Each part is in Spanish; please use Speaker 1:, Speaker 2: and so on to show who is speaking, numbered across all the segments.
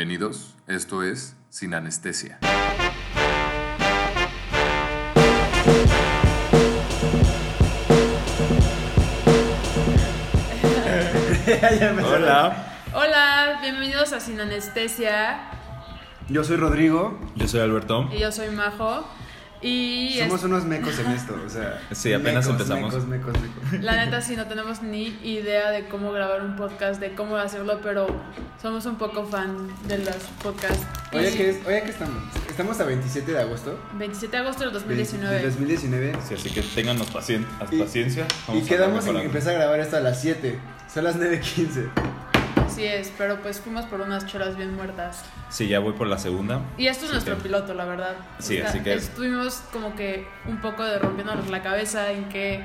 Speaker 1: Bienvenidos, esto es Sin Anestesia.
Speaker 2: Hola,
Speaker 3: Hola, bienvenidos a Sin Anestesia.
Speaker 2: yo soy Rodrigo.
Speaker 4: Yo soy Alberto.
Speaker 3: Y Yo soy Majo. Y
Speaker 2: Somos
Speaker 3: es-
Speaker 2: unos mecos en esto, o sea.
Speaker 4: Sí, apenas
Speaker 2: mecos,
Speaker 4: empezamos.
Speaker 2: Mecos, mecos, mecos.
Speaker 3: la neta sí no tenemos ni idea de cómo grabar un podcast, de cómo hacerlo, pero somos un poco fan de los podcasts. Y
Speaker 2: Oye, ¿qué, es, oye, ¿qué estamos? Estamos a 27 de agosto.
Speaker 3: 27 de agosto del
Speaker 2: de-
Speaker 3: 2019.
Speaker 2: De 2019.
Speaker 4: Sí, así que tenganos pacien-
Speaker 2: Y-
Speaker 4: paciencia.
Speaker 2: Y
Speaker 4: Vamos a
Speaker 2: quedamos en
Speaker 4: mejorar.
Speaker 2: que empezar a grabar esto a las 7. Son las 9.15.
Speaker 3: Así es, pero pues fuimos por unas choras bien muertas.
Speaker 4: Sí, ya voy por la segunda.
Speaker 3: Y esto es
Speaker 4: Sí,
Speaker 3: nuestro
Speaker 4: que-
Speaker 3: piloto, la verdad.
Speaker 4: Sí, así que-
Speaker 3: Estuvimos como que un poco de rompiéndonos la cabeza en qué,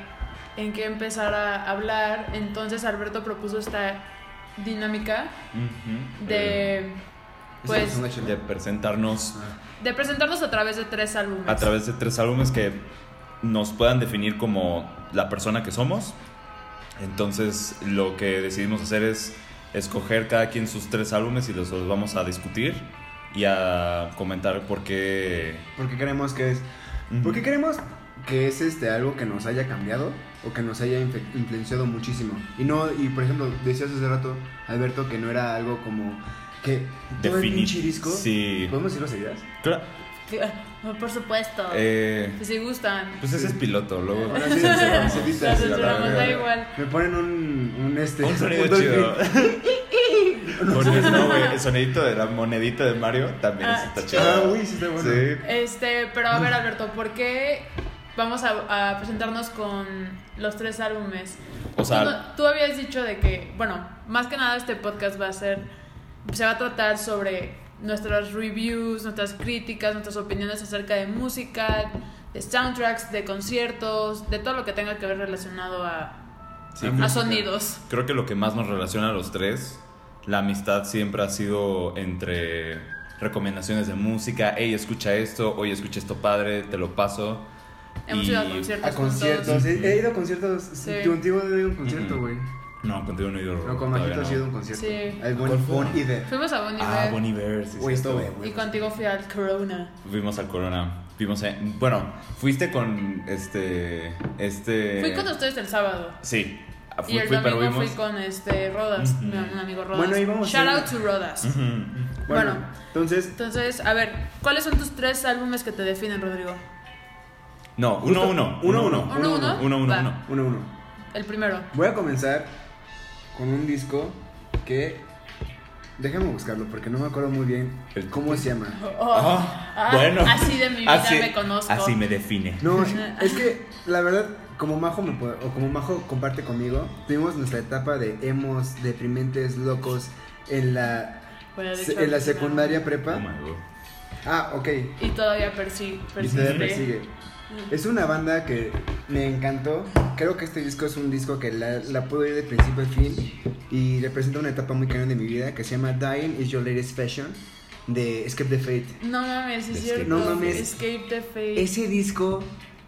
Speaker 3: en qué empezar a hablar. Entonces Alberto propuso esta dinámica
Speaker 4: Ujú. Eh,
Speaker 3: de, pues,
Speaker 2: Esa es una Ah,
Speaker 4: de
Speaker 2: chela.
Speaker 4: presentarnos
Speaker 3: de presentarnos a través de tres álbumes.
Speaker 4: a través de tres álbumes que nos puedan definir como la persona que somos. Entonces, lo que decidimos hacer es escoger cada quien sus tres álbumes y los, los vamos a discutir y a comentar por qué.
Speaker 2: Porque queremos que es.
Speaker 4: Ujú.
Speaker 2: Porque queremos que es este algo que nos haya cambiado o que nos haya infe- influenciado muchísimo. Y no, y por ejemplo, decías hace rato, Alberto, que no era algo como que todo el
Speaker 4: Defini-
Speaker 2: pinche disco.
Speaker 4: Sí.
Speaker 2: ¿Podemos decirlo seguidas?
Speaker 4: Claro.
Speaker 3: Claro, ah, Por supuesto.
Speaker 4: Eh,
Speaker 3: si gustan.
Speaker 4: pues ese es piloto, luego.
Speaker 2: Ahora sí, censuramos, sí,
Speaker 3: La
Speaker 2: censuramos,
Speaker 3: censuramos,
Speaker 2: la
Speaker 3: da
Speaker 2: verdad.
Speaker 3: igual.
Speaker 2: Me ponen un, un este.
Speaker 4: Un sonido
Speaker 2: dolphin.
Speaker 4: chido. Porque no, güey, el sonidito de la monedita de Mario también
Speaker 3: Ah,
Speaker 4: está chido.
Speaker 2: Ah, uy, sí está bueno.
Speaker 4: Sí.
Speaker 3: Este, pero a ver, Alberto, ¿por qué vamos a, a presentarnos con los tres álbumes?
Speaker 4: O sea-
Speaker 3: tú, no- tú habías dicho de que, bueno, más que nada este podcast va a ser, se va a tratar sobre nuestras reviews, nuestras críticas, nuestras opiniones acerca de música, de soundtracks, de conciertos, de todo lo que tenga que ver relacionado a,
Speaker 4: Sí,
Speaker 2: Ah,
Speaker 3: a
Speaker 2: Música.
Speaker 3: sonidos.
Speaker 4: Creo que lo que más nos relaciona a los tres, la amistad siempre ha sido entre recomendaciones de música. Hey, escucha esto, oye, escucha esto padre, te lo paso.
Speaker 3: Hemos
Speaker 4: Y-
Speaker 3: ido a conciertos.
Speaker 2: A conciertos.
Speaker 3: juntos.
Speaker 2: He, he ido a conciertos.
Speaker 3: Sí.
Speaker 2: Contigo he ido a un concierto,
Speaker 4: Ujú.
Speaker 2: güey.
Speaker 4: No, contigo no he ido.
Speaker 2: No, con
Speaker 4: todavía
Speaker 2: Majito
Speaker 4: no.
Speaker 2: ha ido a un concierto.
Speaker 3: Sí.
Speaker 2: Al
Speaker 4: ¿Cuál
Speaker 2: buen
Speaker 4: fue?
Speaker 2: Bon Iver.
Speaker 3: Fuimos a Bon
Speaker 4: Ah,
Speaker 3: Iber,
Speaker 4: Bonnie Bear, sí,
Speaker 2: Güey,
Speaker 4: cierto.
Speaker 2: estuve, güey.
Speaker 3: y contigo fui al Corona.
Speaker 4: Fuimos al Corona. Fuimos en- Bueno, fuiste con este. Este.
Speaker 3: Fui con ustedes el sábado.
Speaker 4: Sí. Ah,
Speaker 3: Y el domingo fui con este Rodas,
Speaker 4: Ujú.
Speaker 3: mi un amigo Rodas.
Speaker 2: Bueno, ahí vamos
Speaker 3: Shout
Speaker 2: a-
Speaker 3: out to Rodas.
Speaker 4: Ujú.
Speaker 2: Bueno,
Speaker 3: Bueno.
Speaker 2: entonces.
Speaker 3: Entonces, a ver, ¿cuáles son tus tres álbumes que te definen, Rodrigo?
Speaker 4: No,
Speaker 2: Justo-
Speaker 4: 1-1. Uno,
Speaker 2: uno,
Speaker 4: uno,
Speaker 2: uno.
Speaker 4: uno.
Speaker 3: Uno, uno.
Speaker 2: uno.
Speaker 4: Uno, uno,
Speaker 3: Va.
Speaker 4: uno.
Speaker 2: Uno, uno.
Speaker 3: El primero.
Speaker 2: Voy a comenzar con un disco que. Déjame buscarlo porque no me acuerdo muy bien
Speaker 4: El-
Speaker 2: cómo se llama.
Speaker 3: Oh,
Speaker 4: Ah,
Speaker 3: ah,
Speaker 4: bueno.
Speaker 3: Así de mi vida
Speaker 4: Así-
Speaker 3: me conozco.
Speaker 4: Así me define.
Speaker 2: No, es que la verdad, como Majo me po- o como Majo comparte conmigo, tuvimos nuestra etapa de hemos, deprimentes, locos en la
Speaker 3: Bueno, de
Speaker 2: se-
Speaker 3: hecho,
Speaker 2: en la
Speaker 3: ahorita-
Speaker 2: secundaria
Speaker 4: Oh
Speaker 2: prepa.
Speaker 4: my God.
Speaker 2: Ah, ok.
Speaker 3: Y todavía persigue.
Speaker 2: Y todavía
Speaker 3: persigue.
Speaker 2: persigue. Es una banda que me encantó. Creo que este disco es un disco que la, la puedo ir de principio a fin y representa una etapa muy cañón de mi vida que se llama Dying is Your Latest Fashion de Escape the Fate.
Speaker 3: No mames, es
Speaker 4: Escape-
Speaker 3: cierto.
Speaker 2: no mames.
Speaker 3: Escape the Fate.
Speaker 2: Ese disco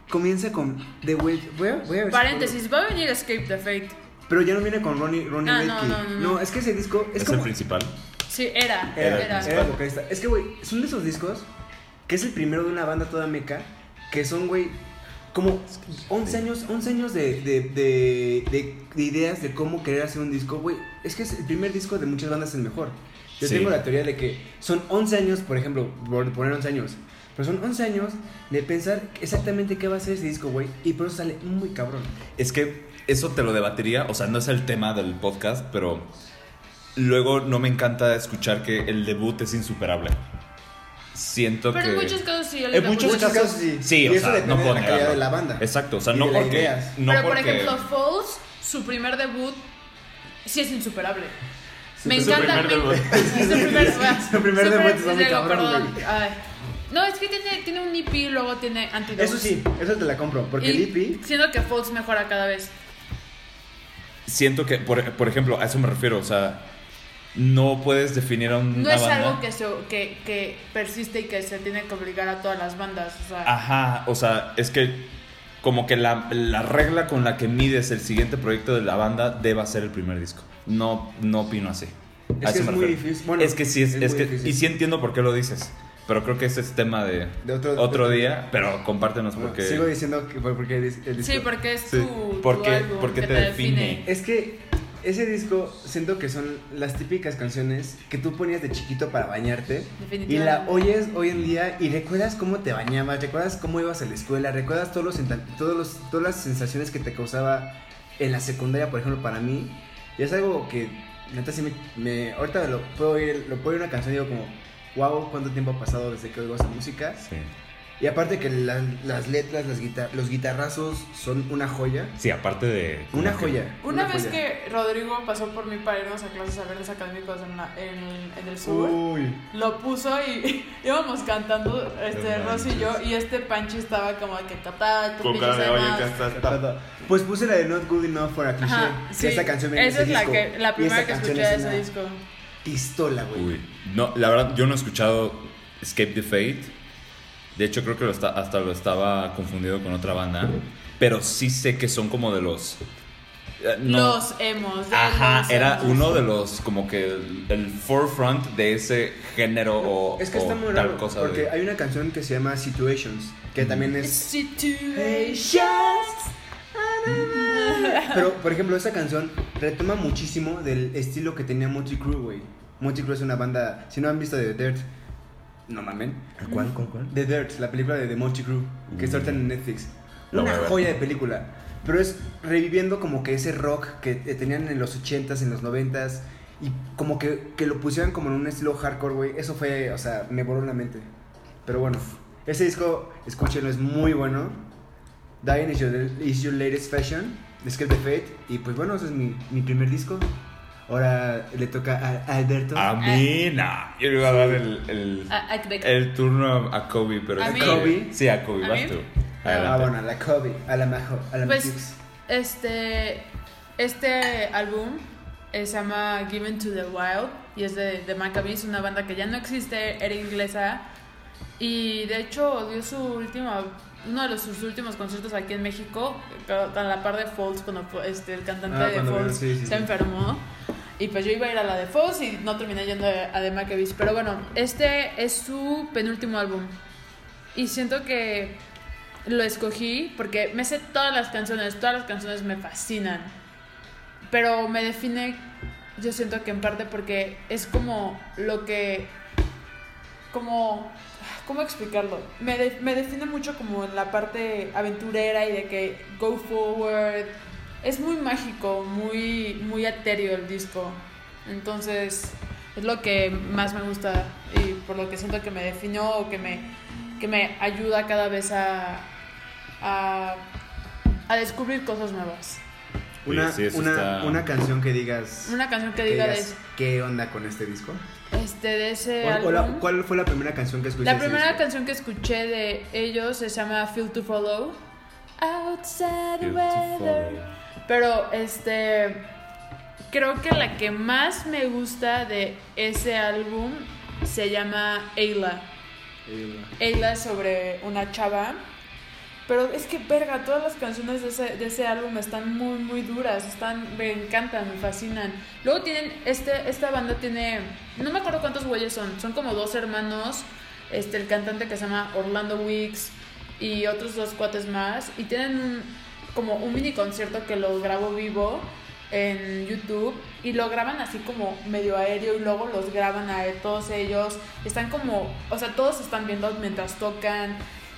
Speaker 2: comienza con The Way. Voy a, voy a ver si
Speaker 3: Paréntesis, va a venir Escape the Fate.
Speaker 2: puedo- Pero ya no viene con Ronnie, Ronnie
Speaker 3: Ah, no,
Speaker 2: Radke.
Speaker 3: no, no, no.
Speaker 2: es que ese disco es,
Speaker 4: Es, el
Speaker 2: como.
Speaker 4: principal.
Speaker 3: Sí, era.
Speaker 2: Era,
Speaker 3: Era.
Speaker 2: era el vocalista. Es que, güey, es uno de esos discos que es el primero de una banda toda meca que son, güey, como 11 años, 11 años de, de, de- de- de ideas de cómo querer hacer un disco, güey. Es que es el primer disco de muchas bandas el mejor. Yo
Speaker 4: Sí.
Speaker 2: tengo la teoría de que son 11 años, por ejemplo, por poner 11 años, pero son 11 años de pensar exactamente qué va a ser ese disco, güey, y por eso sale muy cabrón.
Speaker 4: Es que eso te lo debatiría. O sea, no es el tema del podcast, pero luego no me encanta escuchar que el debut es insuperable. Siento
Speaker 3: Pero
Speaker 4: que.
Speaker 3: en muchos casos sí. yo le
Speaker 4: En
Speaker 3: doy
Speaker 4: muchos
Speaker 3: mucho-
Speaker 4: casos, sí.
Speaker 2: Y
Speaker 4: o
Speaker 2: eso
Speaker 4: sea,
Speaker 2: depende
Speaker 4: no
Speaker 2: de
Speaker 4: puedo
Speaker 2: la calidad
Speaker 4: negarlo.
Speaker 2: de la banda.
Speaker 4: Exacto, o sea,
Speaker 2: Y
Speaker 4: no
Speaker 2: de las
Speaker 4: porque.
Speaker 2: ideas.
Speaker 4: No
Speaker 3: Pero
Speaker 4: porque.
Speaker 3: por ejemplo, Falls, su primer debut, sí es insuperable. Me
Speaker 4: Su
Speaker 3: encanta.
Speaker 4: primer
Speaker 3: me-
Speaker 4: debut.
Speaker 3: su primer,
Speaker 2: Su primer debut está muy
Speaker 3: digo,
Speaker 2: cabrón,
Speaker 3: perdón,
Speaker 2: güey.
Speaker 3: ay. No, es que tiene, tiene un EP y luego tiene Antidote.
Speaker 2: Eso sí, eso te la compro, porque el E EP
Speaker 3: Siendo que Falls mejora cada vez.
Speaker 4: Siento que, por, por ejemplo, a eso me refiero. O sea, no puedes definir a un.
Speaker 3: No es algo que, se, que, que persiste y que se tiene que obligar a todas las bandas. O
Speaker 4: Ah,
Speaker 3: sea,
Speaker 4: Ajá, o sea, es que como que la, la regla con la que mides el siguiente proyecto de la banda deba ser el primer disco. No, no opino así.
Speaker 2: Es que es muy difícil. Bueno,
Speaker 4: es que sí, es,
Speaker 2: es
Speaker 4: es
Speaker 2: muy
Speaker 4: que.
Speaker 2: difícil.
Speaker 4: Y sí entiendo por qué lo dices. Pero creo que ese es tema de,
Speaker 2: De otro-
Speaker 4: otro,
Speaker 2: de-
Speaker 4: día. Pero compártenos
Speaker 2: Bueno,
Speaker 4: porque.
Speaker 2: Sigo diciendo que fue porque el dis- el disco.
Speaker 3: Sí, porque es
Speaker 4: Sí.
Speaker 3: tu,
Speaker 4: ¿Por
Speaker 3: tu
Speaker 4: qué-
Speaker 3: álbum
Speaker 4: por qué
Speaker 3: que
Speaker 4: te define?
Speaker 2: Es que ese disco siento que son las típicas canciones que tú ponías de chiquito para bañarte y la
Speaker 3: Definitivamente.
Speaker 2: oyes hoy en día y recuerdas cómo te bañabas, recuerdas cómo ibas a la escuela, recuerdas todos los, senta- todos los- todas las sensaciones que te causaba en la secundaria, por ejemplo, para mí. Y es algo que, neta, sí me, me- ahorita lo puedo oír, lo puedo oír una canción y digo como, wow, cuánto tiempo ha pasado desde que oigo esa música.
Speaker 4: Sí.
Speaker 2: Y aparte que la- las letras, las guitar- los guitarrazos son una joya.
Speaker 4: Sí, aparte de. como
Speaker 2: Una
Speaker 4: que-
Speaker 2: joya.
Speaker 3: Una, vez
Speaker 2: joya.
Speaker 3: que Rodrigo pasó por mí para irnos a clases a verdes académicos en, la- en- en el sur,
Speaker 2: Uy.
Speaker 3: lo puso y íbamos cantando este
Speaker 4: No
Speaker 3: Rosy y yo y este Panchi estaba como que catá, tú
Speaker 4: Con cara de, oye, acá está, está.
Speaker 2: Pues puse la de Not Good Enough for a Cliché.
Speaker 3: Ajá,
Speaker 2: que
Speaker 3: sí.
Speaker 2: esa canción viene en
Speaker 3: Esa es
Speaker 2: ese
Speaker 3: la,
Speaker 2: disco.
Speaker 3: que,
Speaker 2: Y
Speaker 3: la primera
Speaker 2: esa
Speaker 3: que
Speaker 2: canción
Speaker 3: escuché
Speaker 2: es
Speaker 3: de ese
Speaker 2: una
Speaker 3: disco.
Speaker 2: Pistola, güey.
Speaker 4: Uy, no, la verdad, yo no he escuchado Escape the Fate. De hecho, creo que lo está, hasta lo estaba confundido con otra banda. Pero sí sé que son como de los. eh, no-
Speaker 3: Los hemos. de
Speaker 4: Ajá,
Speaker 3: los
Speaker 4: era
Speaker 3: emos.
Speaker 4: uno de los, como que el, el forefront de ese género o,
Speaker 2: Es que
Speaker 4: o
Speaker 2: está muy
Speaker 4: tal
Speaker 2: raro.
Speaker 4: cosa.
Speaker 2: Porque
Speaker 4: de-
Speaker 2: hay una canción que se llama Situations. Que también es.
Speaker 3: Situations.
Speaker 2: Pero, por ejemplo, esa canción retoma muchísimo del estilo que tenía Motley Crue, güey. Motley Crue es una banda. Si no han visto The Dirt, no mamen.
Speaker 4: ¿Cuál, cuál, cuál?
Speaker 2: The Dirt, la película de The Motley Crue, que está ahorita en Netflix.
Speaker 4: La voy
Speaker 2: Una
Speaker 4: a ver.
Speaker 2: joya de película. Pero es reviviendo como que ese rock que eh, tenían en los 80s, en los 90s. Y como que, que lo pusieron como en un estilo hardcore, güey. Eso fue, o sea, me voló la mente. Pero bueno, ese disco, escúchenlo, es muy bueno. Dying is your, is your latest fashion. Escape the Fate. Y pues bueno, ese es mi, mi primer disco. Ahora le toca a, a Alberto.
Speaker 4: A mí, nah. Yo le iba a dar el, el,
Speaker 3: A- a- de-
Speaker 4: el turno a, a Kobe, pero
Speaker 3: Ah, ¿A
Speaker 4: es
Speaker 3: mí?
Speaker 4: que-
Speaker 2: ¿Kobe?
Speaker 4: Sí, a Kobe,
Speaker 3: ¿A
Speaker 4: vas
Speaker 3: mí?
Speaker 4: tú.
Speaker 3: Ah,
Speaker 2: Ah,
Speaker 4: Adelante.
Speaker 2: bueno, a la Kobe, a la Majo, a la
Speaker 3: Pues-
Speaker 2: Matix.
Speaker 3: Este, este álbum eh, se llama Given to the Wild y es de, de Maccabees, una banda que ya no existe, era inglesa y de hecho dio su última, uno de los- sus últimos conciertos aquí en México, a a la par de Falls, cuando fue- este, el cantante
Speaker 2: Ah,
Speaker 3: de
Speaker 2: cuando vino,
Speaker 3: Falls
Speaker 2: sí, sí,
Speaker 3: se
Speaker 2: sí.
Speaker 3: enfermó. Y pues yo iba a ir a la de Falls y no terminé yendo a de Maccabees. Pero bueno, este es su penúltimo álbum. Y siento que lo escogí porque me sé todas las canciones, todas las canciones me fascinan. Pero me define, yo siento que en parte porque es como lo que. Como. ¿Cómo explicarlo? Me, de- me define mucho como en la parte aventurera y de que go forward. Es muy mágico, muy, muy etéreo el disco. Entonces, es lo que más me gusta y por lo que siento que me definió o que me, que me ayuda cada vez a, a, a descubrir cosas nuevas.
Speaker 4: Oye,
Speaker 2: Una,
Speaker 4: sí, eso
Speaker 2: una,
Speaker 4: está-
Speaker 2: una canción que digas.
Speaker 3: Una canción que
Speaker 2: que
Speaker 3: diga de,
Speaker 2: digas, ¿Qué onda con este disco?
Speaker 3: este, de ese
Speaker 2: ¿Cuál- cuál-
Speaker 3: álbum.
Speaker 2: ¿Cuál fue la primera canción que escuchaste?
Speaker 3: La primera canción que escuché de ellos se llama Feel to Follow. Outside weather. Pero este creo que la que más me gusta de ese álbum se llama Ayla.
Speaker 2: canción.
Speaker 3: Ayla es sobre una chava. Pero es que verga, todas las canciones de ese, de ese álbum están muy muy duras, están me encantan, me fascinan. Luego tienen este esta banda tiene no me acuerdo cuántos güeyes son, son como dos hermanos, este el cantante que se llama Orlando Weeks y otros dos cuates más y tienen un- como un mini concierto que lo grabó vivo en YouTube y lo graban así como medio aéreo y luego los graban a todos ellos. Están como, o sea, todos están viendo mientras tocan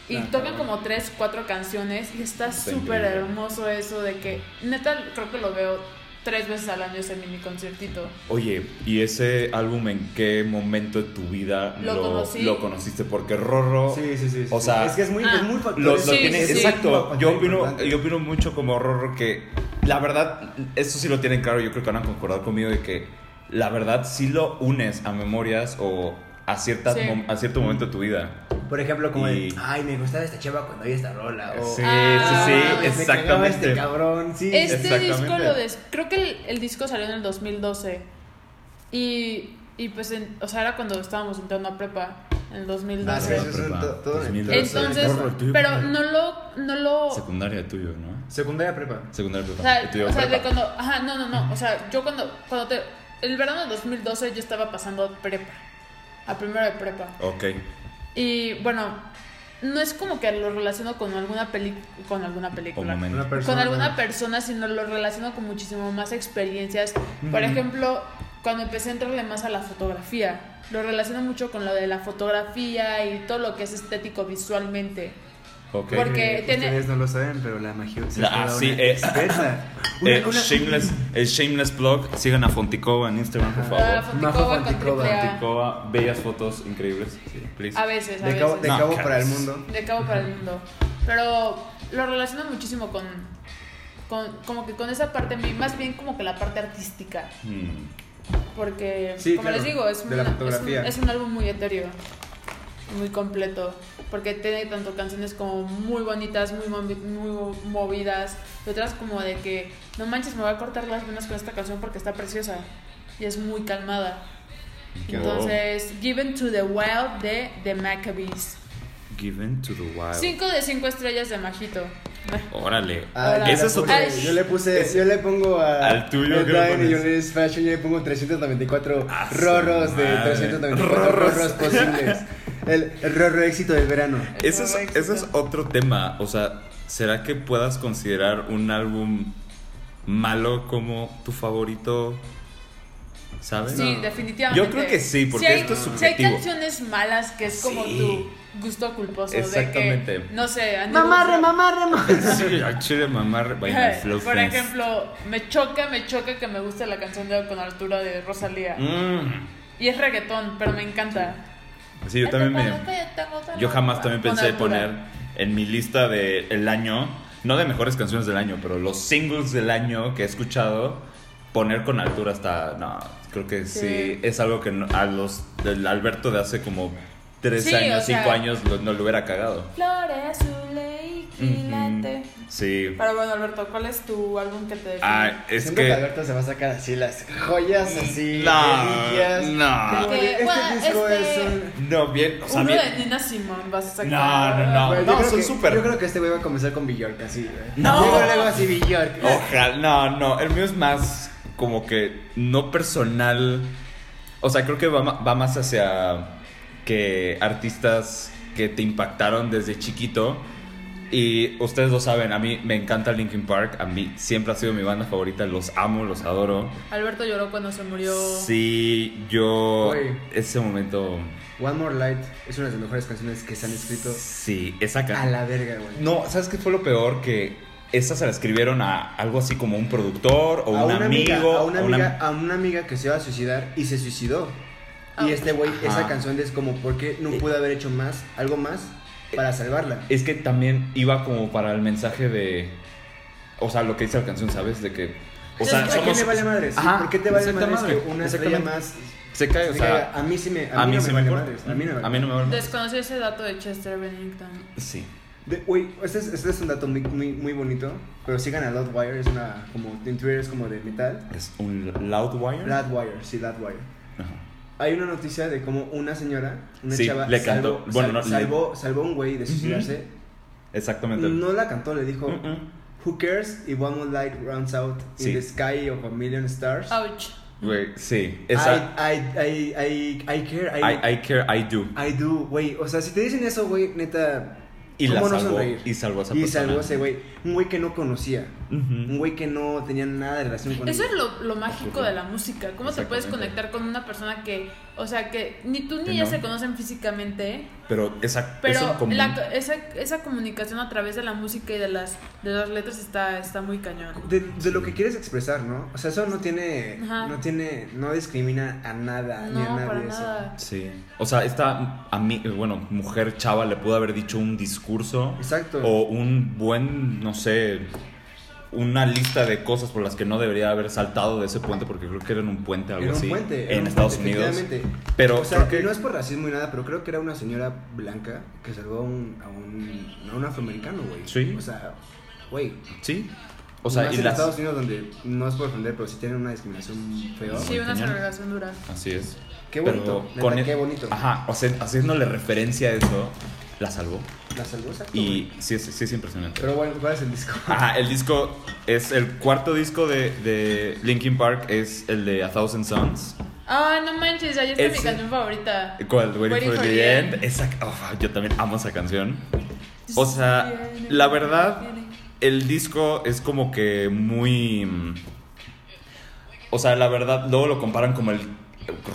Speaker 3: y
Speaker 2: Ah,
Speaker 3: tocan
Speaker 2: cabrón.
Speaker 3: como tres, cuatro canciones y está
Speaker 4: Está
Speaker 3: súper
Speaker 4: increíble.
Speaker 3: hermoso eso de que neta creo que lo veo tres veces al año ese mini conciertito.
Speaker 4: Oye, ¿y ese álbum en qué momento de tu vida
Speaker 3: Lo conocí.
Speaker 4: lo conociste? Porque Rorro.
Speaker 2: Sí, sí, sí.
Speaker 4: O
Speaker 2: sí.
Speaker 4: sea,
Speaker 2: es que es muy,
Speaker 3: Ah.
Speaker 2: es muy factor.
Speaker 4: Lo, lo
Speaker 3: Sí,
Speaker 4: tiene,
Speaker 3: sí, sí.
Speaker 4: exacto.
Speaker 2: Factor
Speaker 4: Yo opino,
Speaker 2: importante.
Speaker 4: yo opino mucho como Rorro que la verdad, esto sí lo tienen claro, yo creo que van a concordar conmigo de que la verdad sí lo unes a memorias o a, cierta,
Speaker 3: Sí.
Speaker 4: mom- a cierto momento de tu vida.
Speaker 2: Por ejemplo, como
Speaker 4: Y-
Speaker 2: de, ay, me gustaba esta chava cuando oía esta rola. O,
Speaker 4: Sí,
Speaker 3: Ah,
Speaker 4: sí,
Speaker 2: "Ay,
Speaker 3: me
Speaker 4: sí,
Speaker 2: me cagaba
Speaker 4: exactamente.
Speaker 2: este cabrón, sí.
Speaker 3: Este disco
Speaker 4: exactamente.
Speaker 3: lo des- creo que el, el disco salió en el 2012 y, y pues en- o sea, era cuando estábamos entrando a prepa en el
Speaker 2: Ah, sí,
Speaker 3: 2012.
Speaker 2: eso es un to- todo en-
Speaker 4: 2012.
Speaker 3: Entonces,
Speaker 2: Porro, el
Speaker 3: pero no lo no lo
Speaker 4: Secundaria tuyo, ¿no?
Speaker 2: Secundaria prepa.
Speaker 4: Secundaria
Speaker 3: o
Speaker 4: prepa.
Speaker 3: sea,
Speaker 4: Y tuyo
Speaker 3: o sea, de
Speaker 4: prepa.
Speaker 3: cuando, ajá, no, no, no, o sea, yo cuando, cuando te, el verano de 2012 yo estaba pasando prepa, a primero de prepa.
Speaker 4: Ok.
Speaker 3: Y bueno, no es como que lo relaciono con alguna, peli con alguna
Speaker 4: Un
Speaker 3: película.
Speaker 4: momento.
Speaker 2: Una persona.
Speaker 3: con alguna persona, sino lo relaciono con muchísimo más experiencias. Por
Speaker 2: Ujú.
Speaker 3: ejemplo, cuando empecé a entrarle más a la fotografía, lo relaciono mucho con lo de la fotografía y todo lo que es estético visualmente.
Speaker 4: Ok.
Speaker 2: Eh,
Speaker 3: porque tiene-
Speaker 2: Ustedes no lo saben, pero la magia es
Speaker 4: La- ah, sí, eh.
Speaker 2: experta.
Speaker 4: Eh, shameless, el shameless blog. Sigan a Fonticova en Instagram,
Speaker 2: Ajá.
Speaker 4: por
Speaker 3: La
Speaker 4: favor.
Speaker 3: Fonticova con
Speaker 2: Fonticova.
Speaker 3: triple A.
Speaker 4: Fonticova, bellas fotos increíbles. please.
Speaker 3: A veces, a
Speaker 2: De cabo, de
Speaker 3: veces.
Speaker 4: No,
Speaker 2: cabo para el
Speaker 4: caras.
Speaker 2: mundo.
Speaker 3: De cabo para el mundo. Pero lo relaciono muchísimo con, con- Como que con esa parte, mí- más bien como que la parte artística.
Speaker 4: Hmm.
Speaker 3: Porque,
Speaker 2: Sí,
Speaker 3: como
Speaker 2: claro,
Speaker 3: les digo, es,
Speaker 2: de la
Speaker 3: una- es un,
Speaker 2: fotografía.
Speaker 3: es un álbum muy etéreo, muy completo, porque tiene tanto canciones como muy bonitas, muy, movi- muy movidas, y otras como de que, no manches, me voy a cortar las venas con esta canción porque está preciosa y es muy calmada.
Speaker 4: Qué
Speaker 3: Entonces, Given to the Wild de The Maccabees.
Speaker 4: Given to the wild.
Speaker 3: 5 de 5 estrellas de Majito.
Speaker 4: Órale.
Speaker 2: Ah,
Speaker 3: Hola.
Speaker 2: yo
Speaker 4: Ese
Speaker 2: le
Speaker 4: es otro.
Speaker 2: puse- Yo le puse, yo le pongo a,
Speaker 4: Al tuyo,
Speaker 2: el
Speaker 4: ¿qué le
Speaker 2: Brian y
Speaker 4: pones?
Speaker 2: yo le es fashion, yo le pongo 394
Speaker 4: Ah, su
Speaker 2: roros de
Speaker 4: madre.
Speaker 2: 394
Speaker 4: Roros.
Speaker 2: roros posibles. El, el rorro éxito del verano.
Speaker 4: Ese es, ese es otro tema. O sea, ¿será que puedas considerar un álbum malo como tu favorito? ¿Sabes?
Speaker 3: Sí,
Speaker 2: No.
Speaker 3: definitivamente.
Speaker 4: Yo creo que sí, porque
Speaker 3: Si hay-
Speaker 4: esto es
Speaker 3: Si hay
Speaker 4: subjetivo.
Speaker 3: canciones malas que es como
Speaker 4: Sí.
Speaker 3: tu gusto culposo. De
Speaker 4: Exactamente.
Speaker 3: que, no sé, a mí me
Speaker 2: Mamarre,
Speaker 3: gusta-
Speaker 2: mamarre, mamarre.
Speaker 4: Sí, al chile mamá rebaila el flow
Speaker 3: Por
Speaker 4: dance.
Speaker 3: ejemplo, me choca, me choca que me guste la canción de Con Altura de Rosalía.
Speaker 4: Mm.
Speaker 3: Y es reggaetón, pero me encanta.
Speaker 4: Sí, yo también
Speaker 3: Este,
Speaker 4: me. Yo jamás también pensé
Speaker 3: Con Altura.
Speaker 4: poner en mi lista del año, no de mejores canciones del año, pero los singles del año que he escuchado, poner con altura hasta. No, creo que sí.
Speaker 3: Sí.
Speaker 4: es algo que no- a los. del Alberto de hace como tres
Speaker 3: Sí,
Speaker 4: años,
Speaker 3: o sea-
Speaker 4: cinco años, lo- no lo hubiera cagado.
Speaker 3: Flores, Zuley, Quilate.
Speaker 4: Ujú. Sí.
Speaker 3: Pero bueno, Alberto, ¿cuál es tu álbum que te define?
Speaker 4: Ah, es
Speaker 2: Siento que...
Speaker 4: que. Mm,
Speaker 2: Alberto se va a sacar así las joyas así.
Speaker 4: No,
Speaker 2: reliquias.
Speaker 4: no.
Speaker 2: Como de,
Speaker 3: Que,
Speaker 2: Este
Speaker 3: bueno,
Speaker 2: disco
Speaker 3: este-
Speaker 2: es un...
Speaker 4: No, bien. O sea,
Speaker 3: Uno
Speaker 4: bien.
Speaker 3: de Nina Simone vas a sacar.
Speaker 4: No, no,
Speaker 2: Bueno, yo
Speaker 4: no,
Speaker 2: creo
Speaker 4: son
Speaker 2: que-
Speaker 4: súper-
Speaker 2: Yo creo que este güey va a comenzar con Bjork así. güey.
Speaker 4: No. Oh.
Speaker 2: Luego, luego así Bjork.
Speaker 4: Ojalá, no, no, el mío es más como que no personal. O sea, creo que va, ma- va más hacia que artistas que te impactaron desde chiquito. Y ustedes lo saben, a mí me encanta Linkin Park, a mí siempre ha sido mi banda favorita, los amo, los adoro.
Speaker 3: Alberto lloró cuando se murió.
Speaker 4: Sí, yo
Speaker 2: Güey.
Speaker 4: ese momento
Speaker 2: One More Light es una de las mejores canciones que se han escrito
Speaker 4: sí, esa
Speaker 2: a
Speaker 4: canción.
Speaker 2: la verga, güey.
Speaker 4: No, ¿sabes qué fue lo peor? Que esa se la escribieron a algo así como un productor o
Speaker 2: a
Speaker 4: un
Speaker 2: una
Speaker 4: amigo.
Speaker 2: amiga, a una
Speaker 4: o una-
Speaker 2: amiga, a una amiga que se iba a suicidar y se suicidó.
Speaker 3: Ah.
Speaker 2: Y este güey,
Speaker 4: Ajá. Eh.
Speaker 2: esa canción es como porque no pude haber hecho más, algo más para salvarla.
Speaker 4: Es que también iba como para el mensaje de. O sea, lo que dice la canción, ¿sabes? De que. O
Speaker 3: Es
Speaker 4: sea,
Speaker 3: que
Speaker 2: ¿A
Speaker 3: somos-
Speaker 2: quién le vale madres? Sí,
Speaker 4: Ajá,
Speaker 2: ¿Por qué te vale
Speaker 4: exacta
Speaker 2: madres que
Speaker 4: madre,
Speaker 2: una estrella
Speaker 4: exactamente.
Speaker 2: más
Speaker 4: Se cae, o
Speaker 2: diga,
Speaker 4: sea.
Speaker 2: a mí sí me a, mí no
Speaker 4: sí
Speaker 2: me vale
Speaker 4: importa.
Speaker 2: madres, a mí no me vale.
Speaker 4: me vale madres.
Speaker 3: Desconocí ese dato de Chester Bennington.
Speaker 4: Sí.
Speaker 2: De- Güey, este es, este es un dato muy, muy, muy bonito, pero sigan a Loudwire, es una como en Twitter es como de metal.
Speaker 4: Es un Loudwire.
Speaker 2: Loudwire, sí, Loudwire.
Speaker 4: Ajá.
Speaker 2: Hay una noticia de cómo una señora, una
Speaker 4: Sí,
Speaker 2: chava,
Speaker 4: le cantó-
Speaker 2: salvó,
Speaker 4: bueno, no, le-
Speaker 2: salvó, salvó a un güey de suicidarse.
Speaker 4: Exactamente.
Speaker 2: No la cantó, le dijo
Speaker 4: Mm-mm.
Speaker 2: Who cares if one more light runs out
Speaker 4: Sí.
Speaker 2: in the sky of a million stars?
Speaker 3: Ouch.
Speaker 4: Güey, sí.
Speaker 2: I,
Speaker 4: Esa.
Speaker 2: I, I, I, I care, I,
Speaker 4: I, I care, I do.
Speaker 2: I do, güey. O sea, si te dicen eso, güey, neta.
Speaker 4: Y la
Speaker 2: ¿cómo no
Speaker 4: salvó.
Speaker 2: sonreír?
Speaker 4: Y salvó a esa
Speaker 2: Y
Speaker 4: persona.
Speaker 2: salvó a ese güey. Un güey que no conocía. Un
Speaker 4: Ujú.
Speaker 2: güey que no tenía nada de relación con
Speaker 3: Eso
Speaker 2: él.
Speaker 3: es lo, lo mágico de la música. ¿Cómo te puedes
Speaker 4: Exactamente.
Speaker 3: conectar con una persona que, o sea, que ni tú ni
Speaker 4: Que
Speaker 3: ella
Speaker 4: no.
Speaker 3: se conocen físicamente,
Speaker 4: Pero esa.
Speaker 3: pero
Speaker 4: eso común-
Speaker 3: la- esa, esa comunicación a través de la música y de las, de las letras está, está muy cañón.
Speaker 2: De, de lo que quieres expresar, ¿no? O sea, eso no tiene.
Speaker 3: Ajá.
Speaker 2: No tiene. No discrimina a nada, ni a
Speaker 3: No,
Speaker 2: nadie.
Speaker 3: para
Speaker 2: eso.
Speaker 3: nada.
Speaker 4: Sí. O sea, esta a mí, bueno, mujer chava le pudo haber dicho un discurso.
Speaker 2: Exacto.
Speaker 4: O un buen, no sé, una lista de cosas por las que no debería haber saltado de ese puente, porque creo que era en un puente algo
Speaker 2: Era un
Speaker 4: así.
Speaker 2: puente. era
Speaker 4: en
Speaker 2: un
Speaker 4: Estados
Speaker 2: puente,
Speaker 4: Unidos.
Speaker 2: efectivamente.
Speaker 4: Pero
Speaker 2: o sea,
Speaker 4: creo que
Speaker 2: no es por racismo y nada, pero creo que era una señora blanca que salvó a un, a un, a un afroamericano, güey.
Speaker 4: Sí.
Speaker 2: O sea, güey.
Speaker 4: Sí. O sea,
Speaker 2: más
Speaker 4: y
Speaker 2: en
Speaker 4: las-
Speaker 2: Estados Unidos donde no es por ofender, pero sí tienen una discriminación feo.
Speaker 3: Sí, una
Speaker 4: cañón.
Speaker 3: segregación dura.
Speaker 4: Así es.
Speaker 2: Qué
Speaker 4: Pero
Speaker 2: bonito, neta,
Speaker 4: con e- el-
Speaker 2: qué bonito.
Speaker 4: Ajá, o sea, haciéndole referencia a eso, la salvó.
Speaker 2: La salvó, exacto, güey.
Speaker 4: Y sí es, sí es impresionante.
Speaker 2: Pero bueno, ¿cuál es el disco?
Speaker 4: Ajá, el disco es el cuarto disco de, de Linkin Park, es el de A Thousand Suns. eh,
Speaker 3: Ah, no manches, ahí está mi
Speaker 4: Ese.
Speaker 3: canción favorita.
Speaker 4: ¿Cuál? Waiting, for, the, End. Esa, oh, yo también amo esa canción. O sea, la verdad, el disco es como que muy... mm, O sea, la verdad, luego lo comparan como el...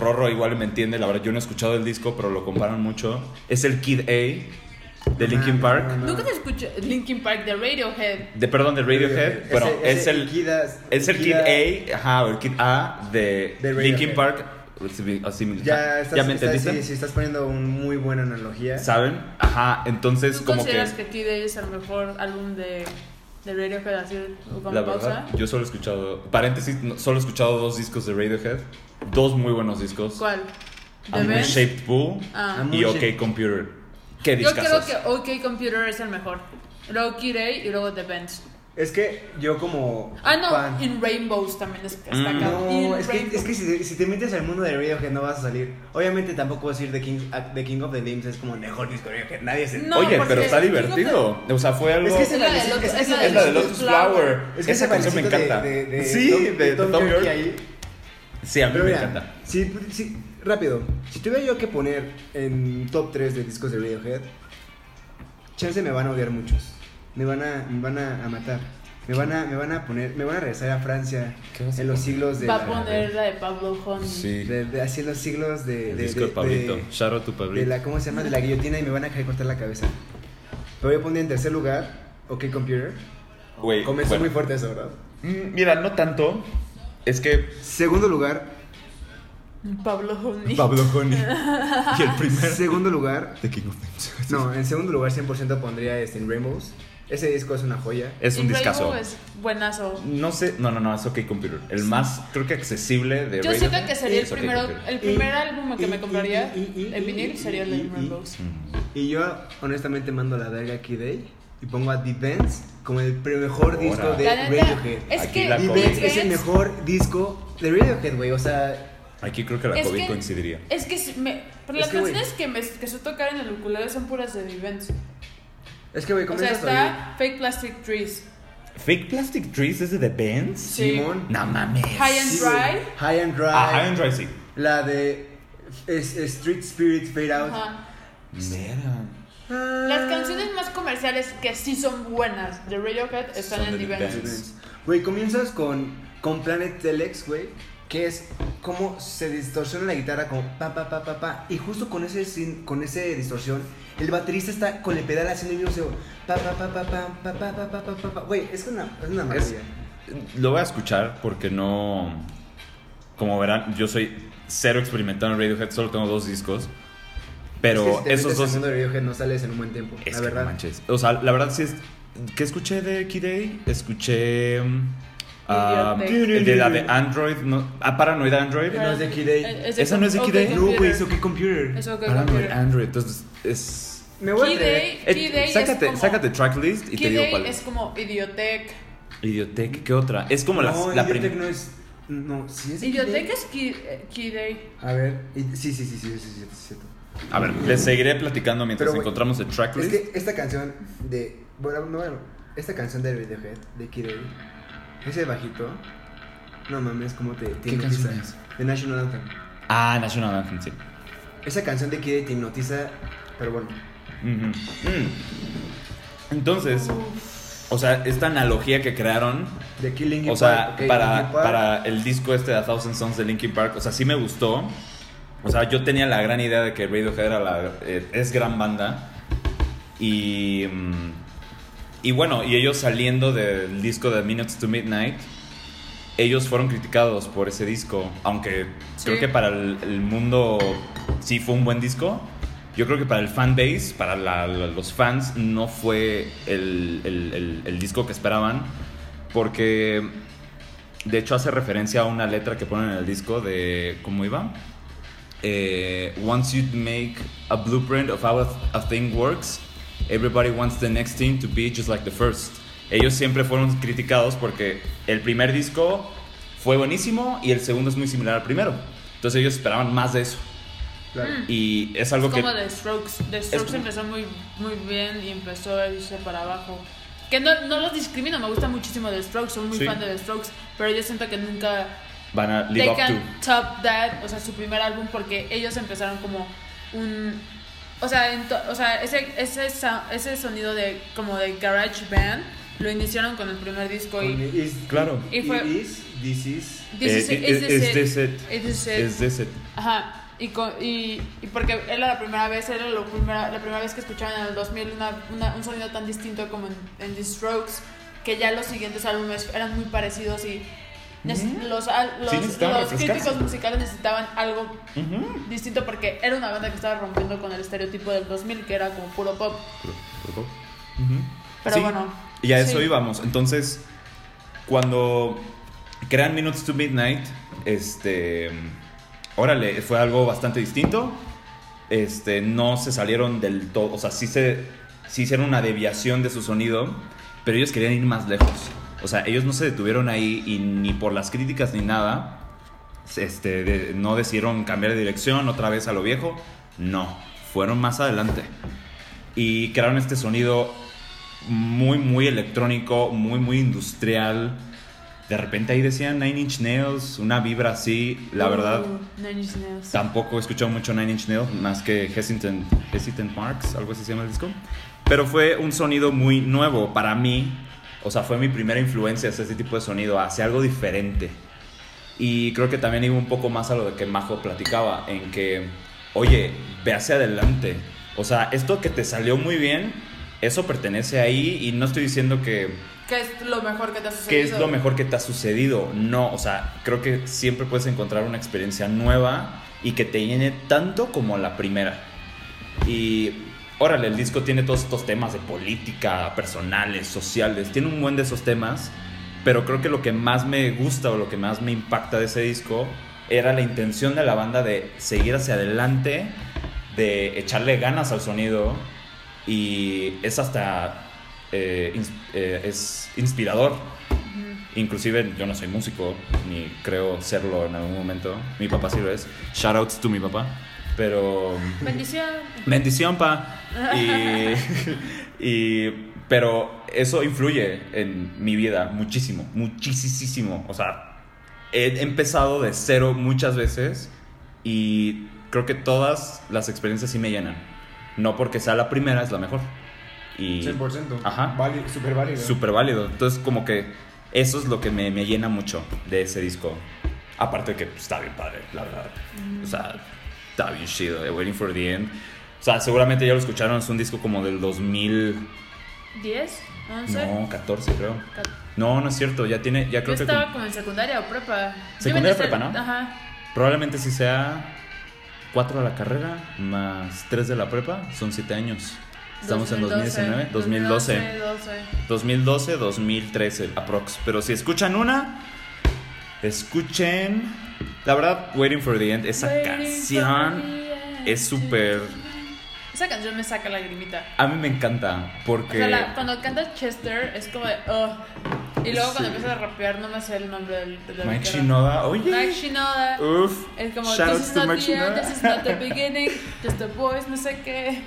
Speaker 4: Rorro igual me entiende, la verdad, yo no he escuchado el disco, pero lo comparan mucho. Es el Kid A de Linkin Park.
Speaker 2: no, no.
Speaker 3: Nunca te escuché Linkin Park de Radiohead.
Speaker 4: De, perdón, de Radiohead.
Speaker 2: Ese-
Speaker 4: Bueno,
Speaker 2: ese
Speaker 4: es el...
Speaker 2: Ikidas-
Speaker 4: Es el Kid
Speaker 2: Ikida-
Speaker 4: A, ajá, o el Kid A de,
Speaker 2: De Radiohead.
Speaker 4: Linkin Park. Así,
Speaker 2: Ya, estás,
Speaker 4: Ah, me
Speaker 2: estás-
Speaker 4: entendiste?
Speaker 2: sí, sí, estás poniendo una muy buena analogía.
Speaker 4: ¿Saben? Ajá, entonces
Speaker 3: ¿Tú
Speaker 4: como que,
Speaker 3: consideras que, Kid A es el mejor álbum de, de Radiohead así con
Speaker 4: la
Speaker 3: pausa?
Speaker 4: verdad, yo solo he escuchado, paréntesis, no, solo he escuchado dos discos de Radiohead, dos muy buenos discos.
Speaker 3: ¿Cuál?
Speaker 4: A
Speaker 3: ¿The Best?
Speaker 4: Shaped Pool
Speaker 3: Ah.
Speaker 4: y
Speaker 2: Moon
Speaker 4: OK
Speaker 2: Shape.
Speaker 4: Computer. Qué
Speaker 3: Yo creo
Speaker 4: discazos.
Speaker 3: que OK Computer es el mejor. Luego Kid A y luego The Bench.
Speaker 2: Es que yo como
Speaker 3: Ah, no,
Speaker 2: fan-
Speaker 3: In Rainbows también es que
Speaker 4: Mm.
Speaker 3: está acá. In
Speaker 2: No, es que,
Speaker 3: Rainbows.
Speaker 2: es que si, te- si te metes al mundo de Radiohead no vas a salir. Obviamente tampoco vas a ir The King, a- The King of the Limbs es como el mejor disco de Radiohead. Nadie se...
Speaker 3: No,
Speaker 4: Oye,
Speaker 3: porque
Speaker 4: pero está
Speaker 3: digo
Speaker 4: divertido. O sea, fue algo...
Speaker 2: es que esa
Speaker 3: Es la
Speaker 2: valecita-
Speaker 3: de Lotus-
Speaker 2: es que
Speaker 3: es
Speaker 2: esa
Speaker 3: la
Speaker 4: es la de
Speaker 2: valecita-
Speaker 4: Lotus Flower.
Speaker 2: Es que
Speaker 4: esa canción me
Speaker 2: valecita de-
Speaker 4: encanta.
Speaker 2: de- de
Speaker 4: sí,
Speaker 2: Tom-
Speaker 4: de, Tom,
Speaker 2: Yorke
Speaker 4: Yorke.
Speaker 2: ahí.
Speaker 4: Sí, a mí
Speaker 2: Pero
Speaker 4: me
Speaker 2: mira,
Speaker 4: encanta.
Speaker 2: si- si- rápido, si tuviera yo que poner en top 3 de discos de Radiohead, chance me van a odiar muchos. Me van a, me van a, a matar. Me van a, me van a poner, me van a regresar a Francia
Speaker 4: ¿Qué vas a
Speaker 2: en los
Speaker 4: poner?
Speaker 2: siglos de,
Speaker 3: Va
Speaker 2: la-
Speaker 3: a poner la de Pablo Honey.
Speaker 4: Sí.
Speaker 2: Mm, de- de- así en los siglos de,
Speaker 4: El
Speaker 2: de-
Speaker 4: disco
Speaker 2: de-
Speaker 4: de Pablito.
Speaker 2: de-
Speaker 4: Shout out to Pablito.
Speaker 2: de la, ¿cómo se llama? De la guillotina y me van a querer cortar la cabeza. Pero yo pondría en tercer lugar, OK Computer.
Speaker 4: Güey,
Speaker 2: Comenzó
Speaker 4: bueno.
Speaker 2: muy fuerte eso, ¿verdad?
Speaker 4: Mm, Mira, no tanto. Es que
Speaker 2: Segundo lugar,
Speaker 3: Pablo Honey.
Speaker 4: Pablo Honey. y el primer
Speaker 2: segundo lugar,
Speaker 4: The King of Thieves.
Speaker 2: No, en segundo lugar 100% pondría este en Rainbows. Ese disco es una joya.
Speaker 4: Es un
Speaker 3: In
Speaker 4: discazo.
Speaker 3: Rainbow es buenazo.
Speaker 4: No sé, no, no, no, es OK Computer. El más, creo que accesible de
Speaker 3: Yo
Speaker 4: Radiohead
Speaker 3: siento que sería el
Speaker 4: es OK
Speaker 3: primero,
Speaker 4: Computer.
Speaker 3: el primer
Speaker 2: Y-
Speaker 3: álbum que
Speaker 2: y-
Speaker 3: me compraría
Speaker 2: y- y- y-
Speaker 3: en vinil sería el de
Speaker 2: y- y-
Speaker 3: In Rainbows.
Speaker 4: Mm.
Speaker 2: Y yo honestamente mando la verga aquí de ahí y pongo a The Bands como el pre- mejor
Speaker 4: Ahora.
Speaker 2: disco de
Speaker 3: La neta,
Speaker 2: Radiohead.
Speaker 3: es
Speaker 4: Aquí
Speaker 3: que
Speaker 4: la
Speaker 2: The
Speaker 4: es-
Speaker 3: The
Speaker 4: COVID.
Speaker 2: Bands es el
Speaker 3: Bench-
Speaker 2: mejor disco de Radiohead, güey. O sea,
Speaker 4: Aquí creo que la
Speaker 3: Es
Speaker 4: COVID
Speaker 3: que-
Speaker 4: coincidiría.
Speaker 3: Es que si me, pero
Speaker 2: Es
Speaker 3: las
Speaker 2: que, güey.
Speaker 3: canciones que, me, que sé tocar en el ukulele son puras de Vivens.
Speaker 2: es que güey,
Speaker 3: O sea,
Speaker 2: comienzas a
Speaker 3: está Fake Plastic Trees.
Speaker 4: ¿Fake Plastic Trees es de The Bands?
Speaker 3: Sí.
Speaker 2: Simón.
Speaker 4: No mames.
Speaker 3: High and
Speaker 2: Sí, güey.
Speaker 3: Dry.
Speaker 2: High and Dry.
Speaker 4: Ah, High and Dry sí.
Speaker 2: La de es- es Street Spirit Fade Out.
Speaker 3: Ajá.
Speaker 4: Mira.
Speaker 2: Ah,
Speaker 3: Las canciones más comerciales que sí son buenas de Radiohead están
Speaker 4: Son
Speaker 3: en
Speaker 4: de The
Speaker 3: Vivens.
Speaker 2: The Bands. Güey, comienzas con, con Planet Telex, güey, que es cómo se distorsiona la guitarra como pa pa pa pa pa y justo con ese sin- con ese distorsión el baterista está con el pedal haciendo el mismo sonido, pa pa pa pa pa pa pa pa pa pa pa pa güey, es una es una
Speaker 4: Es-
Speaker 2: maravilla.
Speaker 4: Lo voy a escuchar porque no. Como verán, yo soy cero experimentado en Radiohead, solo tengo dos discos. Pero
Speaker 2: Es que si te
Speaker 4: esos
Speaker 2: metes al
Speaker 4: dos.
Speaker 2: mundo de Radiohead no sales en un buen tiempo,
Speaker 4: Es
Speaker 2: la
Speaker 4: que no
Speaker 2: verdad.
Speaker 4: manches. O sea, la verdad sí es. ¿Qué escuché de Kid A? Escuché. mm, ah,
Speaker 3: Idiotec.
Speaker 4: el de la de Android. No, ah, Paranoid Android.
Speaker 2: No es de Kid A.
Speaker 3: Eh, es
Speaker 4: ¿Esa no es de
Speaker 3: Ok
Speaker 4: Kid A?
Speaker 2: no, güey,
Speaker 3: Computer.
Speaker 2: eso que computer.
Speaker 3: Es OK
Speaker 4: Paranoid
Speaker 3: Computer.
Speaker 4: Android. Entonces es.
Speaker 2: Me voy a
Speaker 3: Kid
Speaker 2: atrever.
Speaker 3: A-
Speaker 4: eh,
Speaker 3: Kid A es
Speaker 4: sácate,
Speaker 3: como-
Speaker 4: sácate tracklist y te
Speaker 3: Kid
Speaker 4: digo
Speaker 3: A
Speaker 4: cuál.
Speaker 3: es como Idiotec.
Speaker 4: Idiotec, ¿qué otra? Es como las-
Speaker 2: no,
Speaker 4: la
Speaker 2: Idiotec
Speaker 4: primera.
Speaker 2: no es no, sí es de Kid A.
Speaker 3: Idiotec es Kid, eh, Kid A.
Speaker 2: A ver, y- sí, sí, sí, sí, sí, sí, sí, sí.
Speaker 4: A ver, les seguiré platicando mientras
Speaker 2: Pero, güey,
Speaker 4: encontramos el
Speaker 2: Es
Speaker 4: tracklist.
Speaker 2: que esta canción de. Bueno, no, bueno, esta canción de Radiohead, de Kid A, ese bajito. No mames, como te, te
Speaker 4: ¿Qué
Speaker 2: hipnotiza.
Speaker 4: canción es?
Speaker 2: The National Anthem.
Speaker 4: Ah, National Anthem, sí.
Speaker 2: Esa canción de Kid A te hipnotiza, pero bueno.
Speaker 4: Ujú. Mm. Entonces, o sea, esta analogía que crearon
Speaker 2: De Killing
Speaker 4: O sea, para, para el disco este de A Thousand Songs de Linkin Park, o sea, sí me gustó. O sea, yo tenía la gran idea de que Radiohead era la- eh, es gran banda. Y, mm, y bueno, y ellos saliendo del disco de Minutes to Midnight, ellos fueron criticados por ese disco. Aunque
Speaker 3: Sí.
Speaker 4: creo que para el, el mundo sí fue un buen disco. Yo creo que para el fanbase, para la- la- los fans, no fue el- el- el- el disco que esperaban. Porque de hecho hace referencia a una letra que ponen en el disco de cómo iba. Eh, Once you make a blueprint of how a thing works, everybody wants the next thing to be just like the first. Ellos siempre fueron criticados porque el primer disco fue buenísimo y el segundo es muy similar al primero. Entonces ellos esperaban más de eso.
Speaker 2: Claro.
Speaker 3: Mm.
Speaker 4: Y es algo
Speaker 3: es
Speaker 4: que...
Speaker 3: como The Strokes. The Strokes
Speaker 4: como-
Speaker 3: empezó muy, muy bien y empezó a irse para abajo. Que no, no los discrimino, me gusta muchísimo The Strokes, soy muy
Speaker 4: Sí.
Speaker 3: fan de The Strokes, pero yo siento que nunca
Speaker 4: Van a live
Speaker 3: they
Speaker 4: up to.
Speaker 3: can top that, o sea, su primer álbum, porque ellos empezaron como un. O sea, en to- o sea ese, ese, sa- ese sonido de como de Garage Band lo iniciaron con el primer disco
Speaker 2: Con
Speaker 3: y.
Speaker 2: is-
Speaker 4: Claro.
Speaker 3: Y fue-
Speaker 2: it is, this is.
Speaker 3: This is
Speaker 4: Eh,
Speaker 3: it,
Speaker 4: eh,
Speaker 3: is this
Speaker 4: es this
Speaker 3: it,
Speaker 4: it?
Speaker 3: is this it.
Speaker 4: Es de ese.
Speaker 3: Ajá, y, co- y, y porque era la primera vez, era lo primera, la primera vez que escuchaban en el 2000 una, una- un sonido tan distinto como en, en The Strokes, que ya los siguientes álbumes eran muy parecidos y neces- los, al- los,
Speaker 4: Sí, necesitaban
Speaker 3: los
Speaker 4: refrescarse.
Speaker 3: críticos musicales necesitaban algo
Speaker 4: Ujú.
Speaker 3: distinto porque era una banda que estaba rompiendo con el estereotipo del 2000 que era como puro pop. Pero
Speaker 4: Sí,
Speaker 3: bueno.
Speaker 4: Y a eso
Speaker 3: sí.
Speaker 4: íbamos. Entonces, cuando crean Minutes to Midnight, este. Órale, fue algo bastante distinto. Este, no se salieron del todo. O sea, sí se. sí hicieron una deviación de su sonido. Pero ellos querían ir más lejos. O sea, ellos no se detuvieron ahí y ni por las críticas ni nada. Este, de- no decidieron cambiar de dirección otra vez a lo viejo. No, fueron más adelante. Y crearon este sonido muy, muy electrónico, muy, muy industrial. De repente ahí decían Nine Inch Nails, una vibra así. La verdad,
Speaker 3: Uh, Nine Inch Nails.
Speaker 4: tampoco he escuchado mucho Nine Inch Nails, más que Hesitant, Hesitant Marks, algo así se llama el disco. Pero fue un sonido muy nuevo para mí. O sea, fue mi primera influencia hacia este tipo de sonido, hacia algo diferente. Y creo que también iba un poco más a lo de que Majo platicaba, en que, oye, ve hacia adelante. O sea, esto que te salió muy bien, eso pertenece ahí y no estoy diciendo que
Speaker 3: ¿Qué es lo mejor que te ha sucedido?
Speaker 4: ¿Qué es lo mejor que te ha sucedido? No, o sea, creo que siempre puedes encontrar una experiencia nueva y que te llene tanto como la primera. Y órale, el disco tiene todos estos temas de política, personales, sociales, tiene un buen de esos temas, pero creo que lo que más me gusta o lo que más me impacta de ese disco era la intención de la banda de seguir hacia adelante, de echarle ganas al sonido y es hasta eh, ins- eh, es inspirador. Inclusive yo no soy músico, ni creo serlo en algún momento. Mi papá sí lo es. Shoutouts to mi papá. Pero...
Speaker 3: Bendición.
Speaker 4: Bendición, pa. Y, y- pero eso influye en mi vida muchísimo, muchísimo. O sea, he empezado de cero muchas veces y creo que todas las experiencias sí me llenan. No porque sea la primera es la mejor. Y
Speaker 2: 100%.
Speaker 4: Ajá.
Speaker 2: Vali- super válido.
Speaker 4: súper válido. Entonces, como que eso es lo que me, me llena mucho de ese disco. Aparte de que pues, está bien padre, la verdad. O sea, está bien chido. eh, Waiting for the End. O sea, seguramente ya lo escucharon. Es un disco como del 2000.
Speaker 3: ¿10? ¿11?
Speaker 4: No, 14, creo.
Speaker 3: Cat-
Speaker 4: No, no es cierto. Ya tiene. Ya
Speaker 3: Yo
Speaker 4: creo que.
Speaker 3: estaba como en secundaria o prepa. Yo
Speaker 4: Secundaria,
Speaker 3: empecé-
Speaker 4: prepa, ¿no?
Speaker 3: Ajá.
Speaker 4: Probablemente si sea 4 a la carrera más 3 de la prepa. Son 7 años. Estamos en 2019, 2012.
Speaker 3: 2012.
Speaker 4: 2012, 2013, aprox. Pero si escuchan una, escuchen. La verdad, Waiting for the End, esa canción es súper.
Speaker 3: Esa canción me saca lagrimita.
Speaker 4: A mí me encanta
Speaker 3: O
Speaker 4: porque.
Speaker 3: sea, la- cuando canta Chester es como de. "Ugh". Y luego
Speaker 4: Sí.
Speaker 3: cuando empieza a rapear, no me sé el nombre del. del
Speaker 4: Mike
Speaker 3: rapero.
Speaker 4: Shinoda, oye.
Speaker 3: Mike Shinoda.
Speaker 4: Uf.
Speaker 3: Es como.
Speaker 4: shoutouts
Speaker 3: This is
Speaker 4: to
Speaker 3: not
Speaker 4: Mike
Speaker 3: the end,
Speaker 4: Shinoda".
Speaker 3: this is not the beginning, just a voice, no sé qué.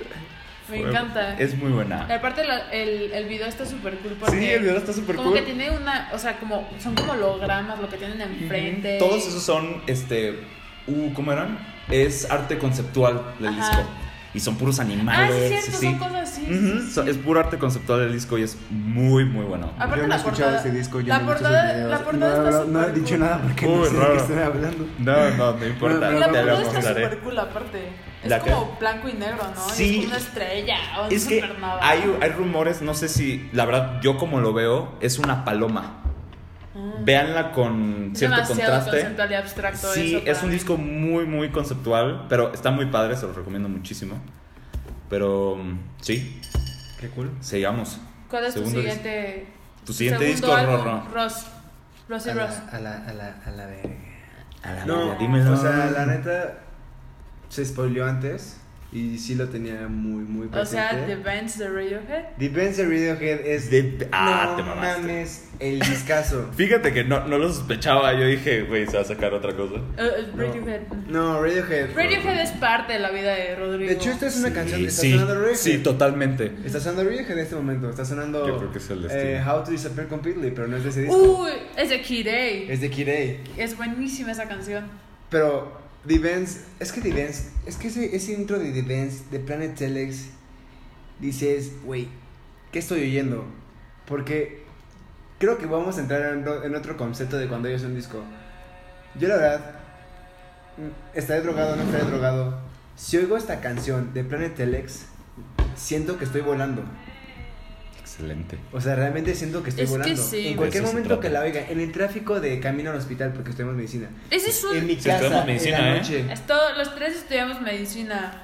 Speaker 3: Me encanta.
Speaker 4: Es muy buena.
Speaker 3: Y aparte, la- el, el video está súper cool. Porque
Speaker 4: Sí, el video está súper
Speaker 3: como
Speaker 4: cool.
Speaker 3: que tiene una. O sea, como. Son como hologramas lo que tienen enfrente. Ah,
Speaker 4: Todos esos son, este, uh, ¿cómo eran? Es arte conceptual del
Speaker 3: Ajá.
Speaker 4: disco. Y son puros
Speaker 3: Ah,
Speaker 4: animales.
Speaker 3: sí, cierto,
Speaker 4: sí,
Speaker 3: son
Speaker 4: sí.
Speaker 3: cosas así.
Speaker 4: Ujú,
Speaker 3: sí, sí,
Speaker 4: so-
Speaker 3: sí.
Speaker 4: Es puro arte conceptual del disco y es muy, muy bueno.
Speaker 3: Aparte
Speaker 2: yo no
Speaker 3: la
Speaker 2: he escuchado
Speaker 3: portada-
Speaker 2: ese disco, yo
Speaker 3: la
Speaker 2: no he visto
Speaker 3: portada-
Speaker 2: sus videos,
Speaker 3: la portada
Speaker 2: no,
Speaker 3: está
Speaker 2: no, no he
Speaker 3: súper
Speaker 2: dicho
Speaker 3: cool.
Speaker 2: nada porque no
Speaker 4: Uy,
Speaker 2: sé de
Speaker 4: raro.
Speaker 2: qué estoy hablando.
Speaker 4: No, no, no importa.
Speaker 2: Pero
Speaker 3: La
Speaker 4: te
Speaker 3: portada
Speaker 4: lo
Speaker 3: está
Speaker 4: mostraré.
Speaker 3: súper cool, aparte. Es
Speaker 4: La que-
Speaker 3: como blanco y negro, ¿no? Y
Speaker 4: Sí.
Speaker 3: es como una estrella o una
Speaker 4: Es que
Speaker 3: supernova.
Speaker 4: hay, hay rumores, no sé si, la verdad, yo como lo veo, es una paloma.
Speaker 3: Ah.
Speaker 4: Véanla con
Speaker 3: Es
Speaker 4: cierto
Speaker 3: demasiado
Speaker 4: contraste.
Speaker 3: conceptual y abstracto
Speaker 4: Sí,
Speaker 3: eso para
Speaker 4: es un
Speaker 3: mí.
Speaker 4: disco muy, muy conceptual, pero está muy padre, se lo recomiendo muchísimo. Pero mm, sí,
Speaker 2: Qué cool.
Speaker 4: sigamos.
Speaker 3: ¿Cuál es tu
Speaker 4: Segundo
Speaker 3: siguiente?
Speaker 4: Tu siguiente
Speaker 3: segundo
Speaker 4: disco,
Speaker 3: álbum?
Speaker 4: Rorro.
Speaker 3: Ross. Ross y
Speaker 2: A
Speaker 3: Ross.
Speaker 2: la, a la, a la, a la verga.
Speaker 4: A la
Speaker 2: No,
Speaker 4: verga, dímelo.
Speaker 2: o sea, la neta se spoileó antes Y sí lo tenía muy, muy
Speaker 3: O
Speaker 2: presente.
Speaker 3: sea, The Bands de Radiohead.
Speaker 2: The Bands de Radiohead es...
Speaker 4: The- ah,
Speaker 2: no
Speaker 4: te mamaste.
Speaker 2: mames, el discazo.
Speaker 4: Fíjate que no, no lo sospechaba. Yo dije, güey, se va a sacar otra cosa.
Speaker 3: Eh, eh,
Speaker 2: No.
Speaker 3: Radiohead.
Speaker 2: No, Radiohead.
Speaker 3: Radiohead es parte de la vida de Rodrigo.
Speaker 2: De hecho,
Speaker 4: este
Speaker 2: esta es una canción que está
Speaker 4: sí,
Speaker 2: sonando Radiohead.
Speaker 4: sí, totalmente.
Speaker 2: Está sonando Radiohead en este momento. Está sonando...
Speaker 4: Yo creo que es el destino.
Speaker 2: eh, How to Disappear Completely, pero no es de ese disco.
Speaker 3: Uy, es de Kirei. Es,
Speaker 2: Es de Kirei.
Speaker 3: buenísima esa canción.
Speaker 2: Pero The Vans, es que The Vans, es que ese, ese intro de The Vans, de Planet Telex, dices, güey, ¿qué estoy oyendo? Porque creo que vamos a entrar en, ro- en otro concepto de cuando oyes un disco. Yo la verdad, mm, estaré drogado, no estaré drogado. Si oigo esta canción de Planet Telex, siento que estoy volando.
Speaker 4: Excelente.
Speaker 2: O sea, realmente siento que estoy
Speaker 3: Es que
Speaker 2: volando.
Speaker 3: sí.
Speaker 2: En cualquier
Speaker 4: De eso se
Speaker 2: momento que la
Speaker 4: trata.
Speaker 2: oiga, en el tráfico de camino al hospital, porque estudiamos medicina.
Speaker 3: Ese es
Speaker 2: En
Speaker 3: un.
Speaker 2: mi
Speaker 4: Sí, estudiamos
Speaker 2: casa, en
Speaker 4: medicina,
Speaker 2: la
Speaker 4: ¿eh?
Speaker 2: noche.
Speaker 3: es todo- los tres estudiamos medicina.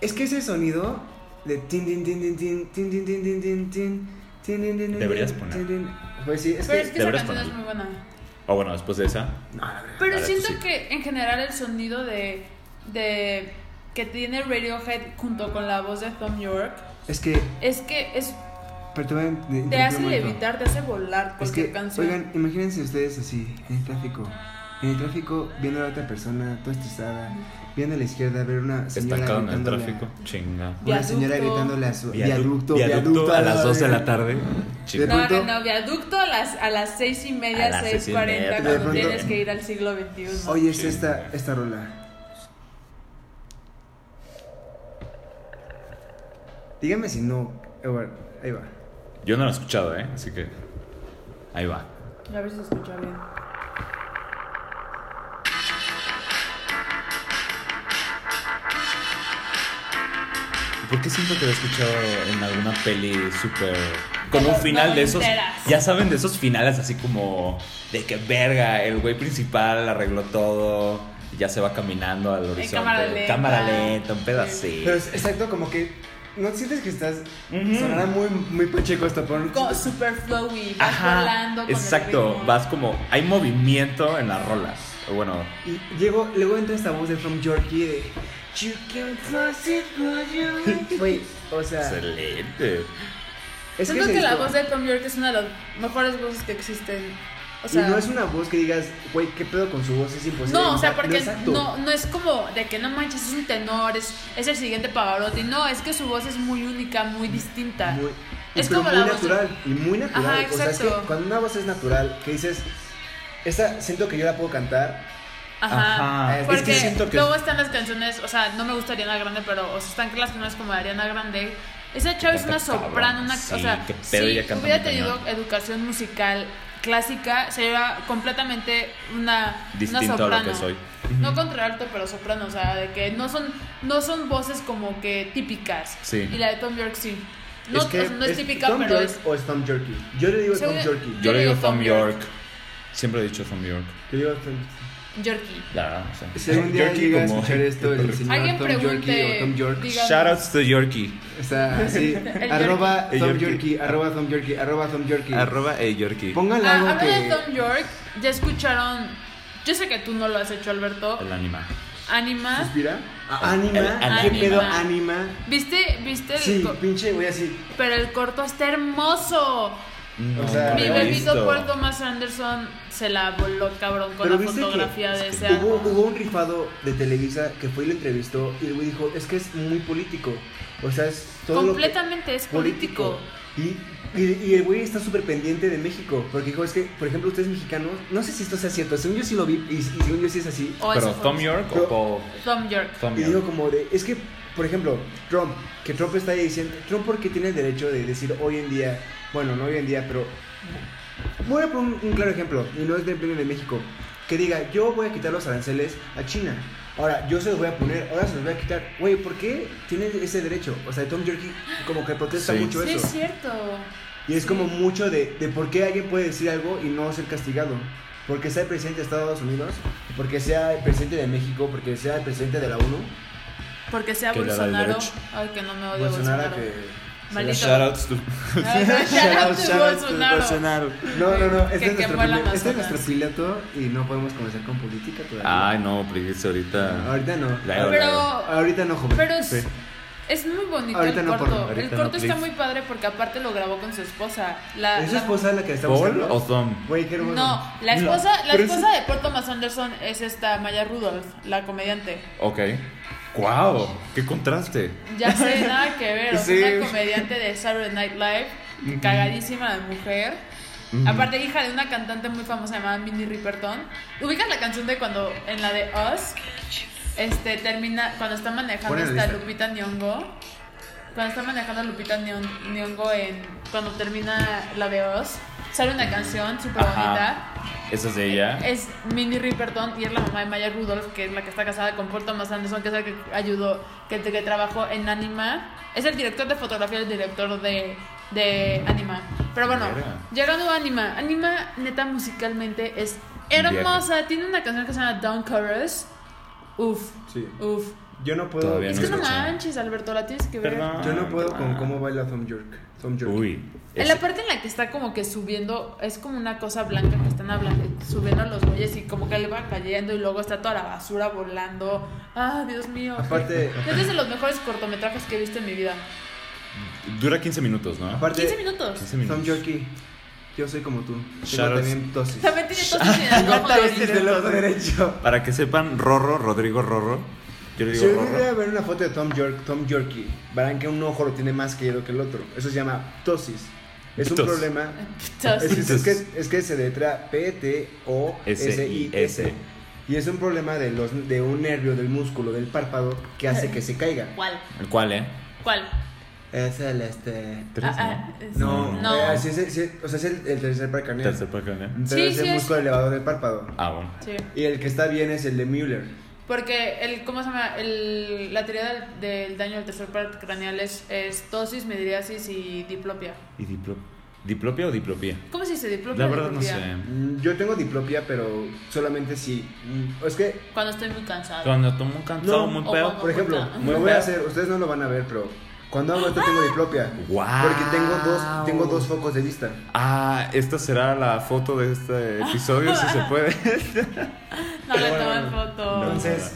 Speaker 2: Es que ese sonido de tin tin tin tin tin tin tin tin tin tin tin tin tin tin
Speaker 4: Deberías
Speaker 2: tin,
Speaker 4: poner.
Speaker 2: tin. Pues sí, es
Speaker 3: Pero es que
Speaker 2: que
Speaker 3: esa
Speaker 4: Deberías
Speaker 3: canción es
Speaker 4: ponerla.
Speaker 3: muy buena.
Speaker 4: Ah, bueno, después de esa.
Speaker 2: Ah,
Speaker 3: Pero
Speaker 4: Vale,
Speaker 3: siento
Speaker 4: pues sí.
Speaker 3: que en general el sonido de, de que tiene Radiohead junto con la voz de Tom York
Speaker 2: es que
Speaker 3: es que es
Speaker 2: pero te voy a interrumpir
Speaker 3: te hace
Speaker 2: un momento.
Speaker 3: levitar, te hace volar
Speaker 2: Es
Speaker 3: cualquier
Speaker 2: que
Speaker 3: canción.
Speaker 2: oigan, imagínense ustedes así en el tráfico, en el tráfico viendo a la otra persona toda estresada, viendo a la izquierda ver una señora
Speaker 4: Estancado en el
Speaker 2: gritándole a-
Speaker 4: tráfico. Chinga.
Speaker 2: Una señora
Speaker 3: Viaducto.
Speaker 2: gritándole a su viaducto,
Speaker 4: Viaducto,
Speaker 2: viaducto
Speaker 4: a
Speaker 2: al
Speaker 4: las
Speaker 2: lado
Speaker 4: 2 de la tarde. Chinga.
Speaker 2: de
Speaker 3: no,
Speaker 2: pronto-
Speaker 3: no, no, viaducto a las, a las seis y
Speaker 4: A
Speaker 3: media,
Speaker 4: las seis y
Speaker 3: 6.40
Speaker 4: media,
Speaker 3: cuando
Speaker 2: de pronto-
Speaker 3: tienes que ir al siglo XXI.
Speaker 2: Oye, es esta esta rola. Dígame si no, eh, bueno, ahí va.
Speaker 4: Yo no la he escuchado, ¿eh? Así que. Ahí va.
Speaker 2: Oh.
Speaker 3: A ver si se escucha bien.
Speaker 4: ¿Por qué siento que lo he escuchado en alguna peli súper... Con un
Speaker 3: Pero
Speaker 4: final
Speaker 3: no
Speaker 4: de esos...
Speaker 3: enteras.
Speaker 4: Ya saben, de esos finales así como... De que verga, el güey principal arregló todo. y Ya se va caminando al horizonte.
Speaker 3: cámara lenta.
Speaker 4: Cámara lenta, un pedacito.
Speaker 2: Pero es exacto, como que no sientes que estás.
Speaker 4: Ujú.
Speaker 2: Sonará muy, muy pacheco esto, pero no
Speaker 3: Como
Speaker 2: sientes-
Speaker 3: super flowy, vas
Speaker 4: Ajá,
Speaker 3: volando. Con el
Speaker 4: exacto.
Speaker 3: ritmo.
Speaker 4: Vas como... Hay movimiento en las rolas. O bueno...
Speaker 2: Y llegó, luego entra esta voz de From Yorkie de. You can close it, but you won't". Güey, o sea.
Speaker 4: Excelente.
Speaker 2: Es
Speaker 3: Siento que,
Speaker 2: ese
Speaker 3: la
Speaker 2: disco-
Speaker 3: voz de Tom York es una de las mejores voces que existen. O
Speaker 2: Y
Speaker 3: sea,
Speaker 2: no es una voz que digas, güey, qué pedo con su voz, es imposible.
Speaker 3: No, o sea,
Speaker 2: imitar".
Speaker 3: porque
Speaker 2: exacto.
Speaker 3: no, no es como de que no manches, es un tenor, es, es el siguiente Pavarotti. No, es que su voz es muy única, muy distinta.
Speaker 2: Muy,
Speaker 3: Es
Speaker 2: pero
Speaker 3: como
Speaker 2: muy
Speaker 3: la voz-
Speaker 2: natural y muy natural.
Speaker 3: Ajá,
Speaker 2: o sea, es que
Speaker 3: exacto.
Speaker 2: cuando una voz es natural, que dices, esta siento que yo la puedo cantar.
Speaker 3: Ajá.
Speaker 4: Ajá.
Speaker 2: Es que
Speaker 3: Porque
Speaker 2: siento que-
Speaker 3: luego están las canciones, o sea, no me gusta Ariana Grande, pero o sea, están las canciones como de Ariana Grande. Esa chava es
Speaker 4: Canta
Speaker 3: una
Speaker 4: cabrón,
Speaker 3: soprano, una, o
Speaker 4: sí,
Speaker 3: sea,
Speaker 4: qué pedo,
Speaker 3: si
Speaker 4: ella canta
Speaker 3: hubiera
Speaker 4: muy
Speaker 3: tenido
Speaker 4: cañón.
Speaker 3: educación musical clásica, sería completamente una, una
Speaker 4: Distinto a
Speaker 3: soprano.
Speaker 4: lo que soy.
Speaker 3: No contra alto, pero soprano, o sea, de que no son, no son voces como que típicas.
Speaker 4: Sí.
Speaker 3: Y la de Tom York sí. No o sea, no
Speaker 2: que
Speaker 3: es, típica,
Speaker 2: Tom
Speaker 3: pero
Speaker 2: York
Speaker 3: es.
Speaker 2: o es Tom Jerky. Yo le digo
Speaker 3: Según-
Speaker 2: Tom Jerky.
Speaker 4: Yo le digo Thumb York. Siempre he dicho Thumb York.
Speaker 2: Yo digo Tom
Speaker 3: Yorkie.
Speaker 4: La verdad, o sea.
Speaker 2: Si algún día
Speaker 4: Yorkie
Speaker 2: llega a
Speaker 4: como-
Speaker 2: escuchar esto, el señor
Speaker 3: Alguien
Speaker 2: Tom
Speaker 3: pregunte,
Speaker 2: Jerky o Tom York.
Speaker 3: diga-
Speaker 4: Shoutouts to Yorkie.
Speaker 2: Está así.
Speaker 3: El
Speaker 2: arroba
Speaker 4: Yorkie.
Speaker 2: Tom
Speaker 4: El Yorkie.
Speaker 2: Jerky, arroba Tom Jerky, arroba Tom Jerky.
Speaker 4: Arroba el Yorkie.
Speaker 2: Póngale
Speaker 3: Ah,
Speaker 2: algo
Speaker 3: hablando de
Speaker 2: que.
Speaker 3: Tom York, ya escucharon. Yo sé que tú no lo has hecho, Alberto.
Speaker 4: El animal.
Speaker 3: Anima.
Speaker 2: ¿Suspira? Ah,
Speaker 4: El-
Speaker 2: Anima.
Speaker 4: el
Speaker 2: ¿Qué pedo?
Speaker 3: anima.
Speaker 2: Anima.
Speaker 3: ¿Viste? ¿Viste? el
Speaker 2: Sí,
Speaker 3: co-
Speaker 2: pinche, güey, así.
Speaker 3: Pero el corto está hermoso.
Speaker 4: No,
Speaker 2: sea,
Speaker 4: no
Speaker 3: Mi
Speaker 4: lo he
Speaker 3: bebito
Speaker 4: visto.
Speaker 3: Paul Thomas Anderson se la voló cabrón con
Speaker 2: Pero
Speaker 3: la
Speaker 2: viste que-
Speaker 3: fotografía de
Speaker 4: es
Speaker 3: ese
Speaker 4: que
Speaker 3: álbum.
Speaker 2: Hubo, hubo un rifado de Televisa que fue y lo entrevistó y el güey dijo, es que es muy político. O sea, es todo lo que-
Speaker 3: Completamente es político.
Speaker 2: Y, y, y el güey está súper pendiente de México. Porque dijo, es que, por ejemplo, ustedes mexicanos, no sé si esto sea cierto, según yo sí lo vi y, y según yo sí es así.
Speaker 3: O
Speaker 4: Pero
Speaker 3: eso fue-
Speaker 4: Tom York
Speaker 2: Pero-
Speaker 4: o Paul.
Speaker 3: Tom York.
Speaker 4: Tom
Speaker 2: Y dijo
Speaker 4: York.
Speaker 2: como de, es que, por ejemplo, Trump, que Trump está ahí diciendo, Trump porque tiene el derecho de decir hoy en día, bueno, no hoy en día, pero... Voy a poner un, un claro ejemplo, y no es del premio de México, que diga, yo voy a quitar los aranceles a China. Ahora, yo se los voy a poner, ahora se los voy a quitar. Güey, ¿por qué tiene ese derecho? O sea, Tom Jerky como que protesta
Speaker 4: Sí.
Speaker 2: mucho
Speaker 3: Sí, es
Speaker 2: eso.
Speaker 3: cierto.
Speaker 2: Y es
Speaker 3: Sí.
Speaker 2: como mucho de, de por qué alguien puede decir algo y no ser castigado. Porque sea el presidente de Estados Unidos, porque sea el presidente de México, porque sea el presidente de la ONU.
Speaker 3: Porque sea
Speaker 4: Que le da el
Speaker 3: Bolsonaro.
Speaker 4: derecho.
Speaker 3: Ay, que no me odio
Speaker 2: Bolsonaro
Speaker 3: Bolsonaro.
Speaker 2: que
Speaker 3: Maldito.
Speaker 4: Shoutouts to-
Speaker 3: Shout out to Bolsonaro.
Speaker 2: No, no, no. Este,
Speaker 3: Que-
Speaker 2: es,
Speaker 3: que
Speaker 2: nuestro
Speaker 3: vuela
Speaker 2: primer- este es
Speaker 3: Amazonas.
Speaker 2: nuestro piloto y no podemos comenzar con política todavía.
Speaker 5: Ay, no, please, ahorita.
Speaker 2: ahorita no.
Speaker 5: La-
Speaker 3: Pero,
Speaker 2: Ahorita no, joven.
Speaker 3: pero es,
Speaker 2: Sí.
Speaker 3: es muy bonito
Speaker 2: Ahorita
Speaker 3: el
Speaker 2: no,
Speaker 3: corto.
Speaker 2: porno,
Speaker 5: ahorita
Speaker 3: el corto
Speaker 5: no,
Speaker 3: está
Speaker 5: please.
Speaker 3: muy padre porque aparte lo grabó con su esposa. La,
Speaker 2: ¿Es su
Speaker 3: ah, la-
Speaker 2: esposa la que estamos
Speaker 5: ¿Paul o
Speaker 2: hablando?
Speaker 5: Thumb?
Speaker 2: Güey, qué hermoso.
Speaker 3: No, la
Speaker 4: No,
Speaker 3: esposa, la
Speaker 4: pero es-
Speaker 3: esposa de Paul Thomas Anderson es esta Maya Rudolph, la comediante.
Speaker 5: Ok. ¡Wow! ¡Qué contraste!
Speaker 3: Ya sé, nada que ver. O sea,
Speaker 5: Sí.
Speaker 3: una comediante de Saturday Night Live, cagadísima de mujer. Aparte, hija de una cantante muy famosa llamada Minnie Riperton. ¿Ubicas la canción de cuando, en la de Us? Este, termina, cuando está manejando
Speaker 2: Ponla en la
Speaker 3: esta
Speaker 2: lista.
Speaker 3: Lupita Nyong'o. Cuando está manejando Lupita Nyon- Nyong'o en, cuando termina la de Us, sale una canción súper bonita.
Speaker 4: Ajá. Esa es de ella.
Speaker 3: Es Minnie Riperton y es la mamá de Maya Rudolph, que es la que está casada con Paul Thomas Anderson, que es el que ayudó, que, que trabajó en Anima. Es el director de fotografía, el director de, de Anima. Pero bueno,
Speaker 4: Mira.
Speaker 3: llegando a Anima. Anima, neta, musicalmente es hermosa. Tiene una canción que se llama Down Chorus. Uf,
Speaker 2: Sí.
Speaker 3: uf.
Speaker 2: Yo no puedo.
Speaker 4: Todavía Ya
Speaker 3: es
Speaker 4: no
Speaker 3: que no
Speaker 4: escuché.
Speaker 3: manches, Alberto, la tienes que ver.
Speaker 4: Perdón.
Speaker 2: Yo no puedo con
Speaker 4: Ah.
Speaker 2: cómo baila Tom York. Tom York.
Speaker 4: Uy.
Speaker 3: En la parte en la que está como que subiendo, es como una cosa blanca que están hablando, subiendo los bueyes y como que le va cayendo y luego está toda la basura volando. Ah, Dios mío.
Speaker 2: Aparte,
Speaker 3: Este es de los mejores cortometrajes que he visto en mi vida.
Speaker 4: Dura 15 minutos, ¿no?
Speaker 2: aparte
Speaker 3: 15 minutos.
Speaker 4: 15
Speaker 2: Tom
Speaker 4: minutos.
Speaker 2: Yorkie, yo soy como tú. Tengo
Speaker 4: Shoutouts.
Speaker 2: también tosis.
Speaker 3: También tiene
Speaker 4: Ah,
Speaker 3: todos en el ojo
Speaker 2: Tosis
Speaker 3: derecho.
Speaker 2: del ojo derecho.
Speaker 5: Para que sepan, Rorro, Rodrigo Rorro. Yo le
Speaker 2: Si
Speaker 5: digo
Speaker 2: ustedes a
Speaker 5: Rorro.
Speaker 2: ver una foto de Tom York, Tom Yorkie, verán que un ojo lo tiene más querido que el otro. Eso se llama ptosis. Es un
Speaker 4: Ptos.
Speaker 2: problema. Es,
Speaker 3: Todos.
Speaker 2: es- es que, es que se letra P T O S I S.
Speaker 4: S-I-S.
Speaker 2: Y es un problema de los de un nervio del músculo del párpado que hace que se caiga.
Speaker 3: ¿Cuál?
Speaker 4: ¿El cual, eh?
Speaker 3: ¿Cuál?
Speaker 2: Es el este
Speaker 4: Tres,
Speaker 3: Ah, ah, es-
Speaker 2: No,
Speaker 3: No.
Speaker 2: eh, sí, sí, sí, o sea, es el, el tercer par craneal.
Speaker 4: Tercer par craneal.
Speaker 2: Pero
Speaker 3: Sí,
Speaker 2: es el
Speaker 3: sí, es-
Speaker 2: músculo elevador del párpado.
Speaker 4: Ah, bueno.
Speaker 3: Sí.
Speaker 2: Y el que está bien es el de Müller.
Speaker 3: Porque el, ¿cómo se llama? El, la teoría del, del daño del tercer par craneal es, es tosis, midriasis y diplopia.
Speaker 4: ¿Y diplo... diplopia o diplopía?
Speaker 3: ¿Cómo se dice diplopia?
Speaker 4: La
Speaker 3: o
Speaker 4: verdad no
Speaker 3: diplopía?
Speaker 4: sé.
Speaker 2: Mm, Yo tengo diplopia, pero solamente si. mm, Es que
Speaker 3: Cuando estoy muy cansado.
Speaker 4: Cuando tomo un
Speaker 2: No.
Speaker 4: cansado muy
Speaker 3: O
Speaker 4: pedo.
Speaker 3: cuando-
Speaker 2: Por ejemplo,
Speaker 3: Puta.
Speaker 2: lo voy a hacer, ustedes no lo van a ver, pero cuando hago esto tengo diplopia.
Speaker 5: Guau.
Speaker 2: Porque tengo dos, tengo dos focos de vista.
Speaker 5: Ah, esta será la foto de este episodio, si se puede.
Speaker 3: No le toman foto.
Speaker 2: Entonces,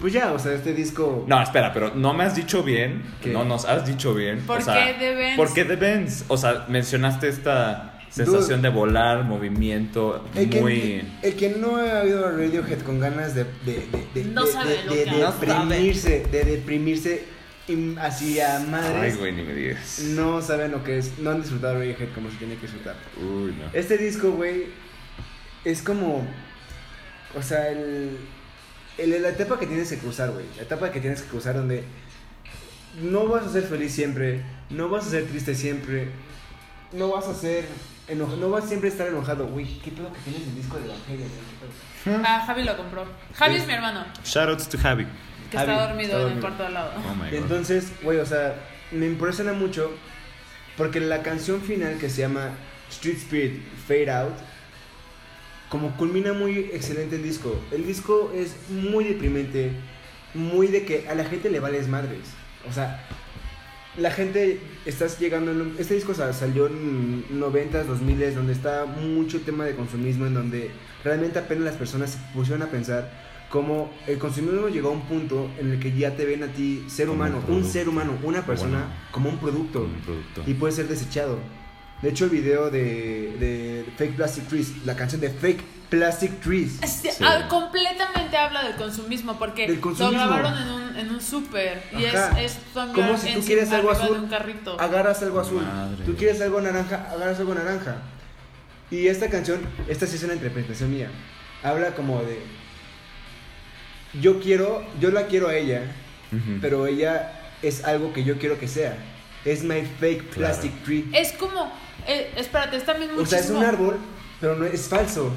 Speaker 2: pues ya, o sea, este disco.
Speaker 4: No, espera, pero no me has dicho bien.
Speaker 2: ¿Qué?
Speaker 4: No nos has dicho bien.
Speaker 3: ¿Por
Speaker 4: o sea,
Speaker 3: qué The Bends?
Speaker 4: ¿Por qué The Bends? O sea, mencionaste esta sensación de volar, movimiento,
Speaker 2: El que,
Speaker 4: muy.
Speaker 2: el que no ha oído a Radiohead con ganas de, de, de, de,
Speaker 3: No
Speaker 2: de-
Speaker 3: sabe
Speaker 2: de-
Speaker 3: lo
Speaker 2: de
Speaker 3: que hace. No
Speaker 2: deprimirse, de deprimirse im- hacia
Speaker 4: Ay,
Speaker 2: madres,
Speaker 4: güey, ni me digas.
Speaker 2: no saben lo que es, no han disfrutado Radiohead como se tiene que disfrutar.
Speaker 4: Uy, no.
Speaker 2: Este disco, güey, es como. O sea, el, el- La etapa que tienes que cruzar, güey. La etapa que tienes que cruzar donde. No vas a ser feliz siempre. No vas a ser triste siempre. No vas a ser. eno- no vas siempre a estar enojado, güey. ¿Qué pedo que tienes el disco de Evangelio, güey? ¿Qué pedo?
Speaker 3: Ah, Javi lo compró. Javi es mi hermano,
Speaker 5: Shoutouts to Javi.
Speaker 3: que
Speaker 2: Javi,
Speaker 3: está
Speaker 2: está
Speaker 3: dormido en el
Speaker 2: dormido.
Speaker 3: cuarto de al lado.
Speaker 5: Oh my
Speaker 2: Y
Speaker 5: god.
Speaker 2: Ah, entonces, güey, o sea, me impresiona mucho porque la canción final que se llama Street Spirit Fade Out, como culmina muy excelente el disco. El disco es muy deprimente, muy de que a la gente le vales madres. O sea, la gente estás llegando. en un- este disco sa- salió en 90s, 2000s, donde está mucho tema de consumismo, en donde realmente apenas las personas se pusieron a pensar cómo el consumismo llegó a un punto en el que ya te ven a ti, ser
Speaker 4: Como
Speaker 2: humano,
Speaker 4: un
Speaker 2: un ser humano, una
Speaker 4: producto.
Speaker 2: persona,
Speaker 4: Bueno.
Speaker 2: como un producto
Speaker 4: Un producto.
Speaker 2: y puede ser desechado. De hecho, el video de, de Fake Plastic Trees, la canción de Fake Plastic Trees.
Speaker 3: Este,
Speaker 4: Sí.
Speaker 3: ah, completamente habla del consumismo porque
Speaker 2: Del consumismo.
Speaker 3: lo grabaron en un, en un súper y es,
Speaker 2: Ajá.
Speaker 3: es Tom
Speaker 2: Como
Speaker 3: York
Speaker 2: si tú
Speaker 3: en-
Speaker 2: quieres algo
Speaker 3: arriba
Speaker 2: azul, Ah.
Speaker 3: de un carrito.
Speaker 2: agarras algo azul.
Speaker 4: Madre.
Speaker 2: Tú quieres algo naranja, agarras algo naranja. Y esta canción, esta sí es una interpretación mía. Habla como de yo quiero, yo la quiero a ella,
Speaker 4: Ujú.
Speaker 2: pero ella es algo que yo quiero que sea. Es my fake plastic tree.
Speaker 3: Es como, eh, espérate, es también
Speaker 2: o sea,
Speaker 3: muchísimo
Speaker 2: es un árbol, pero no es falso.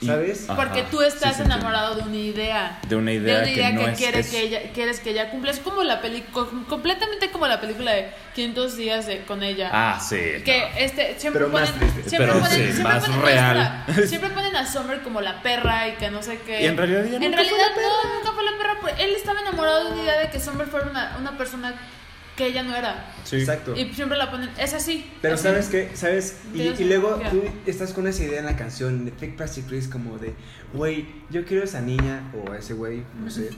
Speaker 4: Y- ah,
Speaker 2: ¿Sabes?
Speaker 4: Ajá,
Speaker 3: porque tú
Speaker 4: sí,
Speaker 3: estás
Speaker 4: sí,
Speaker 3: enamorado de una idea.
Speaker 4: De una idea,
Speaker 3: de una idea que,
Speaker 4: no es-
Speaker 3: quieres,
Speaker 4: es-
Speaker 3: que ella, quieres que ella cumpla. Es como la película, completamente como la película de 500 días de, con ella.
Speaker 4: Ah, sí.
Speaker 3: Que este, siempre
Speaker 2: Pero más
Speaker 3: ponen,
Speaker 2: triste.
Speaker 3: siempre
Speaker 4: Pero
Speaker 3: ponen,
Speaker 4: sí,
Speaker 3: siempre
Speaker 4: más
Speaker 3: ponen
Speaker 4: real.
Speaker 3: a- siempre ponen a Summer como la perra y que no sé qué.
Speaker 4: Y en realidad ella
Speaker 3: En
Speaker 4: nunca
Speaker 3: realidad no, nunca fue la perra. pero Él estaba enamorado de una idea de que Summer fuera una, una persona que ella no era.
Speaker 5: Sí.
Speaker 2: Exacto.
Speaker 3: Y siempre la ponen, es así.
Speaker 2: Pero
Speaker 3: así. Eh,
Speaker 2: sabes qué, sabes, y,
Speaker 3: Tienes
Speaker 2: y luego
Speaker 3: una
Speaker 2: tú
Speaker 3: idea.
Speaker 2: estás con esa idea en la canción de Fake Plastic Trees como de, güey, yo quiero a esa niña o a ese güey, no sé.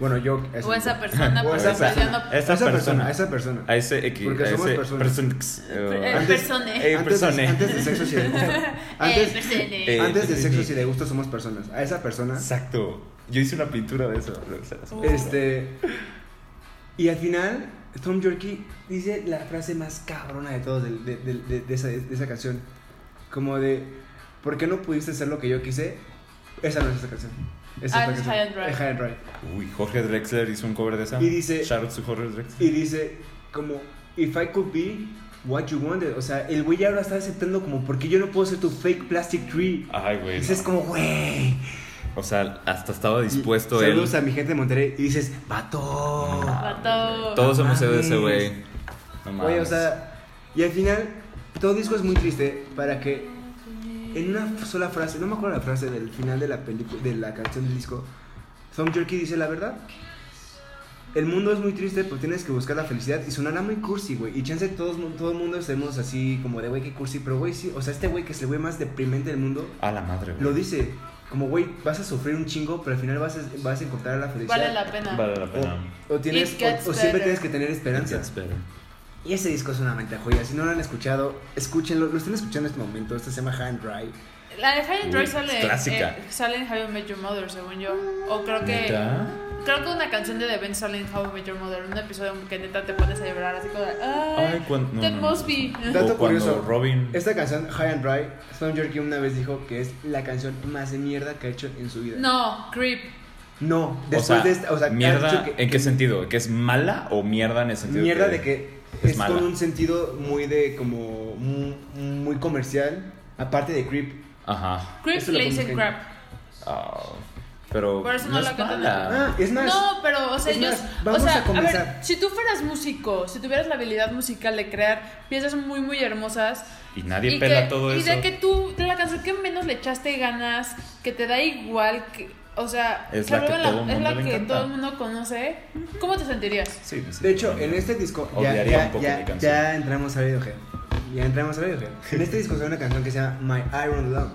Speaker 2: Bueno, yo... a ese
Speaker 3: O esa
Speaker 2: güey.
Speaker 3: persona, pues
Speaker 2: O
Speaker 3: por
Speaker 2: esa
Speaker 3: estar
Speaker 2: persona.
Speaker 3: peleando-
Speaker 2: A
Speaker 4: Esa
Speaker 2: Esa persona,
Speaker 4: persona.
Speaker 2: a esa persona.
Speaker 4: A ese X.
Speaker 2: Porque
Speaker 4: a
Speaker 2: somos
Speaker 4: ese
Speaker 2: personas.
Speaker 3: Eh,
Speaker 2: Antes-
Speaker 3: persone.
Speaker 4: eh,
Speaker 2: antes, de,
Speaker 4: persone.
Speaker 2: antes de sexo si le gusta.
Speaker 3: Eh,
Speaker 2: Antes,
Speaker 3: persone.
Speaker 4: Eh,
Speaker 2: antes de sexo si le gusta somos personas. A esa persona.
Speaker 4: Exacto. Yo hice una pintura de eso. lo que se las-
Speaker 3: Uh.
Speaker 2: Este. Y al final, Tom Yorkie dice la frase más cabrona de todos del- de, de- de- de esa, de esa canción. Como de, ¿por qué no pudiste hacer lo que yo quise? Esa no es esa canción. Esa
Speaker 3: Ah,
Speaker 2: otra
Speaker 3: es
Speaker 2: canción.
Speaker 3: High and Dry.
Speaker 2: Es High and Dry.
Speaker 4: Uy, Jorge Drexler hizo un cover de esa.
Speaker 2: Y dice-
Speaker 4: Shout out to Jorge Drexler.
Speaker 2: Y dice, como, if I could be what you wanted. O sea, el güey ya lo está aceptando como, ¿por qué yo no puedo ser tu fake plastic tree?
Speaker 4: Ay, güey.
Speaker 2: Dices
Speaker 4: no.
Speaker 2: como, güey.
Speaker 4: O sea, hasta estaba dispuesto
Speaker 2: Y
Speaker 4: él.
Speaker 2: Saludos a mi gente de Monterrey y dices, vato.
Speaker 3: Vato.
Speaker 4: Todos hemos sido de ese
Speaker 2: Mames.
Speaker 4: güey. No mames.
Speaker 2: Oye, o sea, y al final, todo disco es muy triste para que en una sola frase, no me acuerdo la frase del final de la película, de la canción del disco, Tom Jerky dice la verdad. El mundo es muy triste, pero tienes que buscar la felicidad. Y sonará muy cursi, güey. Y chance todos, mu- todo el mundo hacemos así como de, güey, qué cursi. Pero, güey, sí. O sea, este güey que es el güey más deprimente del mundo,
Speaker 4: A la madre, güey.
Speaker 2: lo dice. Como, güey, vas a sufrir un chingo, pero al final vas a, vas a encontrar la felicidad.
Speaker 3: Vale la pena.
Speaker 4: Vale la pena.
Speaker 2: O, o tienes,
Speaker 3: It gets
Speaker 2: o, o siempre
Speaker 3: better.
Speaker 2: tienes que tener esperanza.
Speaker 4: Gets better.
Speaker 2: Y ese disco es una menta joya. Si no lo han escuchado, escúchenlo. Lo están escuchando en este momento. Este se llama Hand Dry.
Speaker 3: La de High and Dry
Speaker 4: Uy,
Speaker 3: sale,
Speaker 4: es clásica.
Speaker 3: eh, sale en How I Met Your Mother, según yo. O creo que.
Speaker 4: ¿Neta?
Speaker 3: Creo que una canción de The Band sale en How I Met Your Mother. Un episodio en que neta te pones a llorar así como. de,
Speaker 4: Ay,
Speaker 3: ¡Ay!
Speaker 4: cuando.
Speaker 3: Eh, Ted Mosby.
Speaker 2: Dato
Speaker 4: o cuando
Speaker 2: curioso.
Speaker 4: Robin.
Speaker 2: Esta canción, High and Dry, Stone Jerky una vez dijo que es la canción más de mierda que ha hecho en su vida.
Speaker 3: No, Creep.
Speaker 2: No,
Speaker 4: o
Speaker 2: después
Speaker 4: sea,
Speaker 2: de esta. O sea, que ha
Speaker 4: mierda,
Speaker 2: dicho que-
Speaker 4: ¿en qué sentido? ¿Que es mala o mierda en el sentido?
Speaker 2: Mierda de que
Speaker 4: es
Speaker 2: es,
Speaker 4: mala.
Speaker 2: con un sentido muy de como. Muy, muy comercial. Aparte de Creep.
Speaker 4: Ajá.
Speaker 3: Creep
Speaker 2: Eso lo
Speaker 3: le dicen
Speaker 2: pongo
Speaker 3: crap.
Speaker 4: Ah, pero.
Speaker 3: Por eso no la
Speaker 4: es
Speaker 3: cantan.
Speaker 4: mala.
Speaker 2: Ah, es más.
Speaker 3: No, pero, o sea,
Speaker 2: Es
Speaker 3: ellos.
Speaker 2: más, vamos
Speaker 3: o sea,
Speaker 2: a comenzar.
Speaker 3: ver, si tú fueras músico, si tuvieras la habilidad musical de crear piezas muy, muy hermosas.
Speaker 4: Y nadie
Speaker 3: y
Speaker 4: pela
Speaker 3: que,
Speaker 4: todo
Speaker 3: y
Speaker 4: eso.
Speaker 3: de que tú, de la canción que menos le echaste ganas, que te da igual, que, o sea,
Speaker 4: Es
Speaker 3: se
Speaker 4: la que
Speaker 3: vuelve
Speaker 4: todo el
Speaker 3: es
Speaker 4: mundo
Speaker 3: la
Speaker 4: le
Speaker 3: que
Speaker 4: encanta.
Speaker 3: todo el mundo conoce, ¿cómo te sentirías?
Speaker 4: Sí, sí,
Speaker 2: De hecho,
Speaker 4: sí.
Speaker 2: en este disco ya,
Speaker 4: Odiaría un
Speaker 2: ya,
Speaker 4: poco mi
Speaker 2: ya,
Speaker 4: canción.
Speaker 2: ya entramos a Radiohead. Ya entramos a Radiohead. En este disco hay una canción que se llama My Iron Lung.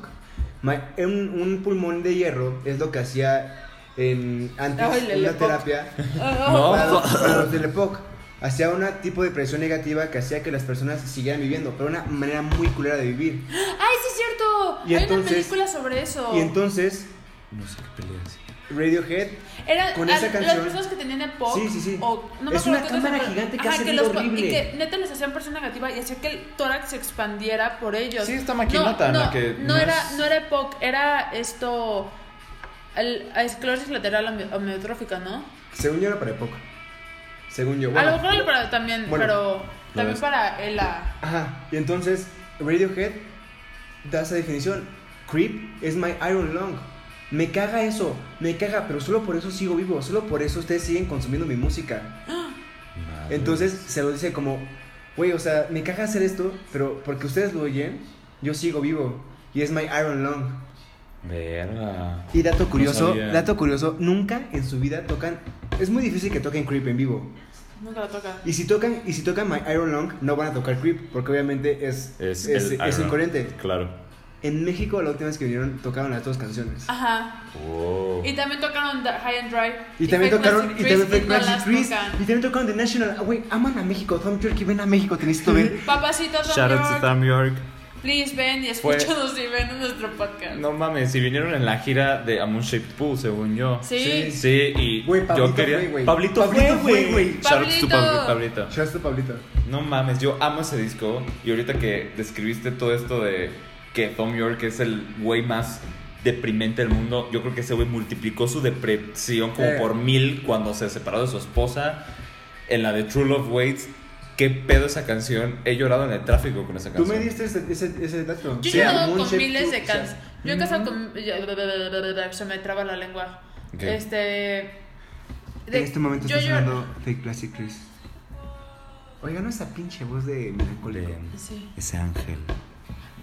Speaker 2: My- un, un pulmón de hierro es lo que hacía en, antes
Speaker 3: Ay, le-
Speaker 2: una
Speaker 3: le-
Speaker 2: terapia
Speaker 3: Ah,
Speaker 2: para
Speaker 4: Oh.
Speaker 2: los- para los del EPOC. Hacía un tipo de presión negativa que hacía que las personas siguieran viviendo, pero una manera muy culera de vivir.
Speaker 3: ¡Ay, sí es cierto!
Speaker 2: Y
Speaker 3: Hay
Speaker 2: entonces-
Speaker 3: una película sobre eso.
Speaker 2: Y entonces,
Speaker 4: No sé qué peleas.
Speaker 2: Radiohead
Speaker 3: Era
Speaker 2: con
Speaker 3: a-
Speaker 2: esa
Speaker 3: las
Speaker 2: canción-
Speaker 3: personas que tenían EPOC.
Speaker 2: Sí, sí, sí.
Speaker 3: O, no me
Speaker 2: Es
Speaker 3: acuerdo
Speaker 2: una
Speaker 3: qué
Speaker 2: cámara
Speaker 3: cosa, pero-
Speaker 2: gigante que
Speaker 3: Ajá,
Speaker 2: hace
Speaker 3: que
Speaker 2: ruido
Speaker 3: los pa-
Speaker 2: horrible.
Speaker 3: Y que neta les hacían presión negativa y hacía que el tórax se expandiera por ellos.
Speaker 4: Sí, esta maquinota en
Speaker 3: no,
Speaker 4: la que
Speaker 3: No,
Speaker 4: no
Speaker 3: era,
Speaker 4: es-
Speaker 3: no era EPOC, era esto. El, esclerosis lateral amio- amiotrófica, ¿no?
Speaker 2: según yo era para EPOC. Según yo.
Speaker 3: a
Speaker 2: bueno.
Speaker 3: lo mejor era para, también,
Speaker 2: Bueno,
Speaker 3: pero también
Speaker 4: ves.
Speaker 3: para el la.
Speaker 2: Ajá, y entonces Radiohead da esa definición. Creep es my iron lung. Me caga eso, me caga, pero solo por eso sigo vivo, solo por eso ustedes siguen consumiendo mi música.
Speaker 4: Madre.
Speaker 2: Entonces se lo dice como, güey, o sea, me caga hacer esto, pero porque ustedes lo oyen, yo sigo vivo. Y es my iron lung.
Speaker 4: Verga.
Speaker 2: Y dato
Speaker 4: No
Speaker 2: curioso,
Speaker 4: sabía.
Speaker 2: dato curioso, nunca en su vida tocan, es muy difícil que toquen Creep en vivo.
Speaker 3: Nunca la toca.
Speaker 2: Y si tocan, y si tocan My Iron Lung, no van a tocar Creep, porque obviamente es,
Speaker 4: Es,
Speaker 2: es,
Speaker 4: el
Speaker 2: es
Speaker 4: Iron-
Speaker 2: incoherente.
Speaker 4: Claro.
Speaker 2: En México, la última vez que vinieron, tocaron las dos canciones.
Speaker 3: Ah, Ajá.
Speaker 4: Wow.
Speaker 3: Y también tocaron Da- High and Dry.
Speaker 2: Y también
Speaker 3: Fake
Speaker 2: tocaron,
Speaker 3: Plastic
Speaker 2: y también
Speaker 3: Trees,
Speaker 2: fue
Speaker 3: no las
Speaker 2: Plastic Trees,
Speaker 3: tocan.
Speaker 2: y también tocaron The National. Ah, Güey, aman a México, Tom Jerky, ven a México, tenéis que ver.
Speaker 3: Papacito, Tom
Speaker 4: Shout out to
Speaker 3: York,
Speaker 4: Tom York.
Speaker 3: please ven y
Speaker 4: Fue-
Speaker 3: escúchanos y ven en nuestro podcast.
Speaker 4: No mames, si vinieron en la gira de A Moon Shaped Pool, según yo.
Speaker 3: Sí.
Speaker 4: Sí, y
Speaker 2: Güey,
Speaker 4: yo
Speaker 2: Pablito
Speaker 4: quería.
Speaker 2: fue, güey.
Speaker 4: Pablito,
Speaker 2: Pablito
Speaker 4: fue,
Speaker 2: fue, güey.
Speaker 4: Shout out to Pablo-
Speaker 3: Pablito.
Speaker 4: Pablito.
Speaker 2: Shouts to Pablito.
Speaker 4: No mames, yo amo ese disco. Y ahorita que describiste todo esto de que Tom York es el güey más deprimente del mundo, yo creo que ese güey multiplicó su depresión como
Speaker 2: Eh.
Speaker 4: por mil cuando se separó de su esposa. En la de True Love Waits, qué pedo esa canción. He llorado en el tráfico con esa
Speaker 2: Tú
Speaker 4: canción.
Speaker 2: me diste ese, ese, ese dato.
Speaker 3: Yo he
Speaker 2: Sí,
Speaker 3: casado
Speaker 2: Moon
Speaker 3: con
Speaker 2: Shape
Speaker 3: miles
Speaker 2: Two,
Speaker 3: de
Speaker 2: o sea,
Speaker 3: cans. Yo he casado con. Se me traba la lengua.
Speaker 4: Ok.
Speaker 3: Este. de-
Speaker 2: En este momento
Speaker 3: yo
Speaker 2: está
Speaker 3: llor-
Speaker 2: sonando Fake Plastic Trees. Oigan esa pinche voz de melancólico.
Speaker 4: De-
Speaker 3: Sí.
Speaker 4: Ese ángel.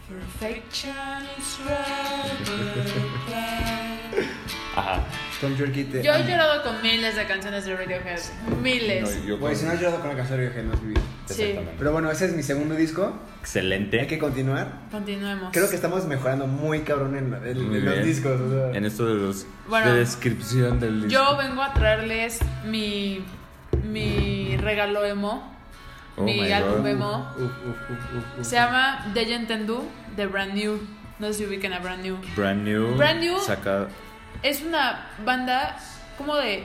Speaker 3: Perfection is rather black.
Speaker 4: Ajá.
Speaker 2: Tom Jerky te.
Speaker 3: Yo he
Speaker 2: amo.
Speaker 3: llorado con miles de canciones de Radiohead. Miles.
Speaker 4: No, yo
Speaker 2: Güey,
Speaker 4: con-
Speaker 2: si no has llorado con la canción de Radiohead, no has vivido.
Speaker 4: Exactamente.
Speaker 2: Pero bueno, ese es mi segundo disco. Hay
Speaker 4: Excelente.
Speaker 2: que continuar.
Speaker 3: Continuemos.
Speaker 2: Creo que estamos mejorando muy cabrón en, en- en
Speaker 5: Muy
Speaker 2: los
Speaker 5: bien.
Speaker 2: discos. o sea.
Speaker 5: En esto de los
Speaker 3: Bueno.
Speaker 5: de descripción del disco.
Speaker 3: Yo vengo a traerles mi, mi regalo emo,
Speaker 5: Oh my
Speaker 3: mi
Speaker 5: God.
Speaker 3: álbum emo.
Speaker 2: Uf, uf, uf, uf, uf.
Speaker 3: Se llama Dejen Tendu de Brand New. No sé si ubican a Brand New.
Speaker 5: Brand New.
Speaker 3: Brand New.
Speaker 5: Saca
Speaker 3: Es una banda como de...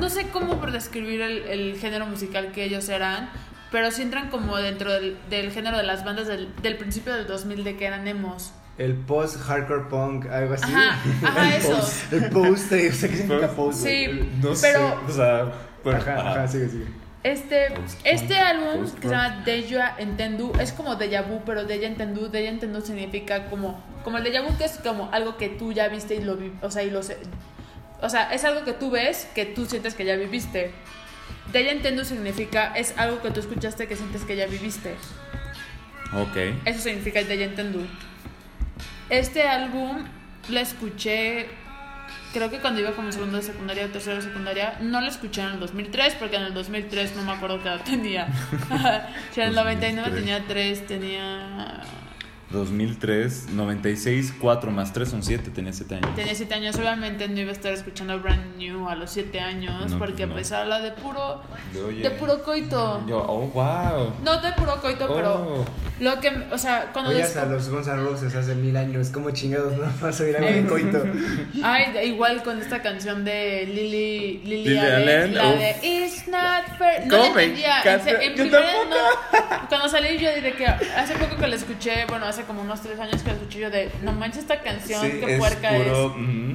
Speaker 3: No sé cómo por describir el, el género musical que ellos eran, pero sí entran como dentro del, del género de las bandas del, del principio del 2000 de que eran emos.
Speaker 2: El post-hardcore punk, algo así.
Speaker 3: Ajá, ajá, eso.
Speaker 2: El post, eh, o sea, ¿qué significa post?
Speaker 3: Sí,
Speaker 2: güey?
Speaker 5: Eh, No
Speaker 3: pero
Speaker 5: sé. O sea, bueno,
Speaker 2: Ajá,
Speaker 5: ajá.
Speaker 2: ajá, sigue, sigue.
Speaker 3: Este,
Speaker 5: Post-punk,
Speaker 3: este álbum
Speaker 5: post-punk.
Speaker 3: que se llama Deja Entendu es como Deja Vu, pero Deja Entendu, Deja Entendu significa como, como el Deja Vu que es como algo que tú ya viste y lo vi- o sea, y lo sé. O sea, es algo que tú ves que tú sientes que ya viviste. Deja Entendu significa es algo que tú escuchaste que sientes que ya viviste.
Speaker 5: Ok.
Speaker 3: Eso significa el de Yentendu. Este álbum lo escuché, creo que cuando iba como en segundo de secundaria o tercero de secundaria. No lo escuché en el 2003, porque en el 2003 no me acuerdo qué edad tenía. si en el 99 tenía 3, tenía.
Speaker 5: 2003, 96, 4 más 3 son 7, tenía 7 años.
Speaker 3: Tenía 7 años, obviamente no iba a estar escuchando Brand New a los 7 años,
Speaker 5: No,
Speaker 3: porque
Speaker 5: no.
Speaker 3: pues habla de puro.
Speaker 5: De, oye,
Speaker 3: de puro coito.
Speaker 5: Yo, oh, wow.
Speaker 3: No de puro coito, pero.
Speaker 5: Oh.
Speaker 3: Lo que. O sea, cuando.
Speaker 2: Oye,
Speaker 3: descu-
Speaker 2: hasta los Guns N' Roses hace mil años, como chingados, no vas a oír algo
Speaker 3: Eh,
Speaker 2: de coito.
Speaker 3: Ay, de- igual con esta canción de Lily Lily,
Speaker 5: Lily
Speaker 3: Allen,
Speaker 5: Allen,
Speaker 3: la
Speaker 5: uf.
Speaker 3: de It's not fair. No
Speaker 5: ¿Cómo
Speaker 3: la
Speaker 5: me
Speaker 3: entendía. En,
Speaker 5: encanta?
Speaker 3: se- en
Speaker 5: Yo
Speaker 3: primera
Speaker 5: tampoco.
Speaker 3: no. Cuando salí yo diré que hace poco que la escuché, bueno, hace como unos tres años que la escuché yo de no manches esta canción,
Speaker 5: Sí,
Speaker 3: qué puerca
Speaker 5: puro,
Speaker 3: es.
Speaker 5: mm,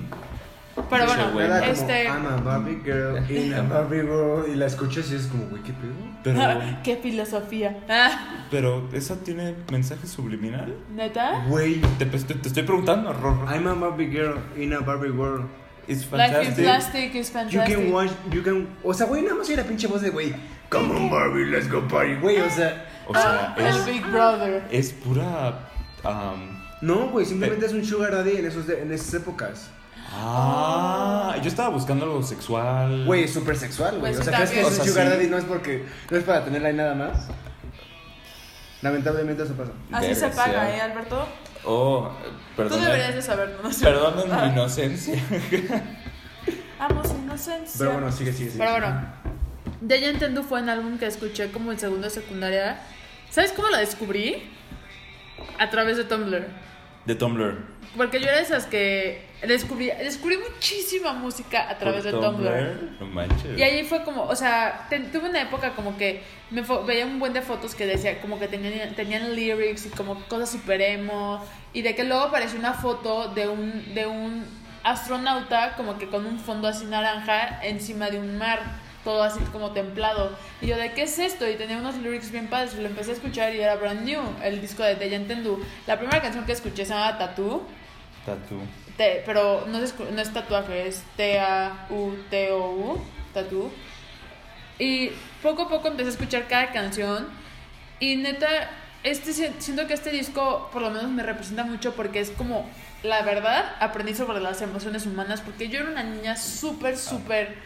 Speaker 3: Pero
Speaker 5: ese
Speaker 3: bueno,
Speaker 5: güey,
Speaker 2: Era como,
Speaker 3: este
Speaker 2: I'm a Barbie girl in a Barbie world. Y la escuchas y es como, güey, ¿qué pedo?
Speaker 5: pero,
Speaker 3: qué filosofía. Ah,
Speaker 5: pero, ¿esa tiene mensaje subliminal?
Speaker 3: ¿Neta?
Speaker 2: Güey,
Speaker 5: Te, pues, te- te estoy preguntando, Rorro.
Speaker 2: I'm a Barbie girl in a Barbie world.
Speaker 5: It's
Speaker 3: Life in
Speaker 5: fantastic.
Speaker 3: plastic is
Speaker 2: You
Speaker 3: fantastic.
Speaker 2: can watch, you can. O sea, güey, nada más oye la pinche voz de güey. Come on, Barbie, let's go party. Güey, o sea,
Speaker 5: O sea,
Speaker 3: Ah, El
Speaker 5: Ah, es,
Speaker 3: Big Brother.
Speaker 5: es pura. um, am,
Speaker 2: no, güey, simplemente es un sugar daddy en, esos de- en esas épocas.
Speaker 5: ah, yo estaba buscando algo sexual.
Speaker 2: Güey, es súper sexual, güey.
Speaker 3: Pues
Speaker 2: Mm. o sea, ¿crees
Speaker 3: sí,
Speaker 2: que
Speaker 3: también.
Speaker 2: es
Speaker 5: O
Speaker 2: un
Speaker 5: sea,
Speaker 2: sugar
Speaker 5: sí.
Speaker 2: daddy? No es porque. No es para tenerla y nada más. Lamentablemente eso pasa.
Speaker 3: Así se
Speaker 5: Verga,
Speaker 3: paga,
Speaker 5: sí.
Speaker 3: ¿eh, Alberto?
Speaker 5: Oh, perdón.
Speaker 3: Tú deberías de Ah. saberlo, no sé.
Speaker 5: Perdonen mi inocencia.
Speaker 3: Amo su inocencia.
Speaker 2: Pero bueno, sigue, sigue, sigue.
Speaker 3: Pero bueno, de Ya Entendu fue un álbum que escuché como en segundo de secundaria. ¿Sabes cómo lo descubrí? A través de Tumblr.
Speaker 5: De Tumblr.
Speaker 3: Porque yo era de esas que descubrí, descubrí muchísima música a través de
Speaker 5: Por
Speaker 3: Tumblr.
Speaker 5: No manches.
Speaker 3: Y ahí fue como, o sea, te- tuve una época como que me fo- veía un buen de fotos que decía, como que tenían, tenían lyrics y como cosas super emo. Y de que luego apareció una foto de un, de un astronauta como que con un fondo así naranja encima de un mar, todo así como templado. Y yo, ¿de qué es esto? Y tenía unos lyrics bien padres. Lo empecé a escuchar y era brand new, el disco de Dejan Tendu. La primera canción que escuché se llamaba Tattoo.
Speaker 5: Tatu.
Speaker 3: Te- pero no es, escu- no es tatuaje, es T-A-U-T-O-U, tatú. Y poco a poco empecé a escuchar cada canción. Y neta, este, si- siento que este disco por lo menos me representa mucho porque es como, la verdad, aprendí sobre las emociones humanas porque yo era una niña súper, súper,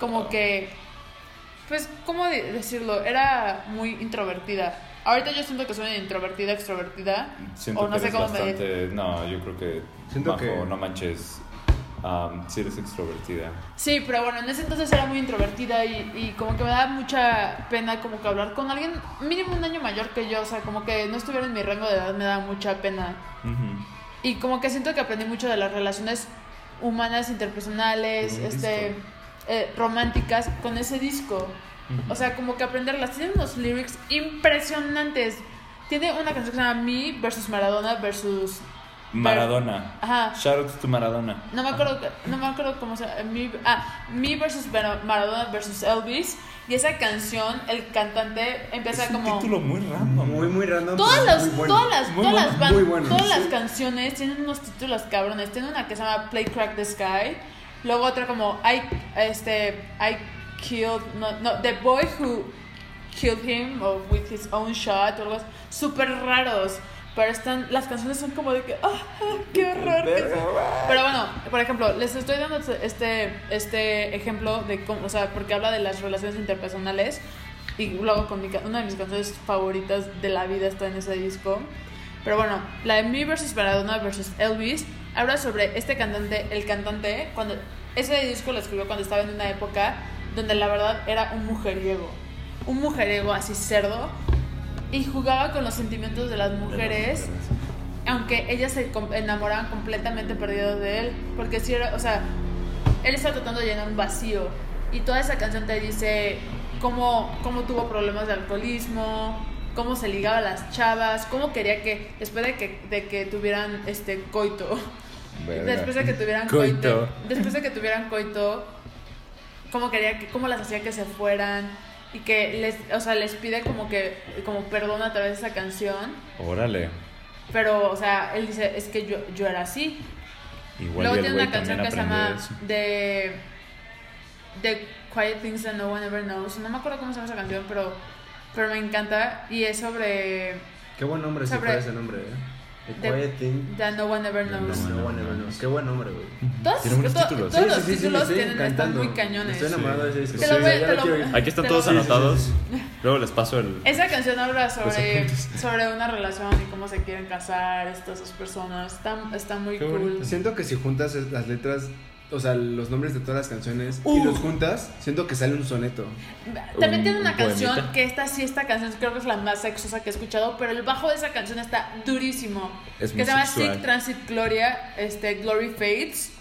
Speaker 3: como que, pues, ¿cómo de- decirlo? Era muy introvertida. Ahorita yo siento que soy introvertida, extrovertida.
Speaker 5: Siento
Speaker 3: o no
Speaker 5: que
Speaker 3: sé
Speaker 5: eres
Speaker 3: cómo me...
Speaker 5: bastante. No, yo creo que.
Speaker 2: Siento
Speaker 5: bajo,
Speaker 2: que-
Speaker 5: No manches. am, si eres extrovertida.
Speaker 3: Sí, pero bueno, en ese entonces era muy introvertida y, y como que me daba mucha pena como que hablar con alguien mínimo un año mayor que yo, o sea, como que no estuviera en mi rango de edad me daba mucha pena.
Speaker 5: Ujú.
Speaker 3: Y como que siento que aprendí mucho de las relaciones humanas, interpersonales,
Speaker 5: Con un
Speaker 3: este,
Speaker 5: disco.
Speaker 3: eh, románticas con ese disco.
Speaker 5: Ujú.
Speaker 3: O sea, como que aprenderlas. Tiene unos lyrics impresionantes. Tiene una canción que se llama Me versus Maradona versus...
Speaker 5: Maradona.
Speaker 3: Ajá.
Speaker 5: Shoutouts to Maradona.
Speaker 3: No me acuerdo, no me acuerdo cómo se llama. Mi, ah, Mi versus Mar- Maradona versus Elvis. Y esa canción, el cantante empieza
Speaker 5: es un
Speaker 3: como.
Speaker 5: título muy random.
Speaker 2: Oh, Muy, muy random.
Speaker 3: Todas
Speaker 2: pero
Speaker 3: las,
Speaker 2: muy bueno.
Speaker 3: todas las,
Speaker 5: Muy
Speaker 3: todas las
Speaker 5: bueno,
Speaker 3: ban-
Speaker 2: muy bueno.
Speaker 3: todas las
Speaker 2: Sí.
Speaker 3: canciones tienen unos títulos cabrones. Tiene una que se llama Play Crack the Sky. Luego otra como I, este, I killed, no, no, The Boy Who Killed Him o With His Own Shot o algo así. Súper raros. Pero están, las canciones son como de que, ¡ah, ah, qué horror! que es". Pero bueno, por ejemplo, les estoy dando este, este ejemplo de cómo, o sea, porque habla de las relaciones interpersonales y luego con mi ca- una de mis canciones favoritas de la vida está en ese disco. Pero bueno, la de Me versus Maradona versus Elvis habla sobre este cantante, el cantante, cuando ese disco lo escribió cuando estaba en una época donde la verdad era un mujeriego. Un mujeriego así cerdo y jugaba con los sentimientos de las mujeres aunque ellas se com- enamoraban completamente perdidas de él, porque si era, o sea, él está tratando de llenar un vacío y toda esa canción te dice cómo, cómo tuvo problemas de alcoholismo, cómo se ligaba a las chavas, cómo quería que, después de que, de que tuvieran este coito,
Speaker 4: Verga.
Speaker 3: después de que tuvieran coito,
Speaker 4: Coito.
Speaker 3: después de que tuvieran coito, cómo quería que, cómo las hacía que se fueran y que les, o sea, les pide como que, como perdón a través de esa canción.
Speaker 4: Órale.
Speaker 3: Pero, o sea, él dice, es que yo, yo era así.
Speaker 4: Igual y
Speaker 3: Luego
Speaker 4: el
Speaker 3: tiene
Speaker 4: güey
Speaker 3: una canción
Speaker 4: también
Speaker 3: que se
Speaker 4: aprendió
Speaker 3: llama
Speaker 4: de eso.
Speaker 3: de, de Quiet Things That No One Ever Knows. No me acuerdo cómo se llama esa canción, pero, pero me encanta. Y es sobre
Speaker 2: Qué buen nombre si
Speaker 3: Sobre-
Speaker 2: fuera ese nombre, ¿eh? The
Speaker 3: The-
Speaker 2: Quiet Thing.
Speaker 3: That No One Ever Knows.
Speaker 2: No, no, no, no, no. Qué buen nombre, güey.
Speaker 3: Todos,
Speaker 4: Tiene buenos
Speaker 3: to-
Speaker 4: títulos.
Speaker 3: todos
Speaker 2: Sí,
Speaker 3: los
Speaker 2: sí, sí, sí, me
Speaker 3: títulos
Speaker 2: estoy
Speaker 3: tienen, están
Speaker 2: encantando.
Speaker 3: muy cañones.
Speaker 2: Estoy enamorado de ese disco.
Speaker 3: Te lo
Speaker 2: Sí,
Speaker 3: voy-
Speaker 2: ya
Speaker 3: te
Speaker 2: lo
Speaker 3: lo-
Speaker 2: quiero ir.
Speaker 6: Aquí están
Speaker 3: Te
Speaker 6: todos
Speaker 3: lo- sí, sí, sí,
Speaker 6: anotados.
Speaker 2: sí,
Speaker 6: Luego les paso el.
Speaker 3: Esa canción habla sobre, sobre una relación y cómo se quieren casar estas dos personas. Está, está muy
Speaker 4: Qué
Speaker 3: cool.
Speaker 4: bonito.
Speaker 2: Siento que si juntas es- las letras, o sea, los nombres de todas las canciones y
Speaker 3: Uh.
Speaker 2: los juntas, siento que sale un soneto.
Speaker 3: También
Speaker 4: un-
Speaker 3: tiene una
Speaker 4: un
Speaker 3: canción
Speaker 4: poemita.
Speaker 3: que esta sí, esta canción creo que es la más sexosa que he escuchado, pero el bajo de esa canción está durísimo.
Speaker 4: Es
Speaker 3: que
Speaker 4: muy
Speaker 3: se llama
Speaker 4: sexual.
Speaker 3: Sick Transit Gloria, este, Glory Fades,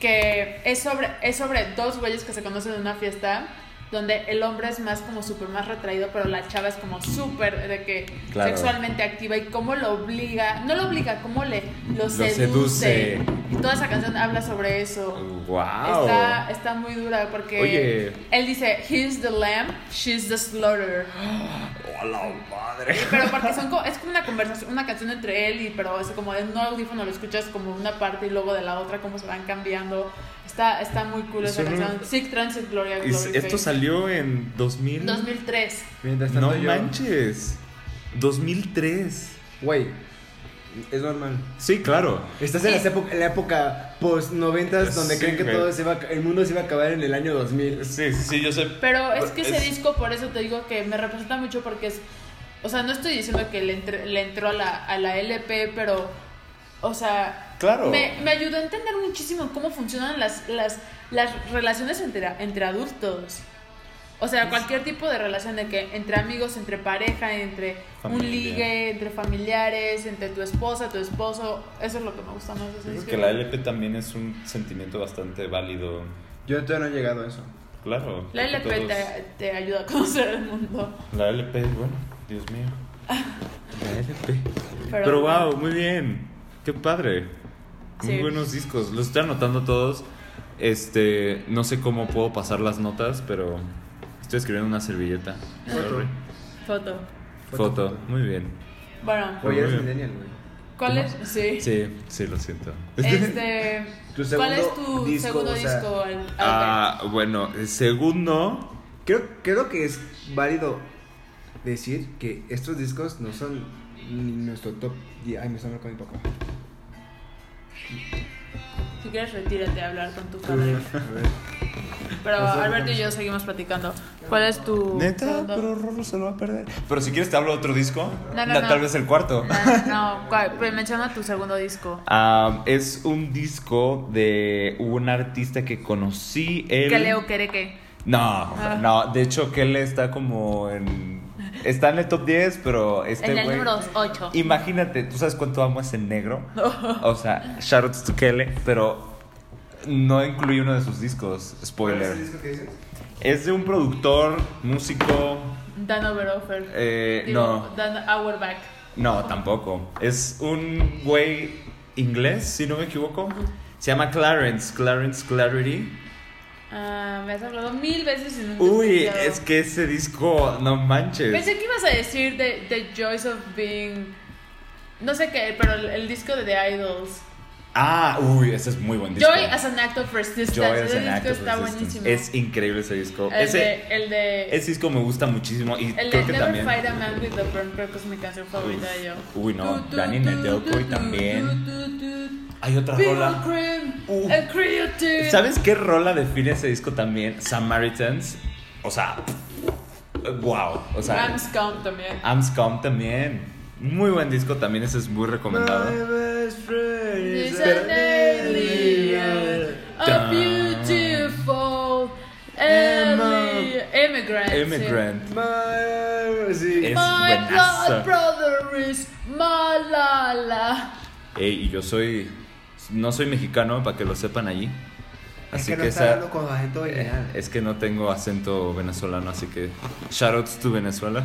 Speaker 3: que es sobre, es sobre dos güeyes que se conocen en una fiesta, donde el hombre es más como súper más retraído, pero la chava es como súper de que
Speaker 4: Claro.
Speaker 3: sexualmente activa y cómo lo obliga, no lo obliga, cómo le lo,
Speaker 4: Lo
Speaker 3: seduce.
Speaker 4: seduce.
Speaker 3: Y toda esa canción habla sobre eso.
Speaker 4: ¡Wow!
Speaker 3: Está, está muy dura porque
Speaker 4: Oye.
Speaker 3: él dice, he's the lamb, she's the slaughter.
Speaker 4: ¡Hola, madre!
Speaker 3: Pero porque son co- es como una conversación, una canción entre él y pero es como en un audífono lo escuchas como una parte y luego de la otra cómo se van cambiando. Está, está muy cool esa
Speaker 4: Son un-
Speaker 3: canción. Sick Transit Gloria
Speaker 4: Y s-
Speaker 3: Glory.
Speaker 4: esto
Speaker 3: Fade.
Speaker 4: salió en 2000.
Speaker 3: 2003.
Speaker 2: Mientras tanto
Speaker 4: No
Speaker 2: yo-
Speaker 4: manches. 2003.
Speaker 2: Güey, es normal.
Speaker 4: Sí, claro.
Speaker 2: Estás en, las época- en la época post noventas donde
Speaker 4: Sí,
Speaker 2: creen que
Speaker 4: güey.
Speaker 2: todo se iba, a- el mundo se iba a acabar en el año 2000.
Speaker 4: Sí, sí, sí, yo sé.
Speaker 3: Pero es que ese
Speaker 4: Es-
Speaker 3: disco, por eso te digo que me representa mucho porque es. O sea, no estoy diciendo que le, entre- le entró a la, a la LP, pero. O sea.
Speaker 4: Claro.
Speaker 3: Me, me ayudó a entender muchísimo cómo funcionan las, las, las relaciones entre, entre adultos. O sea, cualquier tipo de relación de que entre amigos, entre pareja, entre un
Speaker 4: Familia.
Speaker 3: ligue, entre familiares, entre tu esposa, tu esposo. Eso es lo que me gusta más. de ese
Speaker 4: Creo
Speaker 3: disco.
Speaker 4: que la LP también es un sentimiento bastante válido.
Speaker 2: Yo todavía no he llegado a eso.
Speaker 4: Claro.
Speaker 3: La
Speaker 4: creo que
Speaker 3: LP
Speaker 4: todos-
Speaker 3: te, te ayuda a conocer el mundo.
Speaker 4: La LP, bueno, Dios mío. La LP.
Speaker 3: Pero-
Speaker 4: Pero, wow, muy bien. Qué padre. Muy
Speaker 3: Sí.
Speaker 4: buenos discos. Los estoy anotando todos. Este, no sé cómo puedo pasar las notas, pero estoy escribiendo una servilleta. Sorry.
Speaker 3: Foto.
Speaker 4: Foto. Muy bien.
Speaker 3: Bueno.
Speaker 2: Oye, eres
Speaker 4: Muy bien.
Speaker 2: millennial, güey.
Speaker 3: ¿Cuál
Speaker 4: ¿Cómo?
Speaker 3: es? Sí.
Speaker 4: Sí, sí, lo siento.
Speaker 3: Este,
Speaker 2: Tu segundo
Speaker 3: ¿Cuál es tu
Speaker 2: disco,
Speaker 3: segundo
Speaker 2: o sea-
Speaker 3: disco? Al- Albert?
Speaker 4: Ah, bueno, el segundo.
Speaker 2: Creo, creo que es válido decir que estos discos no son ni nuestro top 10. Ay, me sonó con mi papá.
Speaker 3: Si quieres, retírate a hablar con tu
Speaker 4: Mm.
Speaker 2: A
Speaker 3: padre.
Speaker 2: ver.
Speaker 3: Pero
Speaker 2: Nos vemos.
Speaker 3: Alberto y yo seguimos platicando. ¿Cuál es tu.
Speaker 4: Neta,
Speaker 3: Uh, segundo?
Speaker 4: pero Rolo se lo va a perder. Pero si quieres te hablo de otro disco.
Speaker 3: No, no,
Speaker 4: Ta-
Speaker 3: no.
Speaker 4: Tal vez el cuarto.
Speaker 3: Ah, No, no, ¿cuál? Pero menciona tu segundo disco.
Speaker 4: Ah, es un disco de un artista que conocí. Él...
Speaker 3: Que Leo quiere que.
Speaker 4: No,
Speaker 3: Ah.
Speaker 4: no, de hecho que él está como en... Está en el top 10, pero este
Speaker 3: en el
Speaker 4: güey...
Speaker 3: número 8.
Speaker 4: Imagínate, ¿tú sabes cuánto amo a ese negro? O sea, shoutouts to Kele, pero no incluí uno de sus discos,
Speaker 2: ¿Cuál es
Speaker 4: spoiler.
Speaker 2: el disco que dices?
Speaker 4: Es de un productor, músico...
Speaker 3: Dan Overoffer.
Speaker 4: Eh,
Speaker 3: Digo, ah,
Speaker 4: no,
Speaker 3: Dan Auerbach.
Speaker 4: no, tampoco. Es un güey inglés, si no me equivoco. Se llama Clarence, Clarence Clarity.
Speaker 3: Ah, me has hablado mil veces y nunca he
Speaker 4: Uy,
Speaker 3: escuchado.
Speaker 4: es que ese disco, no manches.
Speaker 3: Pensé que ibas a decir The, the Joys of Being. No sé qué, pero el, el disco de The Idols.
Speaker 4: Ah, uy, ese es muy buen disco.
Speaker 3: Joy as an Act of Resistance.
Speaker 4: Joy as
Speaker 3: Ese
Speaker 4: an
Speaker 3: disco
Speaker 4: Act of
Speaker 3: está
Speaker 4: Resistance.
Speaker 3: buenísimo.
Speaker 4: Es increíble ese disco.
Speaker 3: el
Speaker 4: ese,
Speaker 3: de, el de,
Speaker 4: ese disco me gusta muchísimo y
Speaker 3: el de
Speaker 4: creo que
Speaker 3: Never
Speaker 4: también.
Speaker 3: Fight a Man with the Burn creo que es mi canción favorita de yo.
Speaker 4: Uy, no, Danny Nedelko y también. Hay otra
Speaker 3: People
Speaker 4: rola.
Speaker 3: Cream,
Speaker 4: Uh.
Speaker 3: el Creative.
Speaker 4: ¿Sabes qué rola define ese disco también? Samaritans. O sea, pff, wow. O sea,
Speaker 3: Rams Count también.
Speaker 4: Ah. Amscom también. Muy buen disco también, ese es muy recomendado.
Speaker 3: Is an alien, a
Speaker 4: Dun.
Speaker 3: beautiful alien. Immigrant. sí.
Speaker 4: Immigrant. Es
Speaker 3: My blood
Speaker 4: buenazo.
Speaker 3: brother is Malala.
Speaker 4: Ey, y yo soy. No soy mexicano, para que lo sepan allí. Así
Speaker 2: es que, no
Speaker 4: que
Speaker 2: está
Speaker 4: esa. Eh,
Speaker 2: hablando con acento original.
Speaker 4: Es que no tengo acento venezolano, así que shoutouts to Venezuela.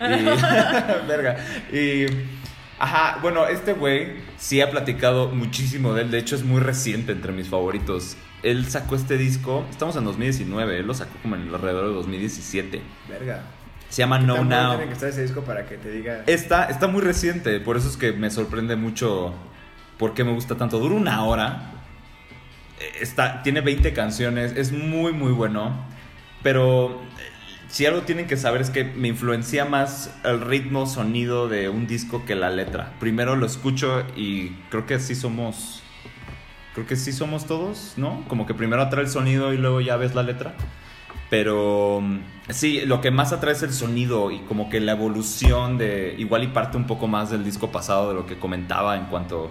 Speaker 4: Y, verga. Y ajá, bueno, este güey sí ha platicado muchísimo de él, de hecho es muy reciente entre mis favoritos. Él sacó este disco, estamos en 2019, él lo sacó como en alrededor de 2017.
Speaker 2: Verga.
Speaker 4: Se llama No
Speaker 2: Tampoco
Speaker 4: Now.
Speaker 2: Tiene que estar ese disco para que te diga.
Speaker 4: Está, está muy reciente, por eso es que me sorprende mucho por qué me gusta tanto. Dura una hora. Eh, Está, tiene 20 canciones, es muy muy bueno. Pero eh, si algo tienen que saber es que me influencia más el ritmo, sonido de un disco que la letra. Primero lo escucho y creo que así somos. Creo que sí somos todos, ¿no? Como que primero atrae el sonido y luego ya ves la letra. Pero mm, sí, lo que más atrae es el sonido y como que la evolución de igual y parte un poco más del disco pasado de lo que comentaba en cuanto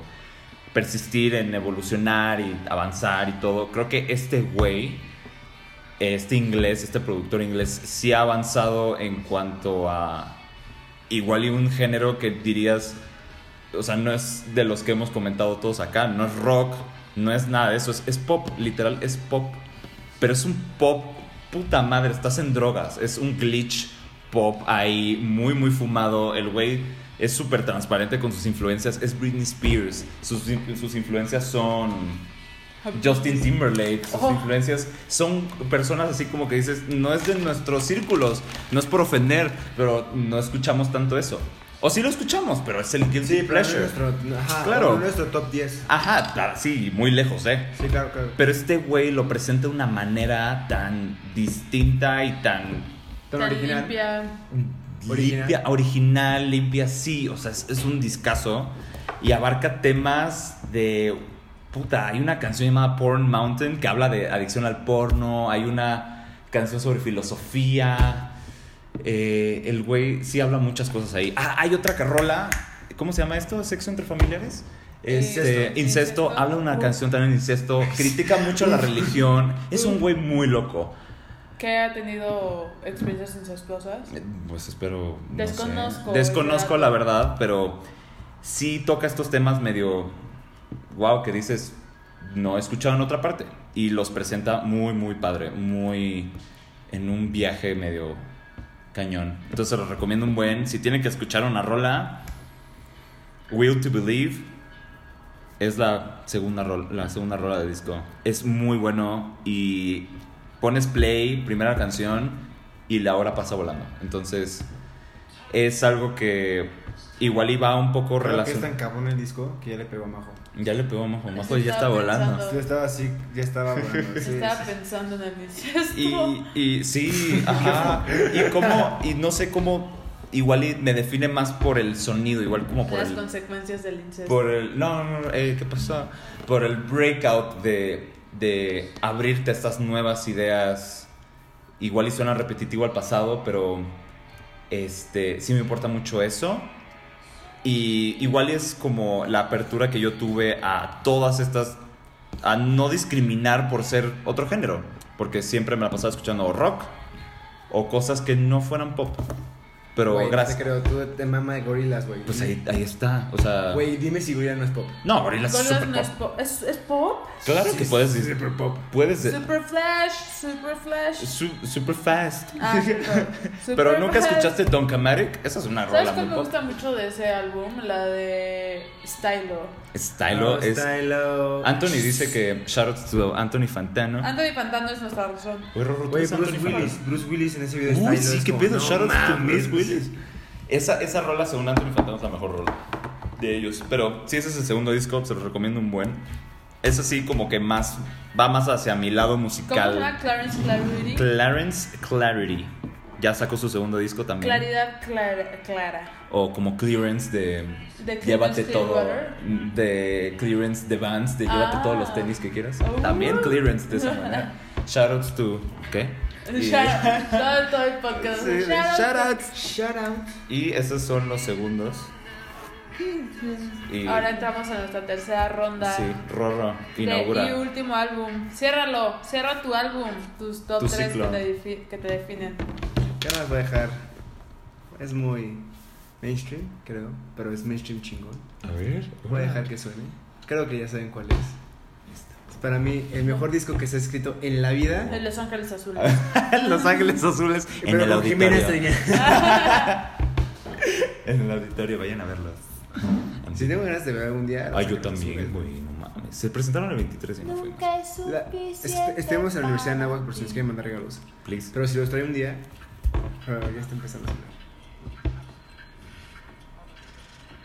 Speaker 4: persistir en evolucionar y avanzar y todo. Creo que este güey, este inglés, este productor inglés, sí ha avanzado en cuanto a igual y un género que dirías, o sea, no es de los que hemos comentado todos acá, no es rock, no es nada de eso, es, es pop, literal es pop, pero es un pop, puta madre, estás en drogas, es un glitch pop ahí muy muy fumado, el güey es súper transparente con sus influencias, es Britney Spears, sus, sus influencias son... Justin Timberlake, sus
Speaker 3: Oh.
Speaker 4: influencias son personas así como que dices, no es de nuestros círculos, no es por ofender, pero no escuchamos tanto eso. O sí lo escuchamos, pero es el guilty
Speaker 2: Sí, pero no es
Speaker 4: pleasure.
Speaker 2: nuestro, ajá,
Speaker 4: Claro.
Speaker 2: no es nuestro top 10.
Speaker 4: Ajá, claro, sí, muy lejos, ¿eh?
Speaker 2: Sí, claro, claro.
Speaker 4: Pero este güey lo presenta de una manera tan distinta y tan
Speaker 2: Tan
Speaker 3: Tan
Speaker 2: original.
Speaker 3: limpia.
Speaker 2: Original.
Speaker 4: limpia, original, limpia, sí. O sea, es, es un discazo y abarca temas de. Puta, hay una canción llamada Porn Mountain que habla de adicción al porno. Hay una canción sobre filosofía. eh, el güey sí habla muchas cosas ahí. Ah, hay otra carrola. ¿Cómo se llama esto? ¿Sexo entre familiares? Este,
Speaker 3: Incesto.
Speaker 4: incesto. Habla una
Speaker 3: Uf.
Speaker 4: canción también de incesto. Critica mucho la religión. Es un güey muy loco.
Speaker 3: que ha tenido experiencias incestuosas.
Speaker 4: Eh, Pues espero. no sé.
Speaker 3: Desconozco,
Speaker 4: Desconozco
Speaker 3: ¿verdad?
Speaker 4: la verdad, pero sí toca estos temas medio. Wow, que dices. No he escuchado en otra parte. Y los presenta muy, muy padre. Muy. En un viaje medio cañón. Entonces se los recomiendo un buen. Si tienen que escuchar una rola. Will to Believe. Es la segunda, rol- la segunda rola de disco. Es muy bueno y pones play, primera canción y la hora pasa volando. Entonces es algo que igual iba un poco
Speaker 2: Creo que es
Speaker 4: relacionado.
Speaker 2: tan cabrón el disco que ya le pegó a Majo.
Speaker 4: Ya le pegó Majo, Majo
Speaker 3: Sí,
Speaker 4: ya está
Speaker 3: estaba
Speaker 4: volando.
Speaker 3: pensando.
Speaker 2: Yo estaba así, ya estaba volando. sí,
Speaker 3: Oh. Estaba
Speaker 2: sí.
Speaker 3: pensando en el incesto.
Speaker 4: Y, y sí, ajá. Y cómo, y no sé cómo, igual y me define más por el sonido, igual como por
Speaker 3: las
Speaker 4: el,
Speaker 3: consecuencias del incesto.
Speaker 4: Por el. No, no, no, eh, ¿qué pasó? Por el breakout de, de abrirte a estas nuevas ideas. Igual y suena repetitivo al pasado, pero. Este. Sí me importa mucho eso. Y igual es como la apertura que yo tuve a todas estas. A no discriminar por ser otro género. Porque siempre me la pasaba escuchando o rock o cosas que no fueran pop. Pero
Speaker 2: Güey, no te
Speaker 4: gracias.
Speaker 2: creo, tú te mama de gorilas, güey.
Speaker 4: Pues ahí, ahí está. O sea.
Speaker 2: Güey, dime si gorila no es pop.
Speaker 4: No, Gorillaz es
Speaker 3: Gorillaz
Speaker 4: super
Speaker 3: no es pop. ¿Es, es pop?
Speaker 4: Claro que puedes
Speaker 2: sí,
Speaker 4: decir.
Speaker 2: super pop.
Speaker 4: Puedes de-
Speaker 3: Super Flash, Super Flash.
Speaker 4: su- super fast.
Speaker 3: Ah, super-
Speaker 4: Pero
Speaker 3: Super
Speaker 4: nunca
Speaker 3: Flash.
Speaker 4: escuchaste Don Camaric. Esa es una
Speaker 3: ¿Sabes
Speaker 4: rola
Speaker 3: cuál
Speaker 4: muy
Speaker 3: me
Speaker 4: pop.
Speaker 3: gusta mucho de ese álbum? La de Stylo.
Speaker 4: Stylo
Speaker 2: No,
Speaker 4: es.
Speaker 2: Stylo.
Speaker 4: Anthony dice que shoutouts to Anthony Fantano.
Speaker 3: Anthony Pantano es nuestra razón.
Speaker 4: Uy, Rorro, ¿tú
Speaker 2: Güey,
Speaker 4: eres
Speaker 2: Bruce
Speaker 4: Anthony Fantano?
Speaker 2: Willis. Bruce Willis en ese video de
Speaker 4: Uy,
Speaker 2: Stylo
Speaker 4: sí,
Speaker 2: es
Speaker 4: qué
Speaker 2: como,
Speaker 4: pedo.
Speaker 2: no
Speaker 4: shoutouts to
Speaker 2: mames.
Speaker 4: Bruce Willis. Esa, esa rola, según Anthony Fantano, es la mejor rola. de ellos. Pero si ese es el segundo disco, se los recomiendo un buen. Es así como que más, va más hacia mi lado
Speaker 3: ¿Cómo se llama?
Speaker 4: musical.
Speaker 3: Clarence Clarity.
Speaker 4: Clarence Clarity. Ya sacó su segundo disco también.
Speaker 3: Claridad clara. clara.
Speaker 4: O como Clearance de...
Speaker 3: De Clearance
Speaker 4: Llévate todo
Speaker 3: Clearwater.
Speaker 4: de clearance de Vans, de llévate
Speaker 3: Ah.
Speaker 4: todos los tenis que quieras.
Speaker 3: Oh.
Speaker 4: También clearance de esa manera. Shoutouts to ¿qué? Y,
Speaker 3: Shout- Todo, todo el podcast.
Speaker 4: Sí, de
Speaker 3: Shout out.
Speaker 4: shoutouts.
Speaker 2: Shout out.
Speaker 4: Y esos son los segundos. Y
Speaker 3: Ahora entramos a nuestra tercera ronda.
Speaker 4: sí, Rorro
Speaker 3: de
Speaker 4: inaugura.
Speaker 3: mi último álbum. Ciérralo, cierra tu álbum, tus top
Speaker 4: Tu
Speaker 3: 3 que
Speaker 4: ciclo.
Speaker 3: te, defi- que te definen.
Speaker 2: ¿Qué más voy a dejar? Es muy mainstream, creo, pero es mainstream chingón.
Speaker 5: A ver.
Speaker 2: Voy a dejar que suene. Creo que ya saben cuál es. Es Para mí, el mejor disco que se ha escrito en la vida.
Speaker 3: De Los Ángeles Azules.
Speaker 4: Ah. los Ángeles Azules en
Speaker 2: pero
Speaker 4: el
Speaker 2: con Jimena
Speaker 4: auditorio.
Speaker 2: Estrella.
Speaker 4: En el auditorio, vayan a verlos.
Speaker 2: Si tengo ganas de ver algún día.
Speaker 4: Ay, Ah, yo también, güey, no mames. Se presentaron el 23 y no fuimos.
Speaker 7: Nunca es
Speaker 2: La-
Speaker 7: suficiente.
Speaker 2: est- estemos en la Universidad de Nahuatl por si nos quieren mandar regalos.
Speaker 4: Please.
Speaker 2: Pero si los trae un día. ah, ya está empezando a sonar.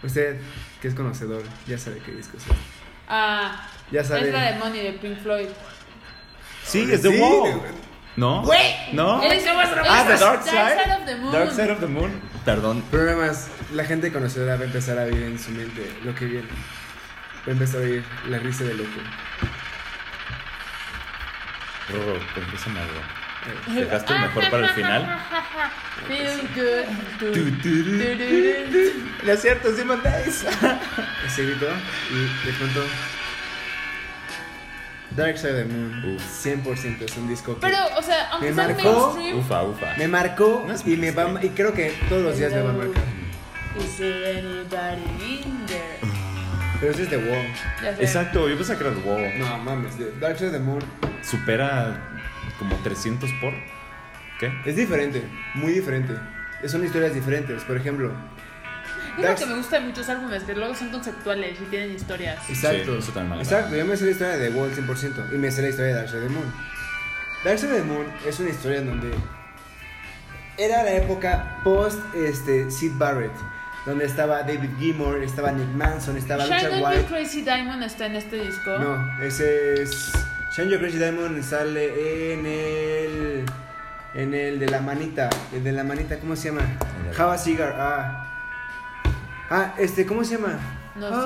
Speaker 2: Usted, que es conocedor, ya sabe qué disco es. este.
Speaker 3: Ah,
Speaker 2: Ya
Speaker 3: es la
Speaker 2: saben.
Speaker 3: de Money de Pink Floyd.
Speaker 4: Sí, es de
Speaker 2: Sí,
Speaker 4: wow.
Speaker 2: de-
Speaker 4: ¿No? ¿No?
Speaker 3: Es-
Speaker 4: Ah, The
Speaker 3: es-
Speaker 4: Dark Side.
Speaker 3: of the Moon.
Speaker 4: Dark Side of the Moon. Perdón.
Speaker 2: Problemas, la gente conocedora va a empezar a vivir en su mente lo que viene. Va a empezar a oír la risa de loco.
Speaker 4: Rorro, empieza algo. Dejaste
Speaker 2: ah,
Speaker 4: el mejor para el final.
Speaker 3: Feel good. Du-
Speaker 4: Tu, tu,
Speaker 3: du-
Speaker 4: tu.
Speaker 3: du- du-
Speaker 4: Lo cierto, sí mandáis.
Speaker 2: Ese grito y de pronto. Dark Side of the Moon.
Speaker 4: Uf.
Speaker 2: 100% es un disco que
Speaker 3: Pero, o sea, aunque
Speaker 2: Me
Speaker 3: sea
Speaker 2: marcó.
Speaker 3: mainstream.
Speaker 4: Ufa, ufa.
Speaker 2: me marcó
Speaker 4: No es
Speaker 2: y, me va, y creo que todos los días me va a marcar.
Speaker 3: Is there anybody in there?
Speaker 2: Pero ese es de Wow.
Speaker 3: Ya sé.
Speaker 4: Exacto, yo pensaba que era wow.
Speaker 2: No mames, de- Dark Side of the Moon
Speaker 4: Supera como 300 por. ¿Qué?
Speaker 2: es diferente, muy diferente. Son historias diferentes, por ejemplo.
Speaker 3: Es lo que me gusta de muchos álbumes, que luego son conceptuales y tienen historias.
Speaker 2: Exacto.
Speaker 4: Sí, eso también me agrada.
Speaker 2: Exacto, yo me sé la historia de Wall 100% y me sé la historia de Dark Side of the Moon. Dark Side of the Moon es una historia en donde era la época post este, Sid Barrett, donde estaba David Gilmour, estaba Nick Manson, estaba Richard
Speaker 3: Shine on You
Speaker 2: White.
Speaker 3: Crazy Diamond está en este disco.
Speaker 2: No, ese es Shine Your Crazy Diamond sale en el en el de la manita, el de la manita, ¿cómo se llama?
Speaker 4: El de-
Speaker 2: Java Cigar. Ah. Ah, este, ¿cómo se llama?
Speaker 3: No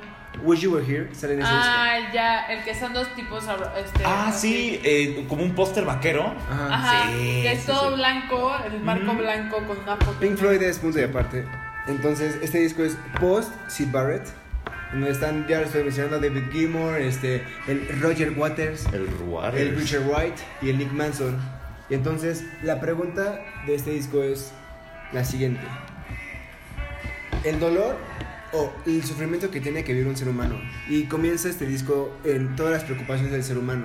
Speaker 2: sé. Wish You Were Here sale en ese disco.
Speaker 3: Ah, ya, el que son dos tipos. abro- Este,
Speaker 4: este. Ah,
Speaker 3: así.
Speaker 4: sí, eh, como un póster vaquero.
Speaker 2: Ajá.
Speaker 3: Ajá,
Speaker 4: Sí,
Speaker 3: que es
Speaker 4: sí,
Speaker 3: todo
Speaker 4: sí.
Speaker 3: blanco, el marco
Speaker 4: Ujú.
Speaker 3: blanco con una foto.
Speaker 2: Pink Floyd es punto y aparte. Entonces, este disco es post Sid Barrett. en Donde están, ya les estoy mencionando, David Gilmour, este, el Roger Waters,
Speaker 4: El Ruar.
Speaker 2: el Richard White y el Nick Manson. Y entonces, la pregunta de este disco es la siguiente: ¿El dolor o el sufrimiento que tiene que vivir un ser humano? Y comienza este disco en todas las preocupaciones del ser humano.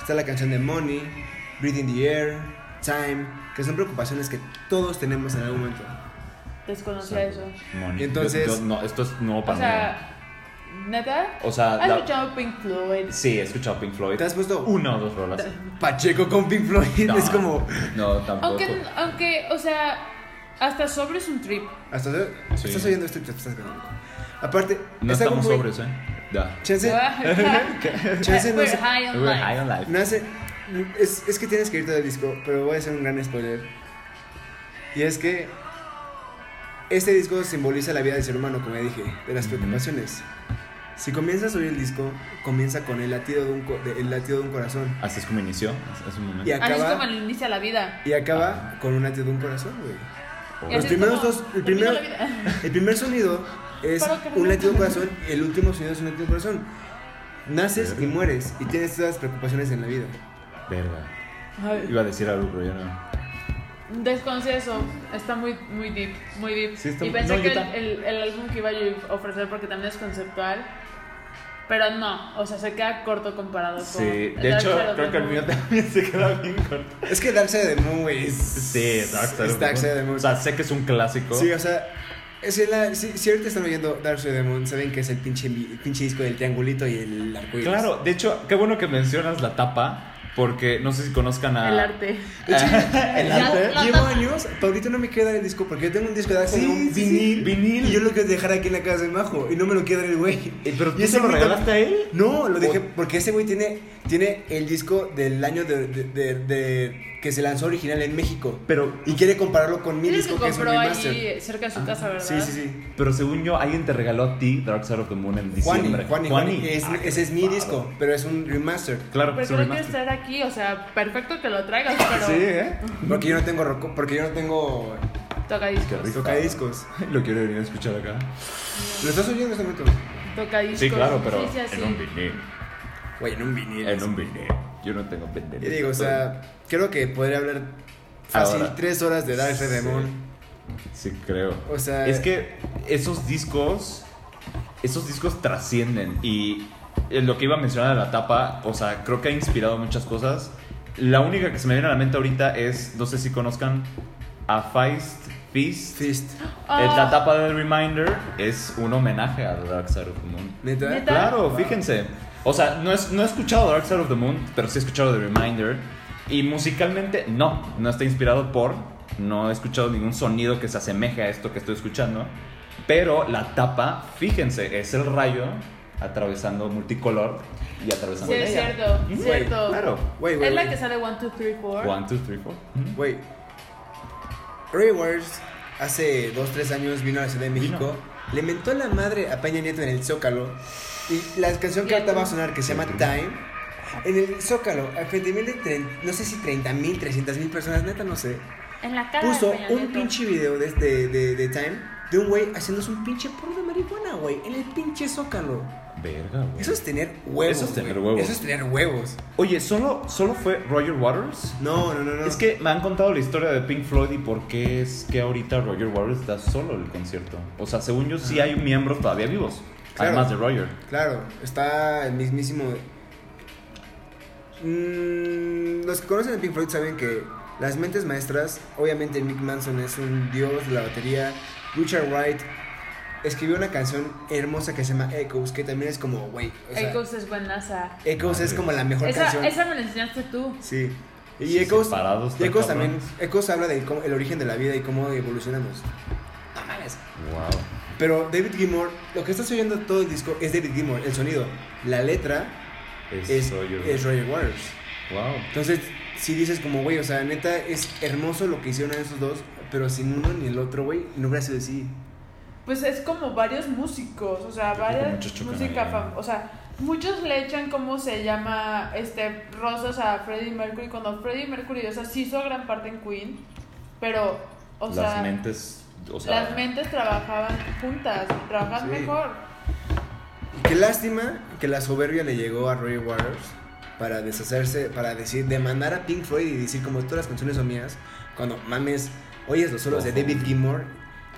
Speaker 2: Está la canción de Money, Breathing the Air, Time, que son preocupaciones que todos tenemos en algún momento.
Speaker 3: Desconocía eso.
Speaker 4: Money.
Speaker 2: Y entonces-
Speaker 4: Yo- yo- no, esto es nuevo
Speaker 3: O
Speaker 4: para
Speaker 3: sea, ¿neta?
Speaker 4: mí. O sea,
Speaker 3: ¿Has
Speaker 4: la-
Speaker 3: escuchado Pink Floyd?
Speaker 4: sí, he escuchado Pink Floyd.
Speaker 2: ¿Te has puesto
Speaker 4: Una o dos rolas.
Speaker 2: Pacheco con Pink Floyd?
Speaker 4: No.
Speaker 2: Es como.
Speaker 4: No, tampoco.
Speaker 3: Aunque, aunque, o sea, hasta sobre es un trip.
Speaker 2: Hasta,
Speaker 4: Sí.
Speaker 2: Estás oyendo esto y te estás grabando. Aparte,
Speaker 4: No
Speaker 2: es algo
Speaker 4: estamos
Speaker 2: muy-
Speaker 4: sobres, ¿eh? Ya.
Speaker 2: Chance, Chance no
Speaker 3: We're
Speaker 2: se-
Speaker 3: high on
Speaker 4: We're
Speaker 3: life.
Speaker 4: high on life.
Speaker 2: No hace. Es, es que tienes que irte del disco, pero voy a hacer un gran spoiler. Y es que. Este disco simboliza la vida del ser humano, como ya dije, de las preocupaciones. Si comienzas a oír el disco, comienza con el latido de un, co- de- el latido de un corazón.
Speaker 4: Así es como inició, hace- hace un momento.
Speaker 2: Y
Speaker 3: Así es
Speaker 2: acaba,
Speaker 3: como le inicia la vida.
Speaker 2: y acaba
Speaker 4: Ah.
Speaker 2: con un latido de un corazón, güey.
Speaker 3: Y
Speaker 2: Los
Speaker 3: así es
Speaker 2: primeros
Speaker 3: como
Speaker 2: dos. El
Speaker 3: termina
Speaker 2: primero,
Speaker 3: la vida.
Speaker 2: el primer sonido es
Speaker 3: Para que no-
Speaker 2: un latido de un corazón, el último sonido es un latido de un corazón. Naces y mueres, y tienes todas las preocupaciones en la vida.
Speaker 4: Verga.
Speaker 3: Ay,
Speaker 4: Iba a decir algo, pero ya no.
Speaker 3: Desconocí eso, está muy, muy deep, muy deep.
Speaker 4: Sí, está
Speaker 3: y
Speaker 4: muy-
Speaker 3: pensé
Speaker 4: no,
Speaker 3: que
Speaker 4: yo
Speaker 3: el,
Speaker 4: tam-
Speaker 3: el- el álbum que iba yo a ofrecer, porque también es conceptual, pero no, o sea, se queda corto comparado con...
Speaker 4: Sí, de
Speaker 3: Dark
Speaker 4: hecho,
Speaker 3: Side of
Speaker 4: creo
Speaker 3: the
Speaker 4: que el
Speaker 3: Moon.
Speaker 4: mío también se queda bien corto.
Speaker 2: Es que Dark Side of the Moon, güey, es.
Speaker 4: Sí, Dark Side of
Speaker 2: es
Speaker 4: the
Speaker 2: Dark Side of the
Speaker 4: Moon.
Speaker 2: Moon.
Speaker 4: O sea, sé que es un clásico.
Speaker 2: sí, o sea, es la, si, si ahorita están oyendo Dark Side of the Moon, saben que es el pinche, el pinche disco del triangulito y el arcoíris.
Speaker 4: Claro, de hecho, qué bueno que mencionas la tapa. Porque no sé si conozcan a.
Speaker 3: El arte.
Speaker 4: Ah.
Speaker 2: El
Speaker 3: Ya,
Speaker 2: arte.
Speaker 3: la-
Speaker 2: Llevo años, ahorita no me queda el disco porque yo tengo un disco de Axel,
Speaker 4: Sí,
Speaker 2: un
Speaker 4: sí, sí,
Speaker 2: vinil,
Speaker 4: vinil.
Speaker 2: Y yo lo quiero dejar aquí en la casa de Majo y no me lo queda el güey.
Speaker 4: Eh, pero
Speaker 2: Y
Speaker 4: tú
Speaker 2: ese
Speaker 4: se lo
Speaker 2: güey
Speaker 4: regalaste a él.
Speaker 2: No, lo dejé porque ese güey tiene, tiene el disco del año de, de- de- de- que se lanzó original en México.
Speaker 4: Pero-
Speaker 2: y quiere compararlo con mi
Speaker 3: Tienes
Speaker 2: disco
Speaker 3: que
Speaker 2: que, es un
Speaker 3: compró
Speaker 2: remaster.
Speaker 3: ahí cerca de su casa, ¿verdad?
Speaker 2: Sí, sí, sí.
Speaker 4: Pero según yo, alguien te regaló a ti Dark Side of the Moon en
Speaker 2: Juani,
Speaker 4: diciembre.
Speaker 2: Juani, Juani, es-
Speaker 4: Ah,
Speaker 2: ese es mi
Speaker 4: padre.
Speaker 2: disco, pero es un remaster.
Speaker 4: Claro,
Speaker 3: Pero
Speaker 4: es
Speaker 3: que
Speaker 4: un
Speaker 3: lo quieres
Speaker 4: remaster.
Speaker 3: traer aquí, o sea, perfecto que lo traigas, pero
Speaker 4: Sí, ¿eh?
Speaker 2: Porque yo no tengo roco, porque yo no tengo
Speaker 3: toca discos.
Speaker 4: rico.
Speaker 2: toca discos.
Speaker 4: Lo quiero venir a escuchar acá.
Speaker 2: ¿Lo estás oyendo en este momento?
Speaker 3: Toca discos.
Speaker 4: Sí, claro, pero
Speaker 3: Sí, sí, así.
Speaker 4: en un vinil.
Speaker 2: Güey, en un vinil.
Speaker 4: En un vinil. Yo no tengo pendejo.
Speaker 2: Yo digo, o sea, creo que podría hablar fácil
Speaker 4: Ahora.
Speaker 2: tres horas de Dark Side of the
Speaker 4: Sí.
Speaker 2: Moon.
Speaker 4: Sí, creo.
Speaker 2: O sea-
Speaker 4: Es que esos discos. Esos discos trascienden. Y eh, lo que iba a mencionar de la tapa, o sea, creo que ha inspirado muchas cosas. La única que se me viene a la mente ahorita es, no sé si conozcan, a Feist Feast.
Speaker 2: Fist.
Speaker 3: Ah,
Speaker 4: Eh, La tapa del Reminder es un homenaje a Dark Side of the Moon.
Speaker 2: ¿Neta?
Speaker 3: ¿Neta?
Speaker 4: Claro, fíjense. O sea, no, es- no he escuchado Dark Side of the Moon, pero sí he escuchado The Reminder. Y musicalmente, no, no está inspirado por. No he escuchado ningún sonido que se asemeje a esto que estoy escuchando. Pero la tapa, fíjense, es el rayo atravesando multicolor y atravesando
Speaker 3: Sí, es
Speaker 4: ella.
Speaker 3: cierto,
Speaker 4: Ujú.
Speaker 3: cierto.
Speaker 4: Claro.
Speaker 2: Güey, güey.
Speaker 3: es la
Speaker 2: güey.
Speaker 3: que sale 1, 2, 3, 4.
Speaker 4: One, two, three, four.
Speaker 2: Güey. Ray Wars hace dos, tres años vino a la Ciudad de México. Le mentó la madre a Peña Nieto en el Zócalo. Y la canción que
Speaker 3: Y
Speaker 2: ahorita
Speaker 3: el-
Speaker 2: va a sonar, que se llama Time. En el Zócalo, a frente a mil de tren- no sé si 30 mil, 300 mil personas, neta no sé.
Speaker 3: En la cara
Speaker 2: Puso
Speaker 3: de Peña
Speaker 2: un
Speaker 3: Nieto.
Speaker 2: pinche video de, de, de, de Time de un güey haciéndose un pinche porro de marihuana, güey. En el pinche Zócalo.
Speaker 4: Verga, güey.
Speaker 2: Eso es tener huevos.
Speaker 4: Eso es tener
Speaker 2: güey.
Speaker 4: huevos.
Speaker 2: Eso es tener huevos.
Speaker 4: Oye, ¿solo, ¿solo fue Roger Waters?
Speaker 2: No, no, no, no.
Speaker 4: Es que me han contado la historia de Pink Floyd y por qué es que ahorita Roger Waters da solo el concierto. O sea, según yo sí hay miembros todavía vivos,
Speaker 2: Ah. Claro.
Speaker 4: además de Roger.
Speaker 2: Claro, está el mismísimo. Mm, los que conocen a Pink Floyd saben que las mentes maestras, obviamente Mick Manson es un dios de la batería, Richard Wright escribió una canción hermosa que se llama Echoes, que también es como, güey, o sea, Echoes,
Speaker 3: Echoes es buenaza.
Speaker 2: es como la mejor
Speaker 3: Esa,
Speaker 2: canción.
Speaker 3: esa me la enseñaste tú.
Speaker 2: Sí. Y
Speaker 4: Sí,
Speaker 2: Echoes,
Speaker 4: separados,
Speaker 2: y
Speaker 4: tan
Speaker 2: Echoes también,
Speaker 4: cabrones.
Speaker 2: Echoes habla del cómo- el origen de la vida y cómo evolucionamos. No mames.
Speaker 4: Wow.
Speaker 2: Pero David Gilmour, lo que estás oyendo todo el disco es David Gilmour, el sonido. La letra
Speaker 4: Es,
Speaker 2: es,
Speaker 4: Roger.
Speaker 2: es Roger Waters.
Speaker 4: Wow.
Speaker 2: Entonces, si dices como, güey, o sea, neta, es hermoso lo que hicieron esos dos, pero sin uno ni el otro, güey, no hubiera sido así.
Speaker 3: Pues es como varios músicos, o sea,
Speaker 4: Yo creo que
Speaker 3: varias
Speaker 4: muchos chocan
Speaker 3: música,
Speaker 4: ahí,
Speaker 3: fam-
Speaker 4: ¿no?
Speaker 3: o sea, muchos le echan como se llama, este, rosas a Freddie Mercury cuando Freddie Mercury, o sea, sí hizo gran parte en Queen, pero, o
Speaker 4: las
Speaker 3: sea,
Speaker 4: mentes, o sea,
Speaker 3: las mentes trabajaban juntas, trabajan
Speaker 2: Sí.
Speaker 3: mejor.
Speaker 2: Y qué lástima que la soberbia le llegó a Roger Waters para deshacerse, para decir, demandar a Pink Floyd y decir como todas las canciones son mías, cuando mames, oyes los solos de
Speaker 4: Ojo.
Speaker 2: David Gilmour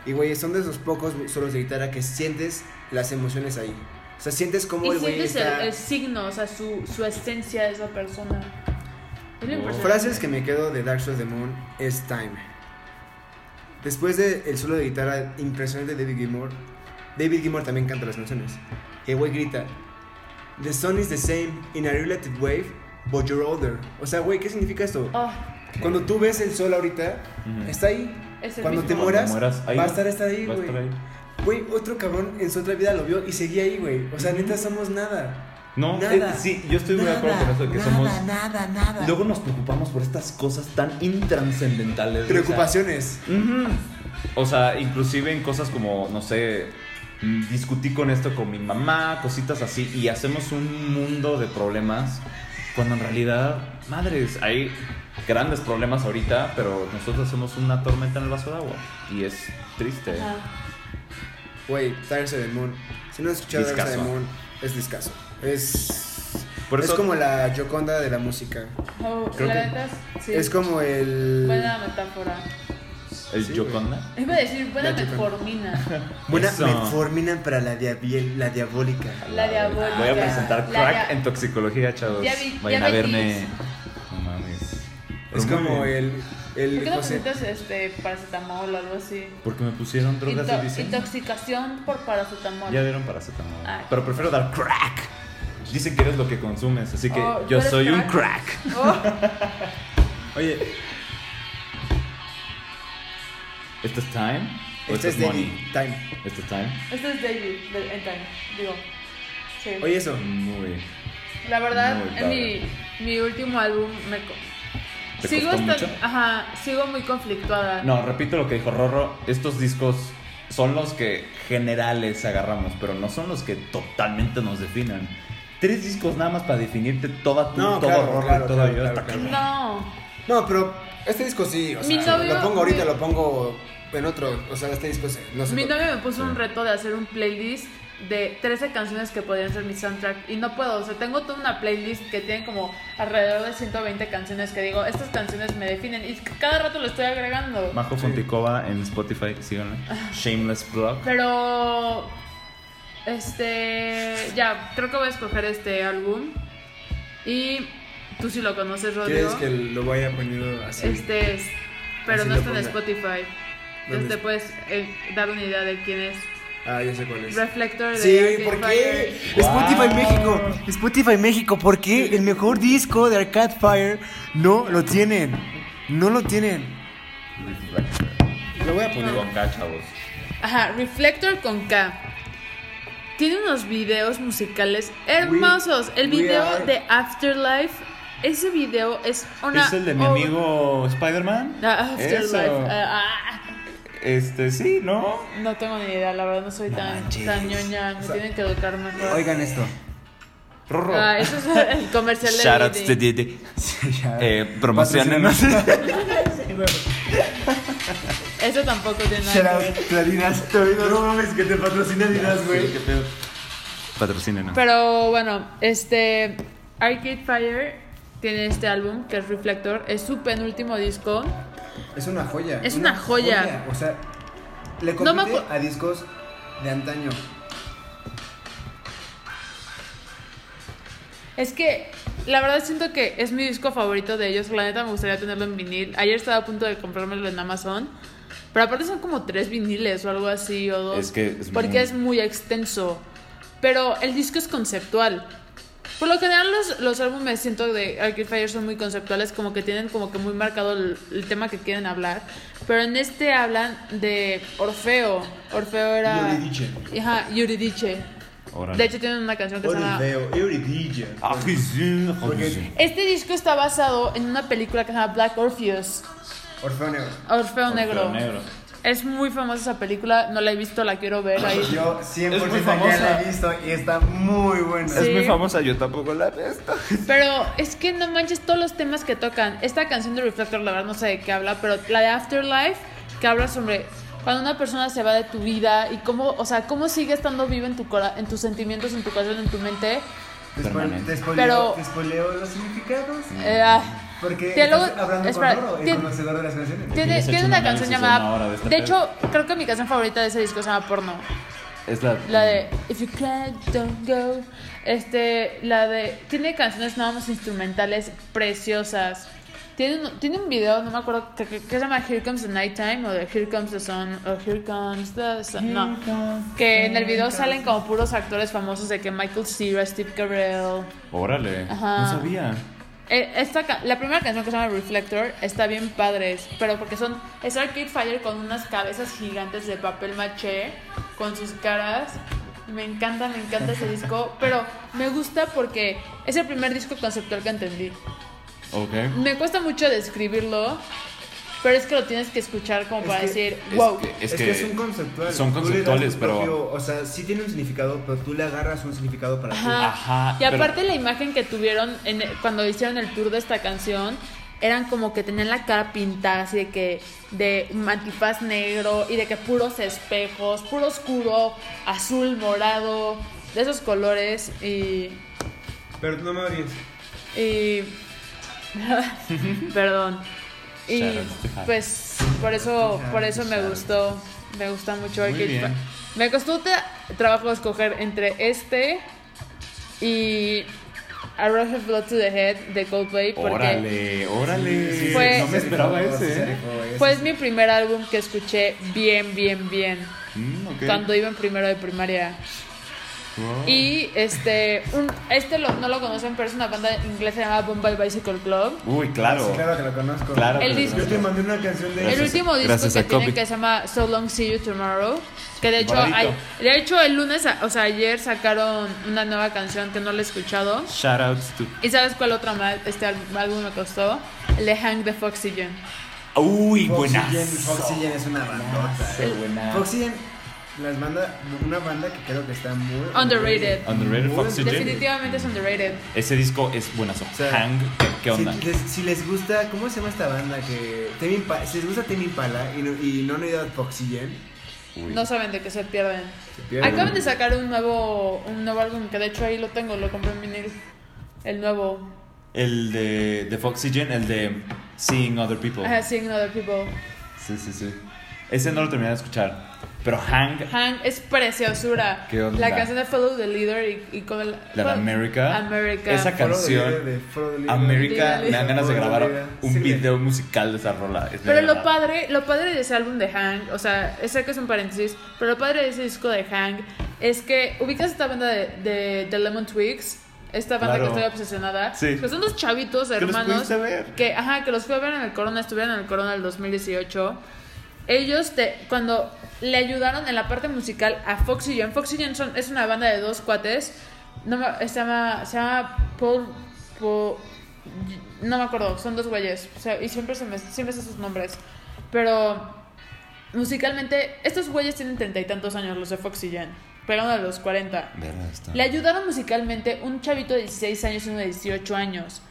Speaker 2: y, güey, son de esos pocos solos de guitarra que sientes las emociones ahí. O sea, sientes como
Speaker 3: Y
Speaker 2: el güey
Speaker 3: sientes el-
Speaker 2: está...
Speaker 3: el, signo, o sea, su, su esencia de esa persona. Es lo
Speaker 4: Wow.
Speaker 3: impresionante.
Speaker 2: Frases que me quedo de Dark Souls of the Moon es Time. Después del el solo de guitarra impresionante de David Gilmour, David Gilmour también canta las canciones. El güey grita: The sun is the same in a relative wave, but you're older. O sea, güey, ¿qué significa esto?
Speaker 3: Oh,
Speaker 2: Cuando tú ves el sol ahorita,
Speaker 4: Ujú.
Speaker 2: está ahí.
Speaker 3: es el
Speaker 2: Cuando te
Speaker 3: mismo.
Speaker 4: Cuando
Speaker 2: mueras,
Speaker 4: ahí
Speaker 2: va a estar hasta ahí,
Speaker 4: va a
Speaker 2: güey.
Speaker 4: estar ahí.
Speaker 2: Güey, otro cabrón en su otra vida lo vio y seguía ahí, güey. O sea, neta, somos nada.
Speaker 4: No,
Speaker 2: Nada.
Speaker 4: eh, sí, yo estoy muy de acuerdo con eso de que
Speaker 2: nada,
Speaker 4: somos
Speaker 2: Nada, nada,
Speaker 4: Luego nos preocupamos por estas cosas tan intranscendentales. güey, o sea,
Speaker 2: Preocupaciones.
Speaker 4: Ujú. O sea, inclusive en cosas como, no sé, mm, discutí con esto con mi mamá, cositas así, y hacemos un mundo de problemas cuando en realidad, madres, hay grandes problemas ahorita, pero nosotros hacemos una tormenta en el vaso de agua. Y es triste.
Speaker 3: Ajá.
Speaker 2: Güey, Tires of the Moon. Si no has escuchado Tires of the
Speaker 4: Discazo.
Speaker 2: Moon, es discaso. Es.
Speaker 4: Por
Speaker 2: es
Speaker 4: eso-
Speaker 2: como la Joconda de la música.
Speaker 3: Oh,
Speaker 4: Creo
Speaker 3: la
Speaker 4: que-
Speaker 3: neta, sí.
Speaker 2: Es como el.
Speaker 3: Buena metáfora.
Speaker 4: El
Speaker 2: Sí,
Speaker 4: Yoconda.
Speaker 3: Iba a decir buena
Speaker 2: La yuca.
Speaker 3: metformina.
Speaker 2: Buena
Speaker 4: Eso.
Speaker 2: metformina para la, diabiel- la diabólica.
Speaker 3: La diabólica.
Speaker 4: Voy a presentar
Speaker 3: La
Speaker 4: crack
Speaker 3: dia-
Speaker 4: en toxicología, chavos.
Speaker 3: Diabi-
Speaker 4: Vayan a
Speaker 3: diabetes.
Speaker 4: verme. No mames.
Speaker 2: Es
Speaker 4: Pero muy
Speaker 2: como
Speaker 4: bien.
Speaker 2: el.
Speaker 3: ¿Por
Speaker 2: el
Speaker 3: qué no
Speaker 2: José-
Speaker 3: presentas este paracetamol o algo así?
Speaker 4: Porque me pusieron drogas
Speaker 3: Into-
Speaker 4: de diseño.
Speaker 3: intoxicación por paracetamol.
Speaker 4: Ya dieron paracetamol.
Speaker 3: Ay.
Speaker 4: Pero prefiero dar crack. Dicen que eres lo que consumes, así que
Speaker 3: Oh,
Speaker 4: yo
Speaker 3: ¿tú eres
Speaker 4: soy un
Speaker 3: crack?
Speaker 4: crack.
Speaker 3: Oh,
Speaker 2: Oye,
Speaker 4: ¿Esto es time? ¿O
Speaker 2: este
Speaker 4: esto pues es
Speaker 2: es David
Speaker 4: money?
Speaker 2: Time.
Speaker 4: ¿Esto es time?
Speaker 3: este es David, de en Time, digo. Sí.
Speaker 2: Oye, eso.
Speaker 4: Muy.
Speaker 3: La verdad,
Speaker 4: Muy
Speaker 3: en mi, mi último álbum me... co-
Speaker 4: ¿Te
Speaker 3: Sigo,
Speaker 4: costó
Speaker 3: estan-
Speaker 4: mucho?
Speaker 3: Ajá, sigo muy conflictuada.
Speaker 4: No, repito lo que dijo Rorro. Estos discos son los que generales agarramos, pero no son los que totalmente nos definan. Tres discos nada más para definirte toda tu,
Speaker 2: No,
Speaker 4: todo
Speaker 2: claro,
Speaker 4: Rorro y
Speaker 2: claro,
Speaker 4: todo
Speaker 2: claro,
Speaker 4: yo.
Speaker 2: claro,
Speaker 4: Está
Speaker 2: claro.
Speaker 3: No,
Speaker 2: No, pero este disco sí, o
Speaker 3: Mi
Speaker 2: sea,
Speaker 3: novio-
Speaker 2: lo pongo ahorita,
Speaker 3: mi-
Speaker 2: lo pongo en otro, o sea, este disco es, no sé.
Speaker 3: mi novio me puso un reto de hacer un playlist de 13 canciones que podrían ser mi soundtrack y no puedo, o sea, tengo toda una playlist que tiene como alrededor de 120 canciones que digo, estas canciones me definen y cada rato lo estoy agregando.
Speaker 4: Majo Fonticova en Spotify, síganla. Shameless Blog.
Speaker 3: Ah. Pero. Este. Ya, creo que voy a escoger este álbum. Y tú sí lo conoces,
Speaker 2: ¿Quieres
Speaker 3: Rodrigo.
Speaker 2: que lo vaya poniendo así?
Speaker 3: Este es. Pero
Speaker 2: Así
Speaker 3: no
Speaker 2: lo
Speaker 3: está en
Speaker 2: ponga.
Speaker 3: Spotify. Entonces
Speaker 2: ¿Dónde
Speaker 3: te
Speaker 2: es?
Speaker 3: puedes eh, dar una idea de quién es.
Speaker 2: Ah, ya sé cuál es.
Speaker 3: Reflector de.
Speaker 2: Sí,
Speaker 3: Arcade
Speaker 2: ¿por qué?
Speaker 3: Fire.
Speaker 2: Spotify México. Spotify México, ¿por qué el mejor disco de Arcade Fire no lo tienen? No lo tienen. Lo voy a poner.
Speaker 4: Con K, chavos.
Speaker 3: Ajá, Reflector con K. Tiene unos videos musicales hermosos. El
Speaker 2: we
Speaker 3: video
Speaker 2: are-
Speaker 3: de Afterlife. Ese video es una.
Speaker 4: ¿Es el de mi
Speaker 3: obra-
Speaker 4: amigo Spider-Man?
Speaker 3: Ah, Afterlife.
Speaker 4: Eso.
Speaker 3: Ah, ah.
Speaker 4: Este, sí, ¿no?
Speaker 3: No tengo ni idea, la verdad no soy tan,
Speaker 4: manches.
Speaker 3: tan ñoña, me tienen que educar mejor.
Speaker 2: Oigan esto.
Speaker 4: Rorro.
Speaker 3: Ah, eso es el comercial de Didi.
Speaker 4: Didi.
Speaker 2: Ya.
Speaker 4: Eh, promocionenos.
Speaker 3: Eso tampoco tiene
Speaker 2: Shout
Speaker 3: nada que
Speaker 2: out,
Speaker 3: ver.
Speaker 2: Clarinas. No mames, que te patrocina Adidas, güey.
Speaker 4: Patrocínenos.
Speaker 3: Pero bueno, este Arcade Fire tiene este álbum que es Reflector, es su penúltimo disco.
Speaker 2: Es una joya.
Speaker 3: Es una joya.
Speaker 2: O sea, le
Speaker 3: No
Speaker 2: compite
Speaker 3: me acu-
Speaker 2: a discos de antaño.
Speaker 3: Es que la verdad siento que es mi disco favorito de ellos, la neta me gustaría tenerlo en vinil. Ayer estaba a punto de comprármelo en Amazon. Pero aparte son como tres viniles o algo así, o dos.
Speaker 4: Es que es
Speaker 3: porque
Speaker 4: muy-
Speaker 3: es muy extenso. Pero el disco es conceptual. Por lo general los, los álbumes siento de Arcade Fire son muy conceptuales, como que tienen como que muy marcado el, el tema que quieren hablar. Pero en este hablan de Orfeo. Orfeo era...
Speaker 2: Eurídice.
Speaker 3: Ajá, Eurídice.
Speaker 4: Órale.
Speaker 3: De hecho tienen una canción que se llama...
Speaker 2: Orfeo, Euridilla.
Speaker 4: Ah, Jesús, Jesús.
Speaker 3: Este disco está basado en una película que se llama Black Orpheus.
Speaker 2: Orfeo Negro.
Speaker 3: Orfeo,
Speaker 4: Orfeo
Speaker 3: Negro.
Speaker 4: Negro.
Speaker 3: Es muy famosa esa película, no la he visto, la quiero ver ahí.
Speaker 2: Yo 100%
Speaker 4: Es muy
Speaker 2: ya
Speaker 4: famosa.
Speaker 2: la he visto y está muy buena.
Speaker 3: Sí.
Speaker 4: Es muy famosa, yo tampoco la he visto.
Speaker 3: Pero es que no manches todos los temas que tocan. Esta canción de Reflector, la verdad no sé de qué habla, pero la de Afterlife, que habla sobre cuando una persona se va de tu vida y cómo, o sea, cómo sigue estando viva en, tu cora- en tus sentimientos, en tu corazón, en tu mente.
Speaker 2: Te, spo-
Speaker 4: Permanente.
Speaker 2: te spoileo,
Speaker 3: Pero-
Speaker 2: te spoileo los significados.
Speaker 3: Eh, ah.
Speaker 2: Porque
Speaker 3: Te lo-
Speaker 2: estás hablando
Speaker 3: espera,
Speaker 2: con Roro, el
Speaker 3: te-
Speaker 2: conocedor de las canciones.
Speaker 3: Tiene,
Speaker 4: Hubieras
Speaker 3: tiene
Speaker 4: hecho
Speaker 3: una canción
Speaker 4: un análisis de una hora
Speaker 3: llamada...
Speaker 4: de este
Speaker 3: de
Speaker 4: pedo.
Speaker 3: hecho, creo que mi canción favorita de ese disco se llama Porno.
Speaker 4: Es la,
Speaker 3: La de If You Can, Don't Go. Este, la de. Tiene canciones nada más instrumentales preciosas. Tiene un, tiene un video, no me acuerdo, que, que- que se llama Here Comes the Nighttime o de Here Comes the Sun o Here Comes the Sun. No. Que en el video salen como puros actores famosos de que Michael Cera, Steve Carell.
Speaker 4: Órale,
Speaker 3: Ajá.
Speaker 4: no sabía.
Speaker 3: Eh, Esta, ca- la primera canción que se llama Reflector está bien padres, pero porque son. Es Arcade Fire con unas cabezas gigantes de papel maché, con sus caras. Me encanta, me encanta ese disco, pero me gusta porque es el primer disco conceptual que entendí.
Speaker 4: Ok.
Speaker 3: Me cuesta mucho describirlo, pero es que lo tienes que escuchar como
Speaker 2: Es
Speaker 3: para
Speaker 2: que-
Speaker 3: decir,
Speaker 4: Es
Speaker 3: wow.
Speaker 4: que-
Speaker 2: Es, que, es un conceptual.
Speaker 4: son
Speaker 2: Tú le das
Speaker 4: conceptuales,
Speaker 2: tu
Speaker 4: pero-
Speaker 2: propio- o sea, sí tiene un significado, pero tú le agarras un significado para ti.
Speaker 3: Ajá.
Speaker 4: Ajá,
Speaker 3: Y
Speaker 4: Ah, pero-
Speaker 3: aparte la imagen que tuvieron en- cuando hicieron el tour de esta canción eran como que tenían la cara pintada así de que de un antifaz negro y de que puros espejos, puro oscuro, azul, morado, de esos colores y
Speaker 2: Pero no me odies.
Speaker 3: y perdón. Y
Speaker 4: Sharon Stefan.
Speaker 3: pues por eso por eso me gustó, me gusta mucho
Speaker 4: Muy
Speaker 3: Arcade
Speaker 4: bien.
Speaker 3: Fire. Me costó tra- trabajo escoger entre este y A Rush of Blood to the Head de Coldplay porque
Speaker 4: Órale, órale.
Speaker 2: Sí,
Speaker 3: Fue-
Speaker 4: no me esperaba ese. ¿eh?
Speaker 3: fue Pues, mi primer álbum que escuché bien bien bien
Speaker 4: Mm, ok.
Speaker 3: cuando iba en primero de primaria. Y este, un- este lo- no lo conocen, pero es una banda inglesa llamada Bombay Bicycle Club.
Speaker 4: Uy, claro.
Speaker 2: Sí, claro que lo conozco.
Speaker 4: Claro que
Speaker 3: El
Speaker 4: lo
Speaker 3: disco.
Speaker 2: Yo te mandé una canción de
Speaker 3: El
Speaker 2: ellos.
Speaker 3: último disco
Speaker 4: Gracias
Speaker 3: que
Speaker 4: a
Speaker 3: tienen
Speaker 4: Copic.
Speaker 3: que se llama So Long See You Tomorrow, que de hecho,
Speaker 4: Bonito.
Speaker 3: ay- de hecho el lunes, a- o sea, ayer sacaron una nueva canción que no la he escuchado.
Speaker 4: Shoutouts to.
Speaker 3: ¿Y sabes cuál otra más? Este al- álbum me costó. El de Hang the Foxy Jam.
Speaker 4: Uy, buenas.
Speaker 2: Foxygen, Foxygen es una bandota.
Speaker 4: Sí, buenazo.
Speaker 2: Foxygen, las banda, una banda que creo que está muy
Speaker 3: Underrated.
Speaker 4: Underrated Foxygen.
Speaker 3: Definitivamente es underrated.
Speaker 4: Ese disco es buenazo.
Speaker 2: O sea,
Speaker 4: Hang, ¿qué, qué onda?
Speaker 2: Si les, si les gusta, ¿cómo se llama esta banda que Tame Impala- si les gusta Tame Impala y no, y no han oído a Foxygen?
Speaker 4: Uy.
Speaker 3: No saben de qué se pierden.
Speaker 2: pierden.
Speaker 3: Acaban de sacar un nuevo, un nuevo álbum que de hecho ahí lo tengo, lo compré en vinil. El nuevo.
Speaker 4: El de, de Foxygen, el de Seeing Other People.
Speaker 3: Ajá, Seeing Other People.
Speaker 4: Sí, sí, sí. Ese no lo terminé de escuchar. Pero Hang,
Speaker 3: Hang es preciosura.
Speaker 4: ¿Qué onda?
Speaker 3: La canción de Follow the Leader y, y con el-
Speaker 4: la de America.
Speaker 3: America.
Speaker 4: Esa
Speaker 2: Follow the
Speaker 4: canción.
Speaker 2: Leader de- Follow the Leader.
Speaker 4: América,
Speaker 3: Leader.
Speaker 4: me dan ganas de
Speaker 2: Follow the
Speaker 4: grabar
Speaker 2: Leader.
Speaker 4: un
Speaker 2: Sí, güey.
Speaker 4: video musical de esa rola. Es
Speaker 3: Pero
Speaker 4: de
Speaker 3: lo
Speaker 4: verdad.
Speaker 3: padre, lo padre de ese álbum de Hang, o sea, sé que es un paréntesis, pero lo padre de ese disco de Hang es que ubicas esta banda de, de, de Lemon Twigs, esta banda
Speaker 4: Claro.
Speaker 3: que estoy obsesionada,
Speaker 4: Sí.
Speaker 3: que son dos chavitos
Speaker 4: los
Speaker 3: hermanos
Speaker 4: pudiste ver.
Speaker 3: que ajá, que los fui a ver en el Corona, estuvieron en el Corona del 2018. Ellos te, cuando le ayudaron en la parte musical a Foxygen, Foxygen son, es una banda de dos cuates, no me- se llama se llama Paul, Paul- no me acuerdo, son dos güeyes, o sea, y siempre se me siempre sé sus nombres. Pero musicalmente, estos güeyes tienen treinta y tantos años, los de Foxy Jen, pegando a los 40.
Speaker 4: Verga, está-
Speaker 3: Le ayudaron musicalmente un chavito de 16 años y uno de 18 años.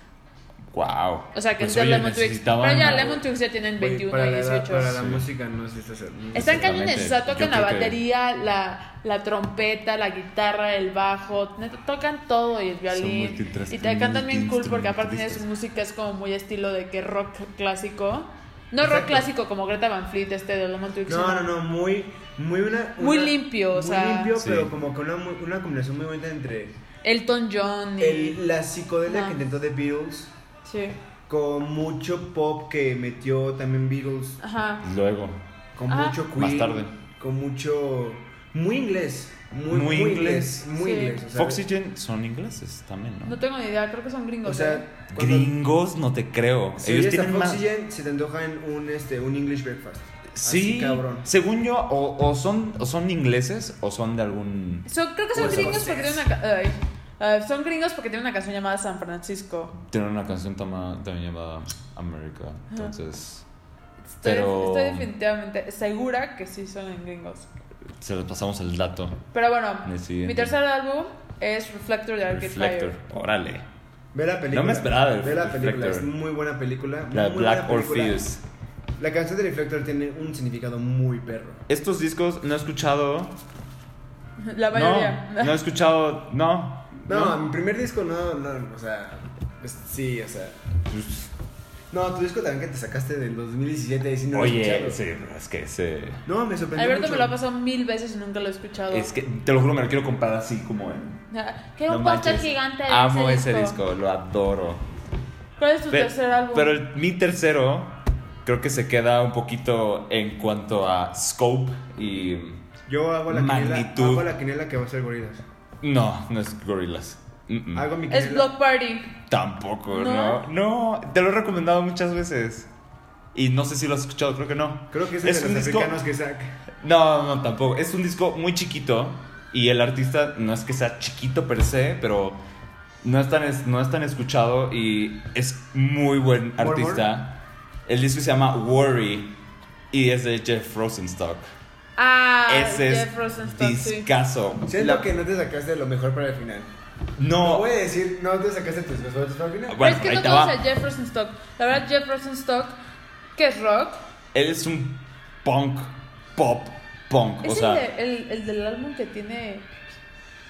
Speaker 4: Wow.
Speaker 3: O sea, que
Speaker 4: Pues,
Speaker 3: es de
Speaker 4: oye,
Speaker 3: Lemon Twigs.
Speaker 4: necesitaban
Speaker 3: Pero ya
Speaker 4: algo.
Speaker 3: Lemon Twigs ya tienen 21
Speaker 2: para
Speaker 3: y
Speaker 2: la, edad-
Speaker 3: 18.
Speaker 2: para la música no se está haciendo.
Speaker 3: Están
Speaker 4: Exactamente.
Speaker 3: cañones, o sea, tocan
Speaker 4: Yo
Speaker 3: la
Speaker 4: creo que-
Speaker 3: batería, la, la trompeta, la guitarra, el bajo, neta, tocan todo y el violín.
Speaker 4: multitras-
Speaker 3: Y te cantan bien cool porque aparte de su
Speaker 4: multiinstrumentistas.
Speaker 3: música es como muy estilo de que rock clásico. No rock
Speaker 2: Exacto.
Speaker 3: clásico como Greta Van Fleet, este de Lemon Twigs.
Speaker 2: No, no, no, muy, muy una,
Speaker 3: Muy
Speaker 2: una-
Speaker 3: limpio, o
Speaker 2: muy
Speaker 3: sea.
Speaker 2: limpio,
Speaker 4: Sí.
Speaker 2: pero como con una, mu- una combinación muy bonita entre
Speaker 3: Elton John y...
Speaker 2: el- la psicodelia
Speaker 3: Ah.
Speaker 2: que intentó The Beatles
Speaker 3: Sí.
Speaker 2: con mucho pop que metió también Beatles,
Speaker 3: Ajá.
Speaker 4: Luego.
Speaker 2: con
Speaker 3: Ah.
Speaker 2: mucho Queen,
Speaker 4: Más tarde.
Speaker 2: con mucho, muy inglés, muy,
Speaker 4: Muy
Speaker 2: muy,
Speaker 4: inglés.
Speaker 2: inglés, muy
Speaker 3: Sí.
Speaker 2: inglés. o sea,
Speaker 4: Foxygen son ingleses también, ¿no?
Speaker 3: No tengo ni idea, creo que son gringos.
Speaker 2: o
Speaker 3: ¿eh?
Speaker 2: sea, cuando-
Speaker 4: Gringos, no te creo.
Speaker 2: Si
Speaker 4: Ellos
Speaker 2: oyes a
Speaker 4: tienen más.
Speaker 2: Foxygen, se te antoja en un, este, un English breakfast.
Speaker 4: Sí,
Speaker 2: Así, cabrón.
Speaker 4: según yo, o, o son, o son ingleses o son de algún.
Speaker 3: So, creo que son
Speaker 2: Pues,
Speaker 3: gringos
Speaker 2: pues,
Speaker 3: porque tienen una... ca- ay. Ah, son gringos porque tienen una canción llamada San Francisco.
Speaker 4: Tienen una canción tama- también llamada America. Entonces,
Speaker 3: Estoy,
Speaker 4: Pero-
Speaker 3: estoy definitivamente segura que sí son gringos.
Speaker 4: se les pasamos el dato.
Speaker 3: Pero bueno,
Speaker 4: El siguiente.
Speaker 3: mi tercer álbum es Reflector de Arcade
Speaker 4: Reflector,
Speaker 3: Fire.
Speaker 4: órale.
Speaker 2: Ve la película.
Speaker 4: No me esperaba el
Speaker 2: Ve la
Speaker 4: Reflector.
Speaker 2: película, es muy buena película.
Speaker 4: La
Speaker 2: muy buena
Speaker 4: Black
Speaker 2: película.
Speaker 4: Orpheus.
Speaker 2: La canción de Reflector tiene un significado muy perro.
Speaker 4: Estos discos no he escuchado.
Speaker 3: La mayoría.
Speaker 4: No, no he escuchado. No.
Speaker 2: No, mi primer disco no, no, o sea, es- sí, o sea.
Speaker 4: Pues,
Speaker 2: No, tu disco también que te sacaste del 2017 y si no lo
Speaker 4: Oye,
Speaker 2: escucharon.
Speaker 4: sí, es que ese.
Speaker 2: No, me sorprendió
Speaker 3: Alberto
Speaker 2: mucho.
Speaker 3: me lo ha pasado mil veces y nunca lo he escuchado.
Speaker 4: Es que te lo juro, me lo quiero comprar así como en.
Speaker 3: Ah, Quiero un
Speaker 4: No
Speaker 3: póster
Speaker 4: manches.
Speaker 3: gigante de
Speaker 4: Amo ese disco, lo adoro.
Speaker 3: ¿Cuál es tu
Speaker 4: Pe-
Speaker 3: tercer álbum?
Speaker 4: Pero el- mi tercero creo que se queda un poquito en cuanto a scope y...
Speaker 2: Yo hago la
Speaker 4: Magnitud.
Speaker 2: quinela, hago la quinela que va a ser gorilas.
Speaker 4: No, no es Gorillaz. Mm, mm.
Speaker 2: Hago mi quinela.
Speaker 3: Es Block Party.
Speaker 4: Tampoco,
Speaker 3: ¿No?
Speaker 4: ¿no? no. te lo he recomendado muchas veces. Y no sé si lo has escuchado, creo que no.
Speaker 2: Creo que es, el de
Speaker 4: un
Speaker 2: los
Speaker 4: disco...
Speaker 2: africanos que saca.
Speaker 4: No, no, tampoco. Es un disco muy chiquito y el artista no es que sea chiquito per se, pero no es tan, es- no es tan escuchado y es muy buen
Speaker 2: Warhol.
Speaker 4: artista. El disco se llama Worry y es de Jeff Rosenstock.
Speaker 3: Ah,
Speaker 4: Ese
Speaker 3: Jeff
Speaker 4: es
Speaker 3: Rosenstock, sí.
Speaker 4: discazo.
Speaker 2: Siento
Speaker 4: La-
Speaker 2: que no te sacaste lo mejor para el final. No
Speaker 4: No,
Speaker 2: voy a decir, no te sacaste tus mejores para el final.
Speaker 4: Bueno,
Speaker 3: Pero
Speaker 4: ahí
Speaker 3: es que
Speaker 4: te
Speaker 3: no
Speaker 4: va.
Speaker 3: conoces a Jeff Rosenstock. La verdad, Jeff Rosenstock, que es rock,
Speaker 4: él es un punk, pop, punk.
Speaker 3: es
Speaker 4: o
Speaker 3: el
Speaker 4: sea,
Speaker 3: de- el, el del álbum que tiene.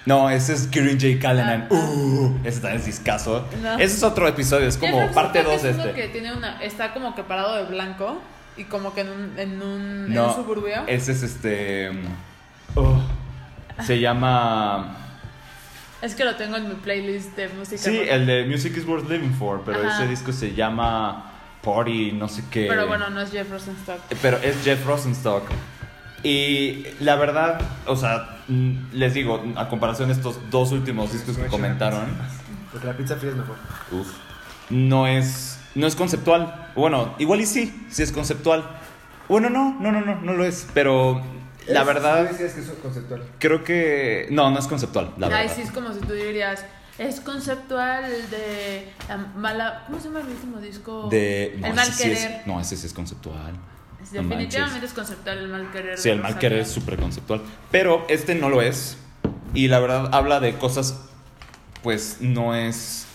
Speaker 4: no, ese es Kieran J. Callanan.
Speaker 3: Ah.
Speaker 4: Uh, ese también es discazo.
Speaker 3: No.
Speaker 4: Ese es otro episodio, es
Speaker 3: Jeff
Speaker 4: como
Speaker 3: Rosenstock
Speaker 4: parte 2
Speaker 3: es uno
Speaker 4: este.
Speaker 3: que tiene una, está como que parado de blanco y como que en un, en un, en
Speaker 4: No,
Speaker 3: un suburbio.
Speaker 4: Ese es este. oh, se llama.
Speaker 3: Es que lo tengo en mi playlist de música.
Speaker 4: Sí,
Speaker 3: rock.
Speaker 4: el de Music is Worth Living For, pero
Speaker 3: Ajá.
Speaker 4: ese disco se llama Party, no sé qué.
Speaker 3: Pero bueno, no es Jeff Rosenstock.
Speaker 4: Pero es Jeff Rosenstock. Y la verdad, o sea, mm, les digo, a comparación de estos dos últimos discos que comentaron,
Speaker 7: Porque la pizza fría es mejor.
Speaker 4: no es no es conceptual. Bueno, igual y sí, sí es conceptual. Bueno, no, no, no, no, no lo es, pero la
Speaker 7: Es-
Speaker 4: verdad
Speaker 7: tú decías que es conceptual.
Speaker 4: creo que no, no es conceptual, la
Speaker 3: Ay,
Speaker 4: verdad.
Speaker 3: sí, es como si tú dirías, es conceptual el de la mala... ¿Cómo se llama el último disco?
Speaker 4: De
Speaker 3: el
Speaker 4: no,
Speaker 3: mal
Speaker 4: ese sí es-
Speaker 3: querer.
Speaker 4: no, ese sí es conceptual.
Speaker 3: Es
Speaker 4: no manches.
Speaker 3: Definitivamente es conceptual el mal querer.
Speaker 4: Sí,
Speaker 3: de
Speaker 4: el mal
Speaker 3: Rosalía.
Speaker 4: querer es súper conceptual. Pero este no lo es. Y la verdad habla de cosas, pues no es...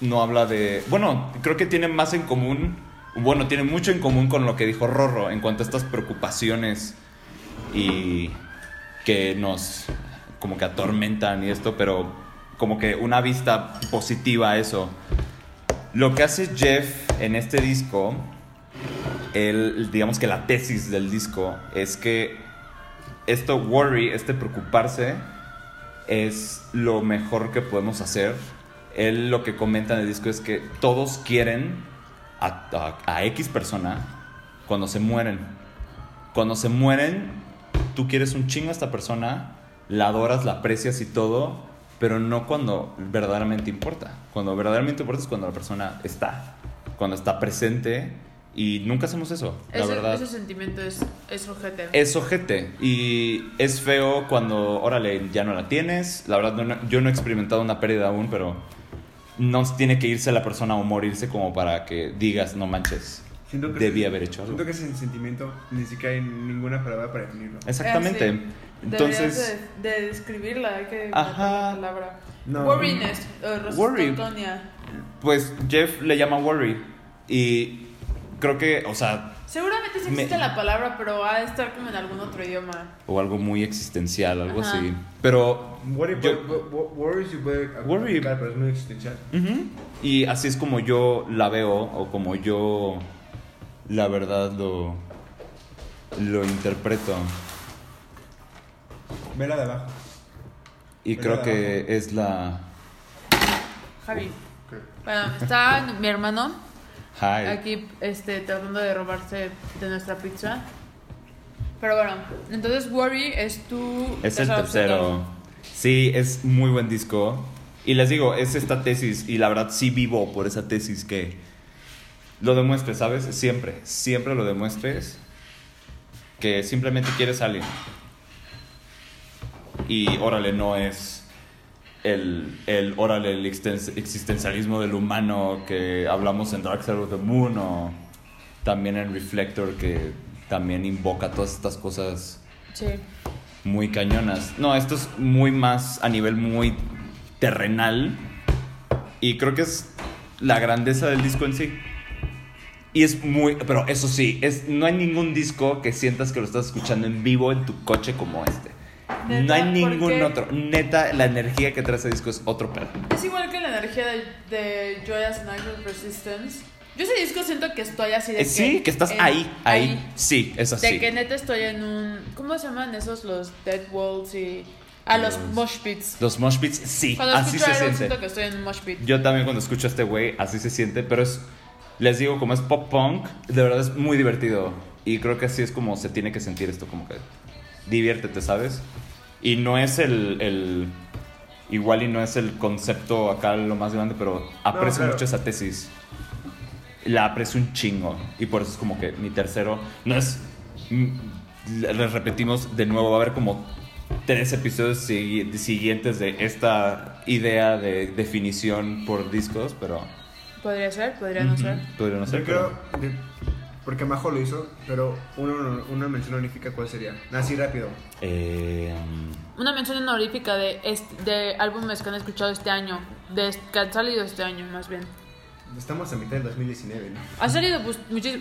Speaker 4: No habla de... Bueno, creo que tiene más en común... Bueno, tiene mucho en común con lo que dijo Rorro en cuanto a estas preocupaciones y que nos como que atormentan y esto, pero como que una vista positiva a eso. Lo que hace Jeff en este disco, el, digamos que la tesis del disco es que esto worry, este preocuparse, es lo mejor que podemos hacer. Él lo que comenta en el disco es que todos quieren a, a- a X persona cuando se mueren. Cuando se mueren, tú quieres un chingo a esta persona, la adoras, la aprecias y todo, pero no cuando verdaderamente importa. Cuando verdaderamente importa es cuando la persona está, cuando está presente y nunca hacemos eso, la
Speaker 3: Ese,
Speaker 4: verdad
Speaker 3: ese sentimiento es, es ojete.
Speaker 4: es ojete y es feo cuando, órale, ya no la tienes. La verdad, no- no- yo no he experimentado una pérdida aún, pero no tiene que irse la persona o morirse como para que digas, no manches,
Speaker 7: Siento que
Speaker 4: debí
Speaker 7: ese-
Speaker 4: haber hecho algo.
Speaker 7: Siento que ese sentimiento ni siquiera hay ninguna palabra para definirlo.
Speaker 4: Exactamente.
Speaker 3: Ah, sí. Deberías
Speaker 4: Entonces,
Speaker 3: de, de describirla, hay que
Speaker 4: Ajá.
Speaker 3: inventar la palabra. eh,
Speaker 7: No.
Speaker 3: Worriness, o
Speaker 4: Worry.
Speaker 3: rosistonia.
Speaker 4: pues Jeff le llama worry y creo que, o sea,
Speaker 3: Seguramente sí existe
Speaker 4: Me-
Speaker 3: la palabra, pero ha de estar como en algún otro idioma.
Speaker 4: o algo muy existencial, algo
Speaker 3: Ajá.
Speaker 4: así. Pero
Speaker 7: Worry,
Speaker 4: Yo-
Speaker 7: puede- wo- worry se puede aplicar,
Speaker 4: Worry-
Speaker 7: pero es muy existencial.
Speaker 4: Ujú. Y así es como yo la veo o como yo la verdad lo, lo interpreto.
Speaker 7: Vela de abajo.
Speaker 4: Y creo
Speaker 7: ¿Verdad?
Speaker 4: que es la...
Speaker 3: Javi.
Speaker 7: Ok.
Speaker 3: Bueno, está mi hermano
Speaker 4: Hi.
Speaker 3: aquí este, tratando de robarse de nuestra pizza. Pero bueno, entonces Worry es tu...
Speaker 4: Es el tercero. Sí, es muy buen disco. Y les digo, es esta tesis, y la verdad sí vivo por esa tesis que lo demuestres, ¿sabes? Siempre, siempre lo demuestres que simplemente quieres a alguien. Y órale, no es el, el órale, el existen- existencialismo del humano que hablamos en Dark Side of the Moon o también en Reflector que también invoca todas estas cosas
Speaker 3: Sí.
Speaker 4: muy cañonas. No, esto es muy más a nivel muy terrenal. Y creo que es la grandeza del disco en sí. Y es muy. Pero eso sí, es, no hay ningún disco que sientas que lo estás escuchando en vivo en tu coche como este. no
Speaker 3: Neta,
Speaker 4: hay
Speaker 3: ¿por
Speaker 4: ningún
Speaker 3: qué?
Speaker 4: otro. Neta, la energía que trae ese disco es otro pedo.
Speaker 3: Es igual que la energía de, de Joyous Nightmare Persistence. Yo ese disco siento que estoy así de
Speaker 4: Eh,
Speaker 3: que-
Speaker 4: sí, que estás
Speaker 3: en-
Speaker 4: ahí, ahí, Sí, es
Speaker 3: De
Speaker 4: así.
Speaker 3: que neta estoy en un... ¿Cómo se llaman esos? Los Dead Walls y... Ah, los Mosh Pits.
Speaker 4: Los mosh pits, sí,
Speaker 3: Cuando
Speaker 4: así
Speaker 3: escucho
Speaker 4: se
Speaker 3: Iron
Speaker 4: siente.
Speaker 3: siento que estoy en un Mosh Pit.
Speaker 4: Yo también cuando escucho a este güey, así se siente, pero es, les digo, como es pop punk, de verdad es muy divertido. Y creo que así es como se tiene que sentir esto, como que diviértete, ¿sabes? Y no es el, el- igual y no es el concepto acá lo más grande, pero aprecio
Speaker 7: claro.
Speaker 4: mucho esa tesis. La aprecio un chingo. Y por eso es como que mi tercero, no es, mm, les repetimos de nuevo, va a haber como tres episodios sigui- siguientes de esta idea de definición por discos, pero
Speaker 3: Podría ser, podría no ser.
Speaker 4: podría no ser.
Speaker 7: Yo creo, de- porque Majo lo hizo, pero una, una mención honorífica, ¿cuál sería? Así rápido.
Speaker 4: pero, eh,
Speaker 3: Una mención honorífica de, este- de álbumes que han escuchado este año. De, est- que han salido este año, más bien.
Speaker 7: Estamos a mitad del 2019, ¿no?
Speaker 3: Ha salido pues, muchis-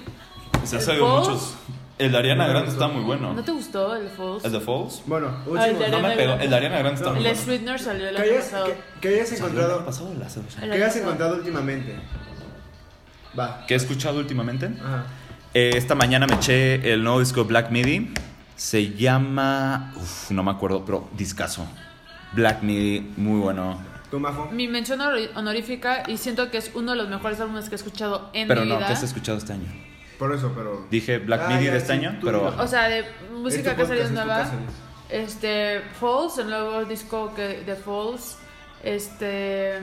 Speaker 4: se
Speaker 3: ha ¿El salido Falls? muchos.
Speaker 4: El de Ariana
Speaker 7: Grande está
Speaker 4: muy
Speaker 3: ¿No
Speaker 4: bueno.
Speaker 3: te gustó el Falls?
Speaker 4: de Falls?
Speaker 7: Bueno,
Speaker 3: Ah, el
Speaker 7: último.
Speaker 3: de
Speaker 4: No me
Speaker 3: Ariana
Speaker 4: pegó.
Speaker 3: Grande.
Speaker 4: El de Ariana Grande está muy
Speaker 3: El
Speaker 4: bueno.
Speaker 3: Sweetener salió el
Speaker 7: ¿Qué
Speaker 3: año
Speaker 7: hayas,
Speaker 3: pasado.
Speaker 7: que, que hayas encontrado?
Speaker 4: pasado la
Speaker 3: El
Speaker 7: ¿Qué
Speaker 3: año
Speaker 7: has
Speaker 3: pasado.
Speaker 7: encontrado últimamente? Va.
Speaker 4: ¿Qué he escuchado últimamente?
Speaker 7: Ajá.
Speaker 4: Eh, esta mañana me eché el nuevo disco de Black Midi. Se llama. Uf, no me acuerdo, pero discazo. Black Midi, muy bueno.
Speaker 7: ¿Tú, Majo?
Speaker 3: Mi mención honor- honorífica y siento que es uno de los mejores álbumes que he escuchado en
Speaker 4: Pero
Speaker 3: mi
Speaker 4: no,
Speaker 3: vida.
Speaker 4: ¿qué has escuchado este año?
Speaker 2: Por eso, pero.
Speaker 4: Dije Black
Speaker 2: Ah,
Speaker 4: Midi
Speaker 2: ya,
Speaker 4: de este
Speaker 2: sí,
Speaker 4: año,
Speaker 2: tú
Speaker 4: pero
Speaker 2: dilo.
Speaker 3: O sea, de
Speaker 2: Es
Speaker 3: música
Speaker 2: tu
Speaker 3: que
Speaker 2: podcast,
Speaker 3: salió
Speaker 2: es tu
Speaker 3: nueva.
Speaker 2: casa, Liz.
Speaker 3: Este, Falls, el nuevo disco que, de Falls. Este.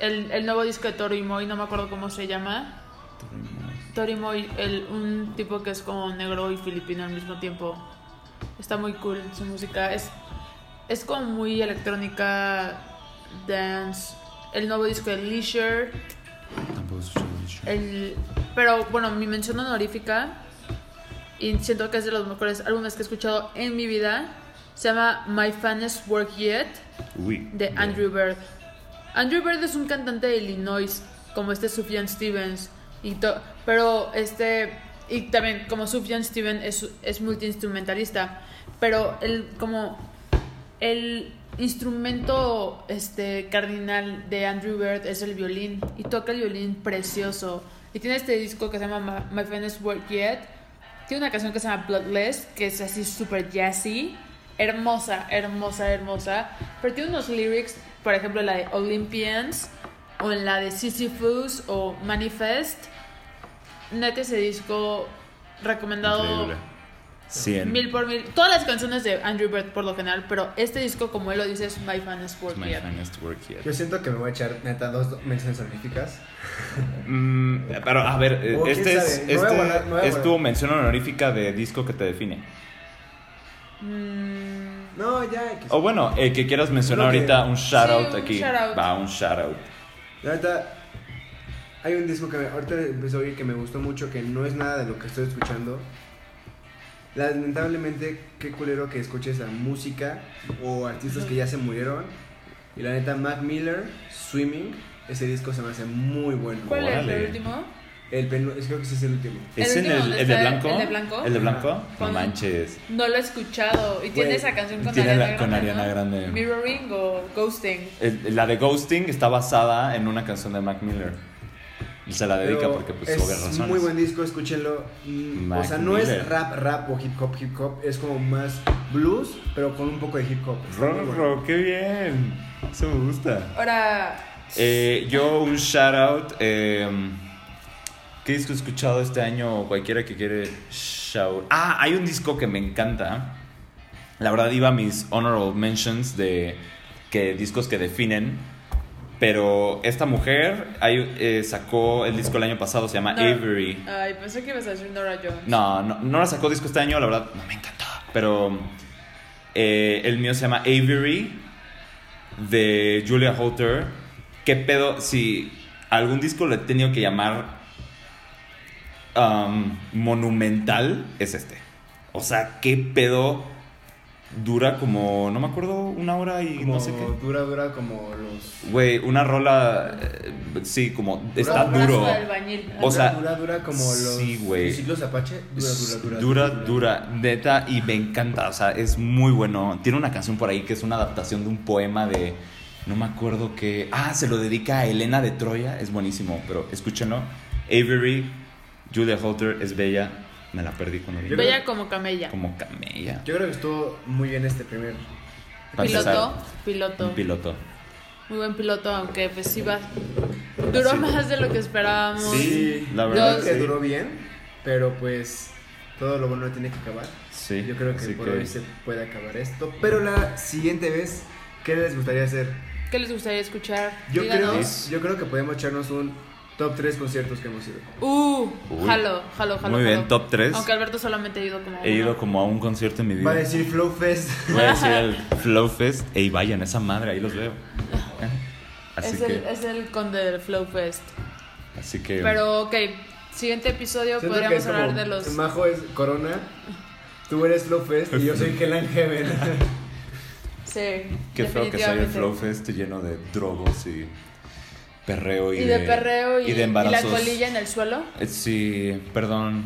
Speaker 3: El, el nuevo disco de Torimoy, no me acuerdo cómo se llama. Torimoy, el, un tipo que es como negro y filipino al mismo tiempo. Está muy cool su música. Es, es como muy electrónica, dance. El nuevo disco de Leisure.
Speaker 4: tampoco escuché mucho.
Speaker 3: El, pero bueno, mi mención honorífica, y siento que es de los mejores álbumes que he escuchado en mi vida, se llama My Fans Work Yet
Speaker 4: Uy.
Speaker 3: de Andrew Bird. Andrew Bird es un cantante de Illinois, como este Sufjan Stevens. Y to- pero este. Y también, como Sufjan Stevens es, es multiinstrumentalista. Pero el, como. El instrumento este, cardinal de Andrew Bird es el violín. Y toca el violín precioso. Y tiene este disco que se llama My, My Finest Work Yet. Tiene una canción que se llama Bloodless, que es así súper jazzy. Hermosa, hermosa, hermosa. Pero tiene unos lyrics, por ejemplo, la de Olympians, o en la de Sisyphus, o Manifest. Neta, ese disco recomendado
Speaker 4: Increíble. 100.
Speaker 3: mil por mil. Todas las canciones de Andrew Bird, por lo general, pero este disco, como él lo dice, es My Fan Sport.
Speaker 4: My finest work yet.
Speaker 2: Yo siento que me voy a echar neta dos do- menciones honoríficas.
Speaker 4: Mm, pero a ver, eh,
Speaker 2: Oh, quién
Speaker 4: este, es,
Speaker 2: sabe. Me voy a
Speaker 4: este
Speaker 2: guardar, me voy a
Speaker 4: es tu
Speaker 2: guardar.
Speaker 4: mención honorífica de disco que te define.
Speaker 3: Mm,
Speaker 2: No, ya. X.
Speaker 4: O bueno, el que quieras mencionar
Speaker 2: Creo que-
Speaker 4: ahorita, un shout out
Speaker 3: Sí, un
Speaker 4: aquí.
Speaker 3: shout out.
Speaker 4: Va, un shout out.
Speaker 2: La neta, hay un disco que me- ahorita empecé a oír que me gustó mucho, que no es nada de lo que estoy escuchando. Lamentablemente, qué culero que escuches a música o artistas que ya se murieron. Y la neta, Mac Miller, Swimming, ese disco se me hace muy bueno.
Speaker 3: ¿Cuál es el
Speaker 4: Órale.
Speaker 3: último?
Speaker 2: El penu- es- creo que ese es el último.
Speaker 3: El
Speaker 4: ¿Es en
Speaker 3: último
Speaker 4: el,
Speaker 3: donde
Speaker 4: el de
Speaker 3: está
Speaker 4: blanco?
Speaker 3: el de blanco.
Speaker 4: ¿El de blanco? No
Speaker 3: Con-
Speaker 4: manches.
Speaker 3: No lo he escuchado. Y tiene
Speaker 2: Güey,
Speaker 3: esa canción con
Speaker 4: tiene la-
Speaker 3: Ariana Grande.
Speaker 4: con Ariana
Speaker 3: ¿no?
Speaker 4: Grande.
Speaker 3: Mirroring o Ghosting.
Speaker 4: El- la de Ghosting está basada en una canción de Mac Miller. Y se la dedica
Speaker 2: Pero
Speaker 4: porque, pues,
Speaker 2: es
Speaker 4: obvias razones.
Speaker 2: muy buen disco, escúchenlo. Mm, O
Speaker 4: Mac
Speaker 2: sea, no
Speaker 4: Miller.
Speaker 2: es rap, rap o hip hop, hip hop. Es como más blues, pero con un poco de hip hop. Está muy bueno.
Speaker 4: Rorro, qué bien. Eso me gusta.
Speaker 3: Ahora,
Speaker 4: Eh, yo un shout out. eh, ¿Qué disco he escuchado este año? Cualquiera que quiere shout. Ah, hay un disco que me encanta. La verdad iba a mis honorable mentions de que discos que definen. Pero esta mujer hay- eh, sacó el disco el año pasado, se llama
Speaker 3: No.
Speaker 4: Avery.
Speaker 3: ay, pensé que ibas a decir Nora Jones.
Speaker 4: No, no, no la sacó disco este año, la verdad, no me encantó. Pero eh, el mío se llama Avery de Julia Holter. ¿Qué pedo? Si algún disco le he tenido que llamar um, monumental, es este. O sea, ¿qué pedo? Dura como, no me acuerdo, una hora y
Speaker 2: Como
Speaker 4: no sé qué.
Speaker 2: Dura, dura como los.
Speaker 4: Güey, una rola, eh, sí, como, está
Speaker 3: Como brazo
Speaker 4: duro.
Speaker 3: de albañil.
Speaker 2: dura,
Speaker 4: O sea,
Speaker 2: dura, dura como los.
Speaker 4: sí, güey.
Speaker 2: los ciclos Apache. Dura, dura, dura.
Speaker 4: dura, dura, neta, y me encanta, o sea, es muy bueno. Tiene una canción por ahí que es una adaptación de un poema de, no me acuerdo qué, ah, se lo dedica a Elena de Troya, es buenísimo, pero escúchenlo. Avery, Julia Holter, es bella, me la perdí cuando vi.
Speaker 2: Yo
Speaker 3: Bella como camella.
Speaker 4: Como camella.
Speaker 2: Yo creo que estuvo muy bien este primer.
Speaker 4: Para
Speaker 3: Piloto,
Speaker 4: empezar,
Speaker 3: piloto.
Speaker 4: Un piloto.
Speaker 3: Muy buen piloto, aunque pues sí va. Duró
Speaker 4: Sí.
Speaker 3: más de lo que esperábamos.
Speaker 4: Sí, la
Speaker 2: Yo
Speaker 4: verdad,
Speaker 2: creo que
Speaker 4: sí.
Speaker 2: duró bien, pero pues todo lo bueno tiene que acabar.
Speaker 4: Sí,
Speaker 2: Yo creo que
Speaker 4: así
Speaker 2: por
Speaker 4: que-
Speaker 2: hoy se puede acabar esto. Pero la siguiente vez, ¿qué les gustaría hacer?
Speaker 3: ¿Qué les gustaría escuchar?
Speaker 2: Yo creo,
Speaker 3: Díganos.
Speaker 4: Liz.
Speaker 2: yo creo que podemos echarnos un top 3 conciertos que hemos ido.
Speaker 3: Uh,
Speaker 4: Uy.
Speaker 3: jalo, jalo, jalo.
Speaker 4: Muy bien,
Speaker 3: jalo.
Speaker 4: top tres.
Speaker 3: Aunque Alberto solamente ha ido como.
Speaker 4: He
Speaker 3: uno.
Speaker 4: ido como a un concierto en mi vida.
Speaker 2: Va a decir Flow Fest.
Speaker 4: Voy a decir el Flow Fest. Ey, vayan, esa madre, ahí los veo. Así
Speaker 3: Es,
Speaker 4: que,
Speaker 3: el, es el conde del Flow Fest.
Speaker 4: así que.
Speaker 3: Pero, ok, siguiente episodio
Speaker 2: Siento que
Speaker 3: podríamos
Speaker 2: es
Speaker 3: hablar
Speaker 2: como,
Speaker 3: de los.
Speaker 2: Majo es Corona, tú eres Flow Fest y yo soy Kelan Heaven.
Speaker 3: Sí,
Speaker 4: Qué feo que soy el
Speaker 3: definitivamente.
Speaker 4: Flow Fest lleno de drogos y perreo y,
Speaker 3: Y de perreo y,
Speaker 4: de
Speaker 3: y la
Speaker 4: embarazos.
Speaker 3: colilla en el suelo.
Speaker 4: Eh, Sí, perdón.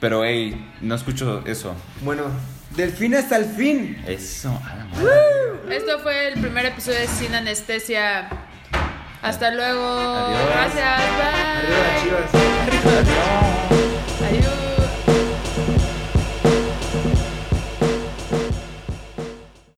Speaker 4: Pero hey, no escucho eso.
Speaker 2: bueno, del fin hasta el fin.
Speaker 4: Eso, a la madre.
Speaker 3: Esto fue el primer episodio de Sin Anestesia. Hasta luego.
Speaker 4: Adiós.
Speaker 3: Gracias. Bye.